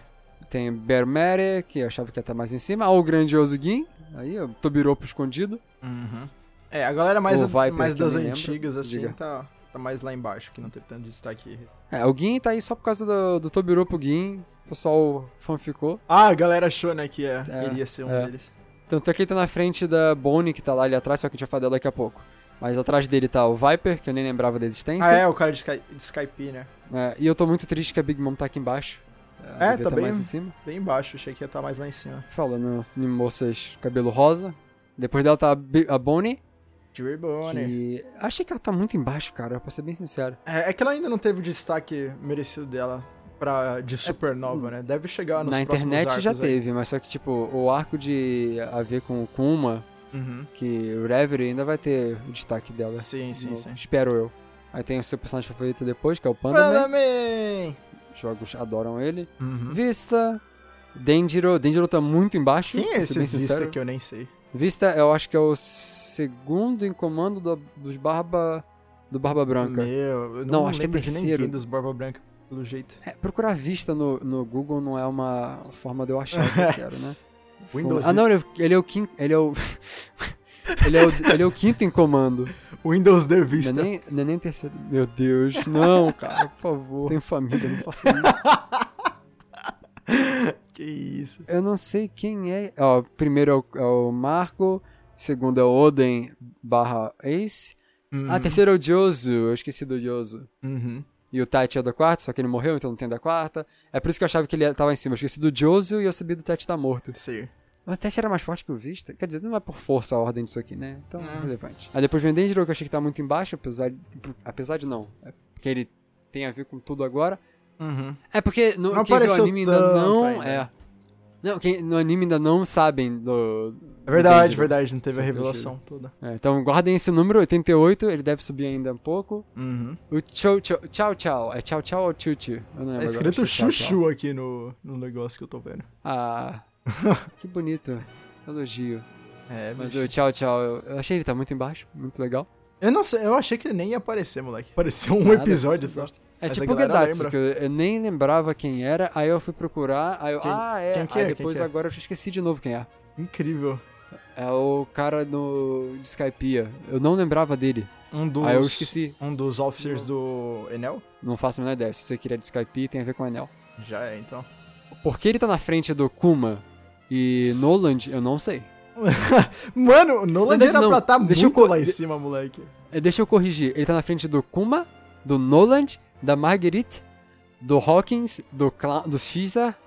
Tem Bermere, que eu achava que ia estar mais em cima. Ah, o grandioso Gin. Aí, o Tobiropo escondido.
Uhum. É, a galera mais,
O Viper,
mais
que eu
das
nem lembro.
antigas, assim,
Diga.
tá, tá mais lá embaixo, que não teve tanto destaque.
É, o Gin tá aí só por causa do, do Tobiropo Gin. O pessoal fanficou.
Ah, a galera achou, né, que é,
É,
iria ser um
é.
deles.
Tanto é que ele tá na frente da Bonnie, que tá lá ali atrás, só que a gente vai falar dela daqui a pouco. Mas atrás dele tá o Viper, que eu nem lembrava da existência.
Ah, é, o cara de, Sky, de Skype, né?
É, e eu tô muito triste que a Big Mom tá aqui embaixo.
É,
devia
tá
tá
bem-
mais em cima.
Bem embaixo, achei que ia estar mais lá em cima.
Falando em moças cabelo rosa. Depois dela tá a, Bi- a Bonnie,
Jerry Bonner.
que... Achei que ela tá muito embaixo, cara, pra ser bem sincero.
É, é que ela ainda não teve o destaque merecido dela pra, de supernova, né? Deve chegar nos
É, Na
próximos
internet já
arcos aí.
teve, mas só que, tipo, o arco de a ver com o Kuma,
Uhum.
que o Reverie ainda vai ter o destaque dela.
Sim, sim,
Eu-
sim.
Espero eu. Aí tem o seu personagem favorito depois, que é o Panda. Man.
Pandaman!
Os jogos adoram ele.
Uhum.
Vista. Denjiro. Denjiro tá muito embaixo.
Quem é
pra ser
esse
bem
vista
sincero.
que eu nem sei?
Vista, eu acho que é o segundo em comando do- dos Barba. Do Barba Branca.
Meu, eu não,
Não, acho que é
lembro de
terceiro.
ninguém dos Barba Branca, pelo jeito.
É, procurar vista no, no Google não é uma forma de eu achar o que eu quero, né?
Windows
ah, não, ele, ele é o quinto. Ele é o. ele, é o ele é o quinto em comando.
Windows The
Não é,
Vista.
nem, não é nem o terceiro. Meu Deus, não, cara, por favor. Tenho família, não faça isso.
Que isso.
Eu não sei quem é. Ó, primeiro é o, é o Marco. Segundo é o Oden barra Ace. Ah,
Uhum,
terceiro é o Dioso. Eu esqueci do Dioso.
uhum.
E o Tati é o da quarta, só que ele morreu, então não tem da quarta. É por isso que eu achava que ele era- tava em cima. Eu esqueci do Josu e eu sabia do Tati tá morto.
Sim.
Mas o Tati era mais forte que o Vista? Quer dizer, não é por força a ordem disso aqui, né? Então,
É.
é relevante. Aí depois vem o Denjiro, que eu achei que tá muito embaixo, apesar de... Apesar de não. É porque ele tem a ver com tudo agora.
Uhum.
É porque no,
Não
quem viu o
apareceu
anime ainda
tanto
não...
ainda.
É. Não, quem no anime ainda não sabem do...
É verdade,
Entendi.
verdade, não teve a
Sim,
revelação toda.
É, então guardem esse número, 88, ele deve subir ainda um pouco.
Uhum.
O tchau, tchau, tchau, tchau. É tchau, tchau ou tchu, tchu? Eu não
É
lembro agora,
escrito
acho que é tchau, tchau.
chuchu aqui no, no negócio que eu tô vendo.
Ah, que bonito. Elogio.
É,
Mas
bicho.
o tchau, tchau. Eu eu achei ele tá muito embaixo, muito legal.
Eu não sei, eu achei que ele nem ia aparecer, moleque. Apareceu um
Nada,
episódio
eu
só.
gosto. É
Mas a
tipo o
galera
Gedatsu,
lembra.
que eu, eu nem lembrava quem era, aí eu fui procurar, aí eu,
Quem-
ah, é,
quem que
aí
é? Quem
depois
que é?
agora eu esqueci de novo quem é.
Incrível.
É o cara do de Skypiea. Eu não lembrava dele.
Um dos.
Aí Ah, eu esqueci.
Um dos officers do Enel?
Não faço a menor ideia. Se você queria de Skypiea, tem a ver com o Anel.
Já é, então.
Por que ele tá na frente do Kuma e Noland, eu não sei.
Mano, o Nolan
Na verdade,
era
não.
pra tá
Deixa eu
muito
co-
lá em
de-
cima, moleque.
Eh, Deixa eu corrigir. Ele tá na frente do Kuma, do Noland, da Marguerite, do Hawkins, do, Cla do Caesar,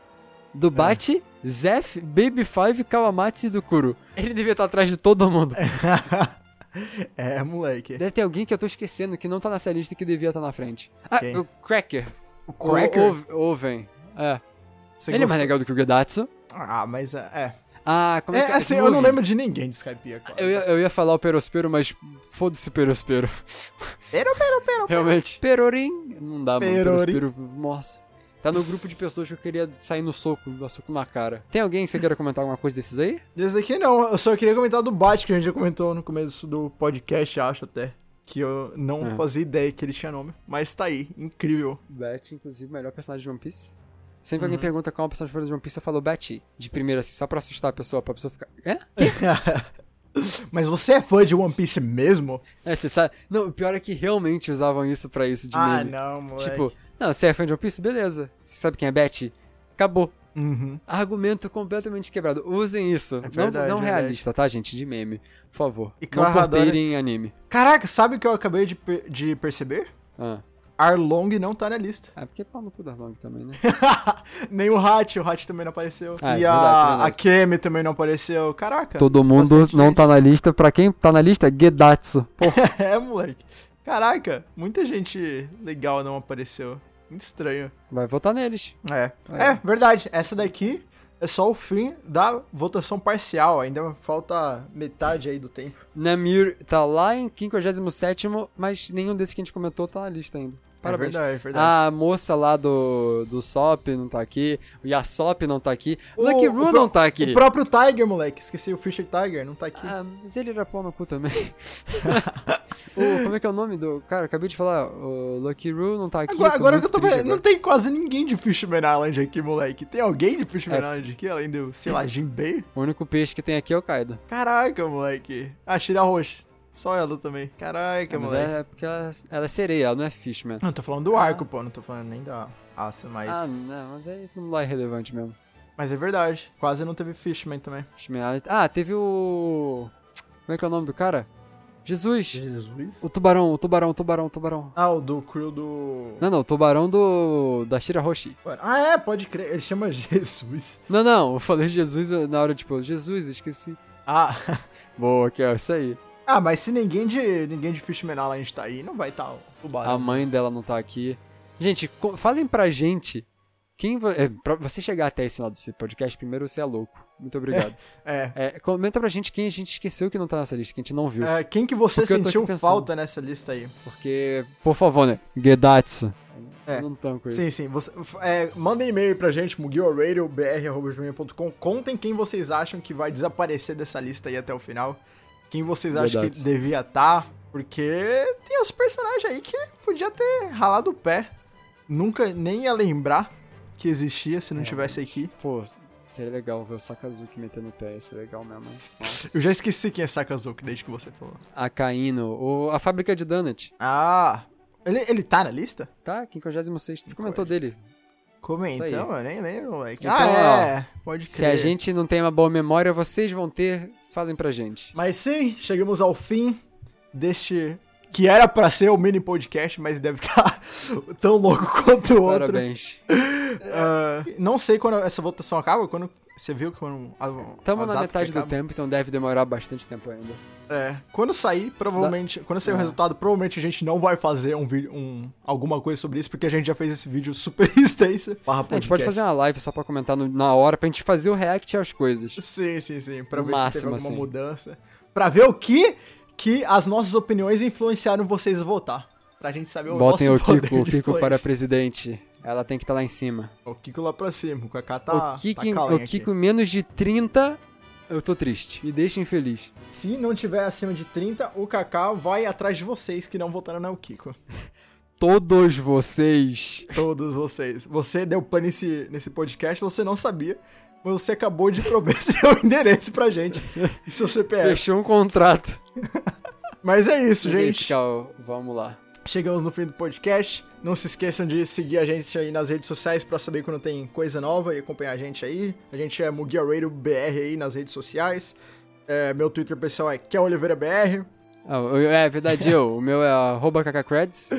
do
É.
Bate, Zef, Baby Five, Kawamatsu e do Kuro. Ele devia estar atrás de todo mundo.
é, moleque.
Deve ter alguém que eu tô esquecendo que não tá nessa lista e que devia estar na frente. Ah,
Quem?
o Cracker.
O
O Ov- Oven. É.
Você
Ele é
gostou?
mais legal do que o Gedatsu.
Ah, mas é.
Ah, como
É,
é,
é
que
assim, eu não lembro de ninguém de Skype, é claro.
Eu ia, eu ia falar o Perospero, mas foda-se o Perospero.
Pero, pero, pero.
Realmente. Perorim. Não dá, mano.
Perorim.
Perospiro. Nossa. Tá no grupo de pessoas que eu queria sair no soco, dar soco na cara. Tem alguém que você queira comentar alguma coisa desses aí?
Desse aqui não, eu só queria comentar do Bat, que a gente já comentou no começo do podcast, acho até. Que eu não
É.
fazia ideia que ele tinha nome. Mas tá aí, incrível.
Bat, inclusive, melhor personagem de One Piece. Sempre
Uhum.
alguém pergunta qual é o personagem favorito de One Piece, eu falo Bat. De primeira, assim, só pra assustar a pessoa, pra pessoa ficar. É?
mas você é fã de One Piece mesmo?
É, você sabe. Não, o pior é que realmente usavam isso pra isso de
ah,
meme.
não, moleque.
Tipo, não, você é fã de One Piece? Beleza. Você sabe quem é Bat? Acabou.
Uhum.
Argumento completamente quebrado. Usem isso. Não-
É verdade,
não
verdade.
realista, tá, gente? De meme. Por favor.
E
não
claro, adoro-
porteirem em anime.
Caraca, sabe o que eu acabei de, per- de perceber?
Ah.
Arlong não tá na lista.
Ah, porque é pau no cu da Long também, né?
Nem o Hat, o Hat também não apareceu.
Ah,
e
isso é
a,
verdade,
a
isso
Kemi também não apareceu. Caraca.
Todo mundo
bastante
não
gente.
tá na lista. Pra quem tá na lista, Gedatsu. Porra.
É, moleque. Caraca, muita gente legal não apareceu. Muito estranho.
Vai votar neles.
É.
É.
É, verdade. Essa daqui é só o fim da votação parcial. Ainda falta metade aí do tempo.
Namir tá lá em 57, mas nenhum desses que a gente comentou tá na lista ainda. Parabéns.
É verdade, é verdade.
A moça lá do, do SOP não tá aqui, o Yasop não tá aqui, o
O-
Lucky
o
Roo
pro-
não tá aqui.
O próprio Tiger, moleque. Esqueci o Fisher Tiger, não tá aqui.
Ah, mas ele era pau no cu também. o, como é que é o nome do. Cara, acabei de falar, o Lucky Roo não tá aqui.
agora agora que eu tô
muito
vendo,
triste
não
agora.
tem quase ninguém de Fisherman Island aqui, moleque. Tem alguém de Fisherman
É.
Island aqui, além do, sei lá, Jim Bay?
O único peixe que tem aqui é o Kaido.
Caraca, moleque. Ah, Shira Roshi. Só ela também. Caraca,
É, mas
moleque.
é porque ela, ela é sereia, ela não é fishman.
Não, tô falando do arco, pô. Não tô falando nem da aça, mas...
Ah, não, mas aí não lá é relevante mesmo.
Mas é verdade. Quase não teve Fisherman também.
Fishman Island- Ah, teve o. Como é que é o nome do cara? Jesus!
Jesus?
O tubarão, o tubarão, o tubarão, o tubarão.
Ah, o do crew do...
Não, não, o tubarão do. da Shira Roshi.
Ah, é, pode crer. Ele chama Jesus.
Não, não, eu falei Jesus na hora, tipo, Jesus, esqueci.
Ah,
Boa, que é isso aí.
ah mas se ninguém de, ninguém de Fishman Island tá aí, não vai tá o
A
barulho.
mãe dela não tá aqui. Gente, co- falem pra gente. Quem vo... é, pra você chegar até esse final desse podcast, primeiro você é louco. Muito obrigado.
É.
É, comenta pra gente quem a gente esqueceu que não tá nessa lista, que a gente não viu.
É, quem que você
Porque eu tô
sentiu
aqui pensando.
falta nessa lista aí?
Porque, por favor, né? Gedatsu.
É.
Não tão com isso.
Sim, sim. Você, f- é, mandem e-mail pra gente, mugioradiobr.com. Contem quem vocês acham que vai desaparecer dessa lista aí até o final. Quem vocês acham que
Verdade.
devia estar. porque tem os personagens aí que podia ter ralado o pé. Nunca nem ia lembrar que existia se
É.
não tivesse aqui.
Pô, seria legal ver o Sakazuki metendo o pé, isso é legal mesmo. hein? Nossa.
Eu já esqueci quem é Sakazuki desde que você falou.
A Kaino, o- a fábrica de Donut.
Ah, ele, ele tá na lista?
Tá, 56. Tu comentou dele.
Como é,
Isso aí.
então? Eu nem lembro, moleque.
Então,
ah, é. Pode crer.
Se a gente não tem uma boa memória, vocês vão ter. Falem pra gente.
Mas sim, chegamos ao fim deste que era pra ser o mini podcast, mas deve estar tão louco quanto o outro.
Parabéns.
Ah, não sei quando essa votação acaba, quando você viu quando a,
Tamo
a
na
data
metade
que
do
acaba.
tempo, então deve demorar bastante tempo ainda.
É, quando sair, provavelmente, quando sair o
Ah.
resultado, provavelmente a gente não vai fazer um vídeo, um alguma coisa sobre isso, porque a gente já fez esse vídeo super extenso. Barra
A gente pode fazer uma live só pra comentar no- na hora, pra gente fazer o react às coisas.
Sim, sim, sim. Pra
No
ver se teve
máximo,
alguma
assim.
mudança. Pra ver o que que as nossas opiniões influenciaram vocês a votar. Pra gente saber o
Botem o
nosso poder
Kiko, o
de
Kiko para
influência.
presidente. Ela tem que estar lá em cima.
O Kiko lá pra cima. O Kaká tá,
o Kiko,
tá
em-
calem
o
aqui.
Kiko em menos de 30, eu tô triste. Me deixa infeliz.
Se não tiver acima de 30, o Kaká vai atrás de vocês que não votaram no Kiko.
Todos vocês.
Todos vocês. Você deu play nesse, nesse podcast, você não sabia, mas você acabou de prover seu endereço pra gente e seu CPF.
Fechou um contrato.
Mas é isso,
Mas é
gente.
isso, Cal. Vamos lá.
Chegamos no fim do podcast. Não se esqueçam de seguir a gente aí nas redes sociais pra saber quando tem coisa nova e acompanhar a gente aí. A gente é Mugia Radio BR aí nas redes sociais. É, meu Twitter pessoal é Kel Oliveira BR.
Ah, eu- é verdade, eu. O meu é arroba kkcreds.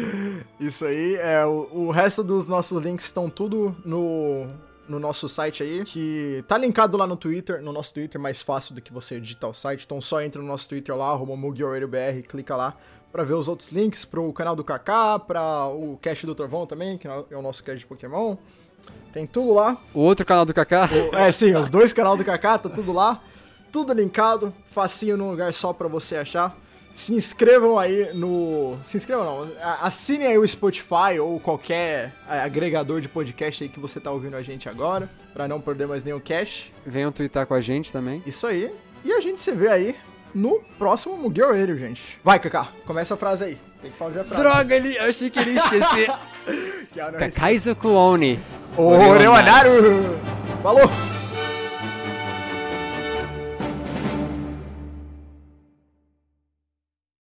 Isso aí. É, o, o resto dos nossos links estão tudo no, no nosso site aí, que tá linkado lá no Twitter, no nosso Twitter, mais fácil do que você digitar o site. Então só entra no nosso Twitter lá, arroba MugioRadioBR, clica lá pra ver os outros links pro canal do Kaká, pra o cast do Trovão também, que é o nosso cast de Pokémon. Tem tudo lá.
O outro canal do Kaká.
É, sim, os dois canais do Kaká, tá tudo lá. Tudo linkado, facinho num lugar só pra você achar. Se inscrevam aí no. Se inscrevam não. a- Assinem aí o Spotify ou qualquer é, agregador de podcast aí que você tá ouvindo a gente agora, pra não perder mais nenhum cash.
Venham twittar com a gente também.
Isso aí. E a gente se vê aí no próximo Mugueiro, gente. Vai, Kaká, começa a frase aí. Tem que fazer a frase.
Droga, ele, eu achei que ele ia esquecer.
Que é a nós-
Kakaizoku Oni.
Orionário! Falou!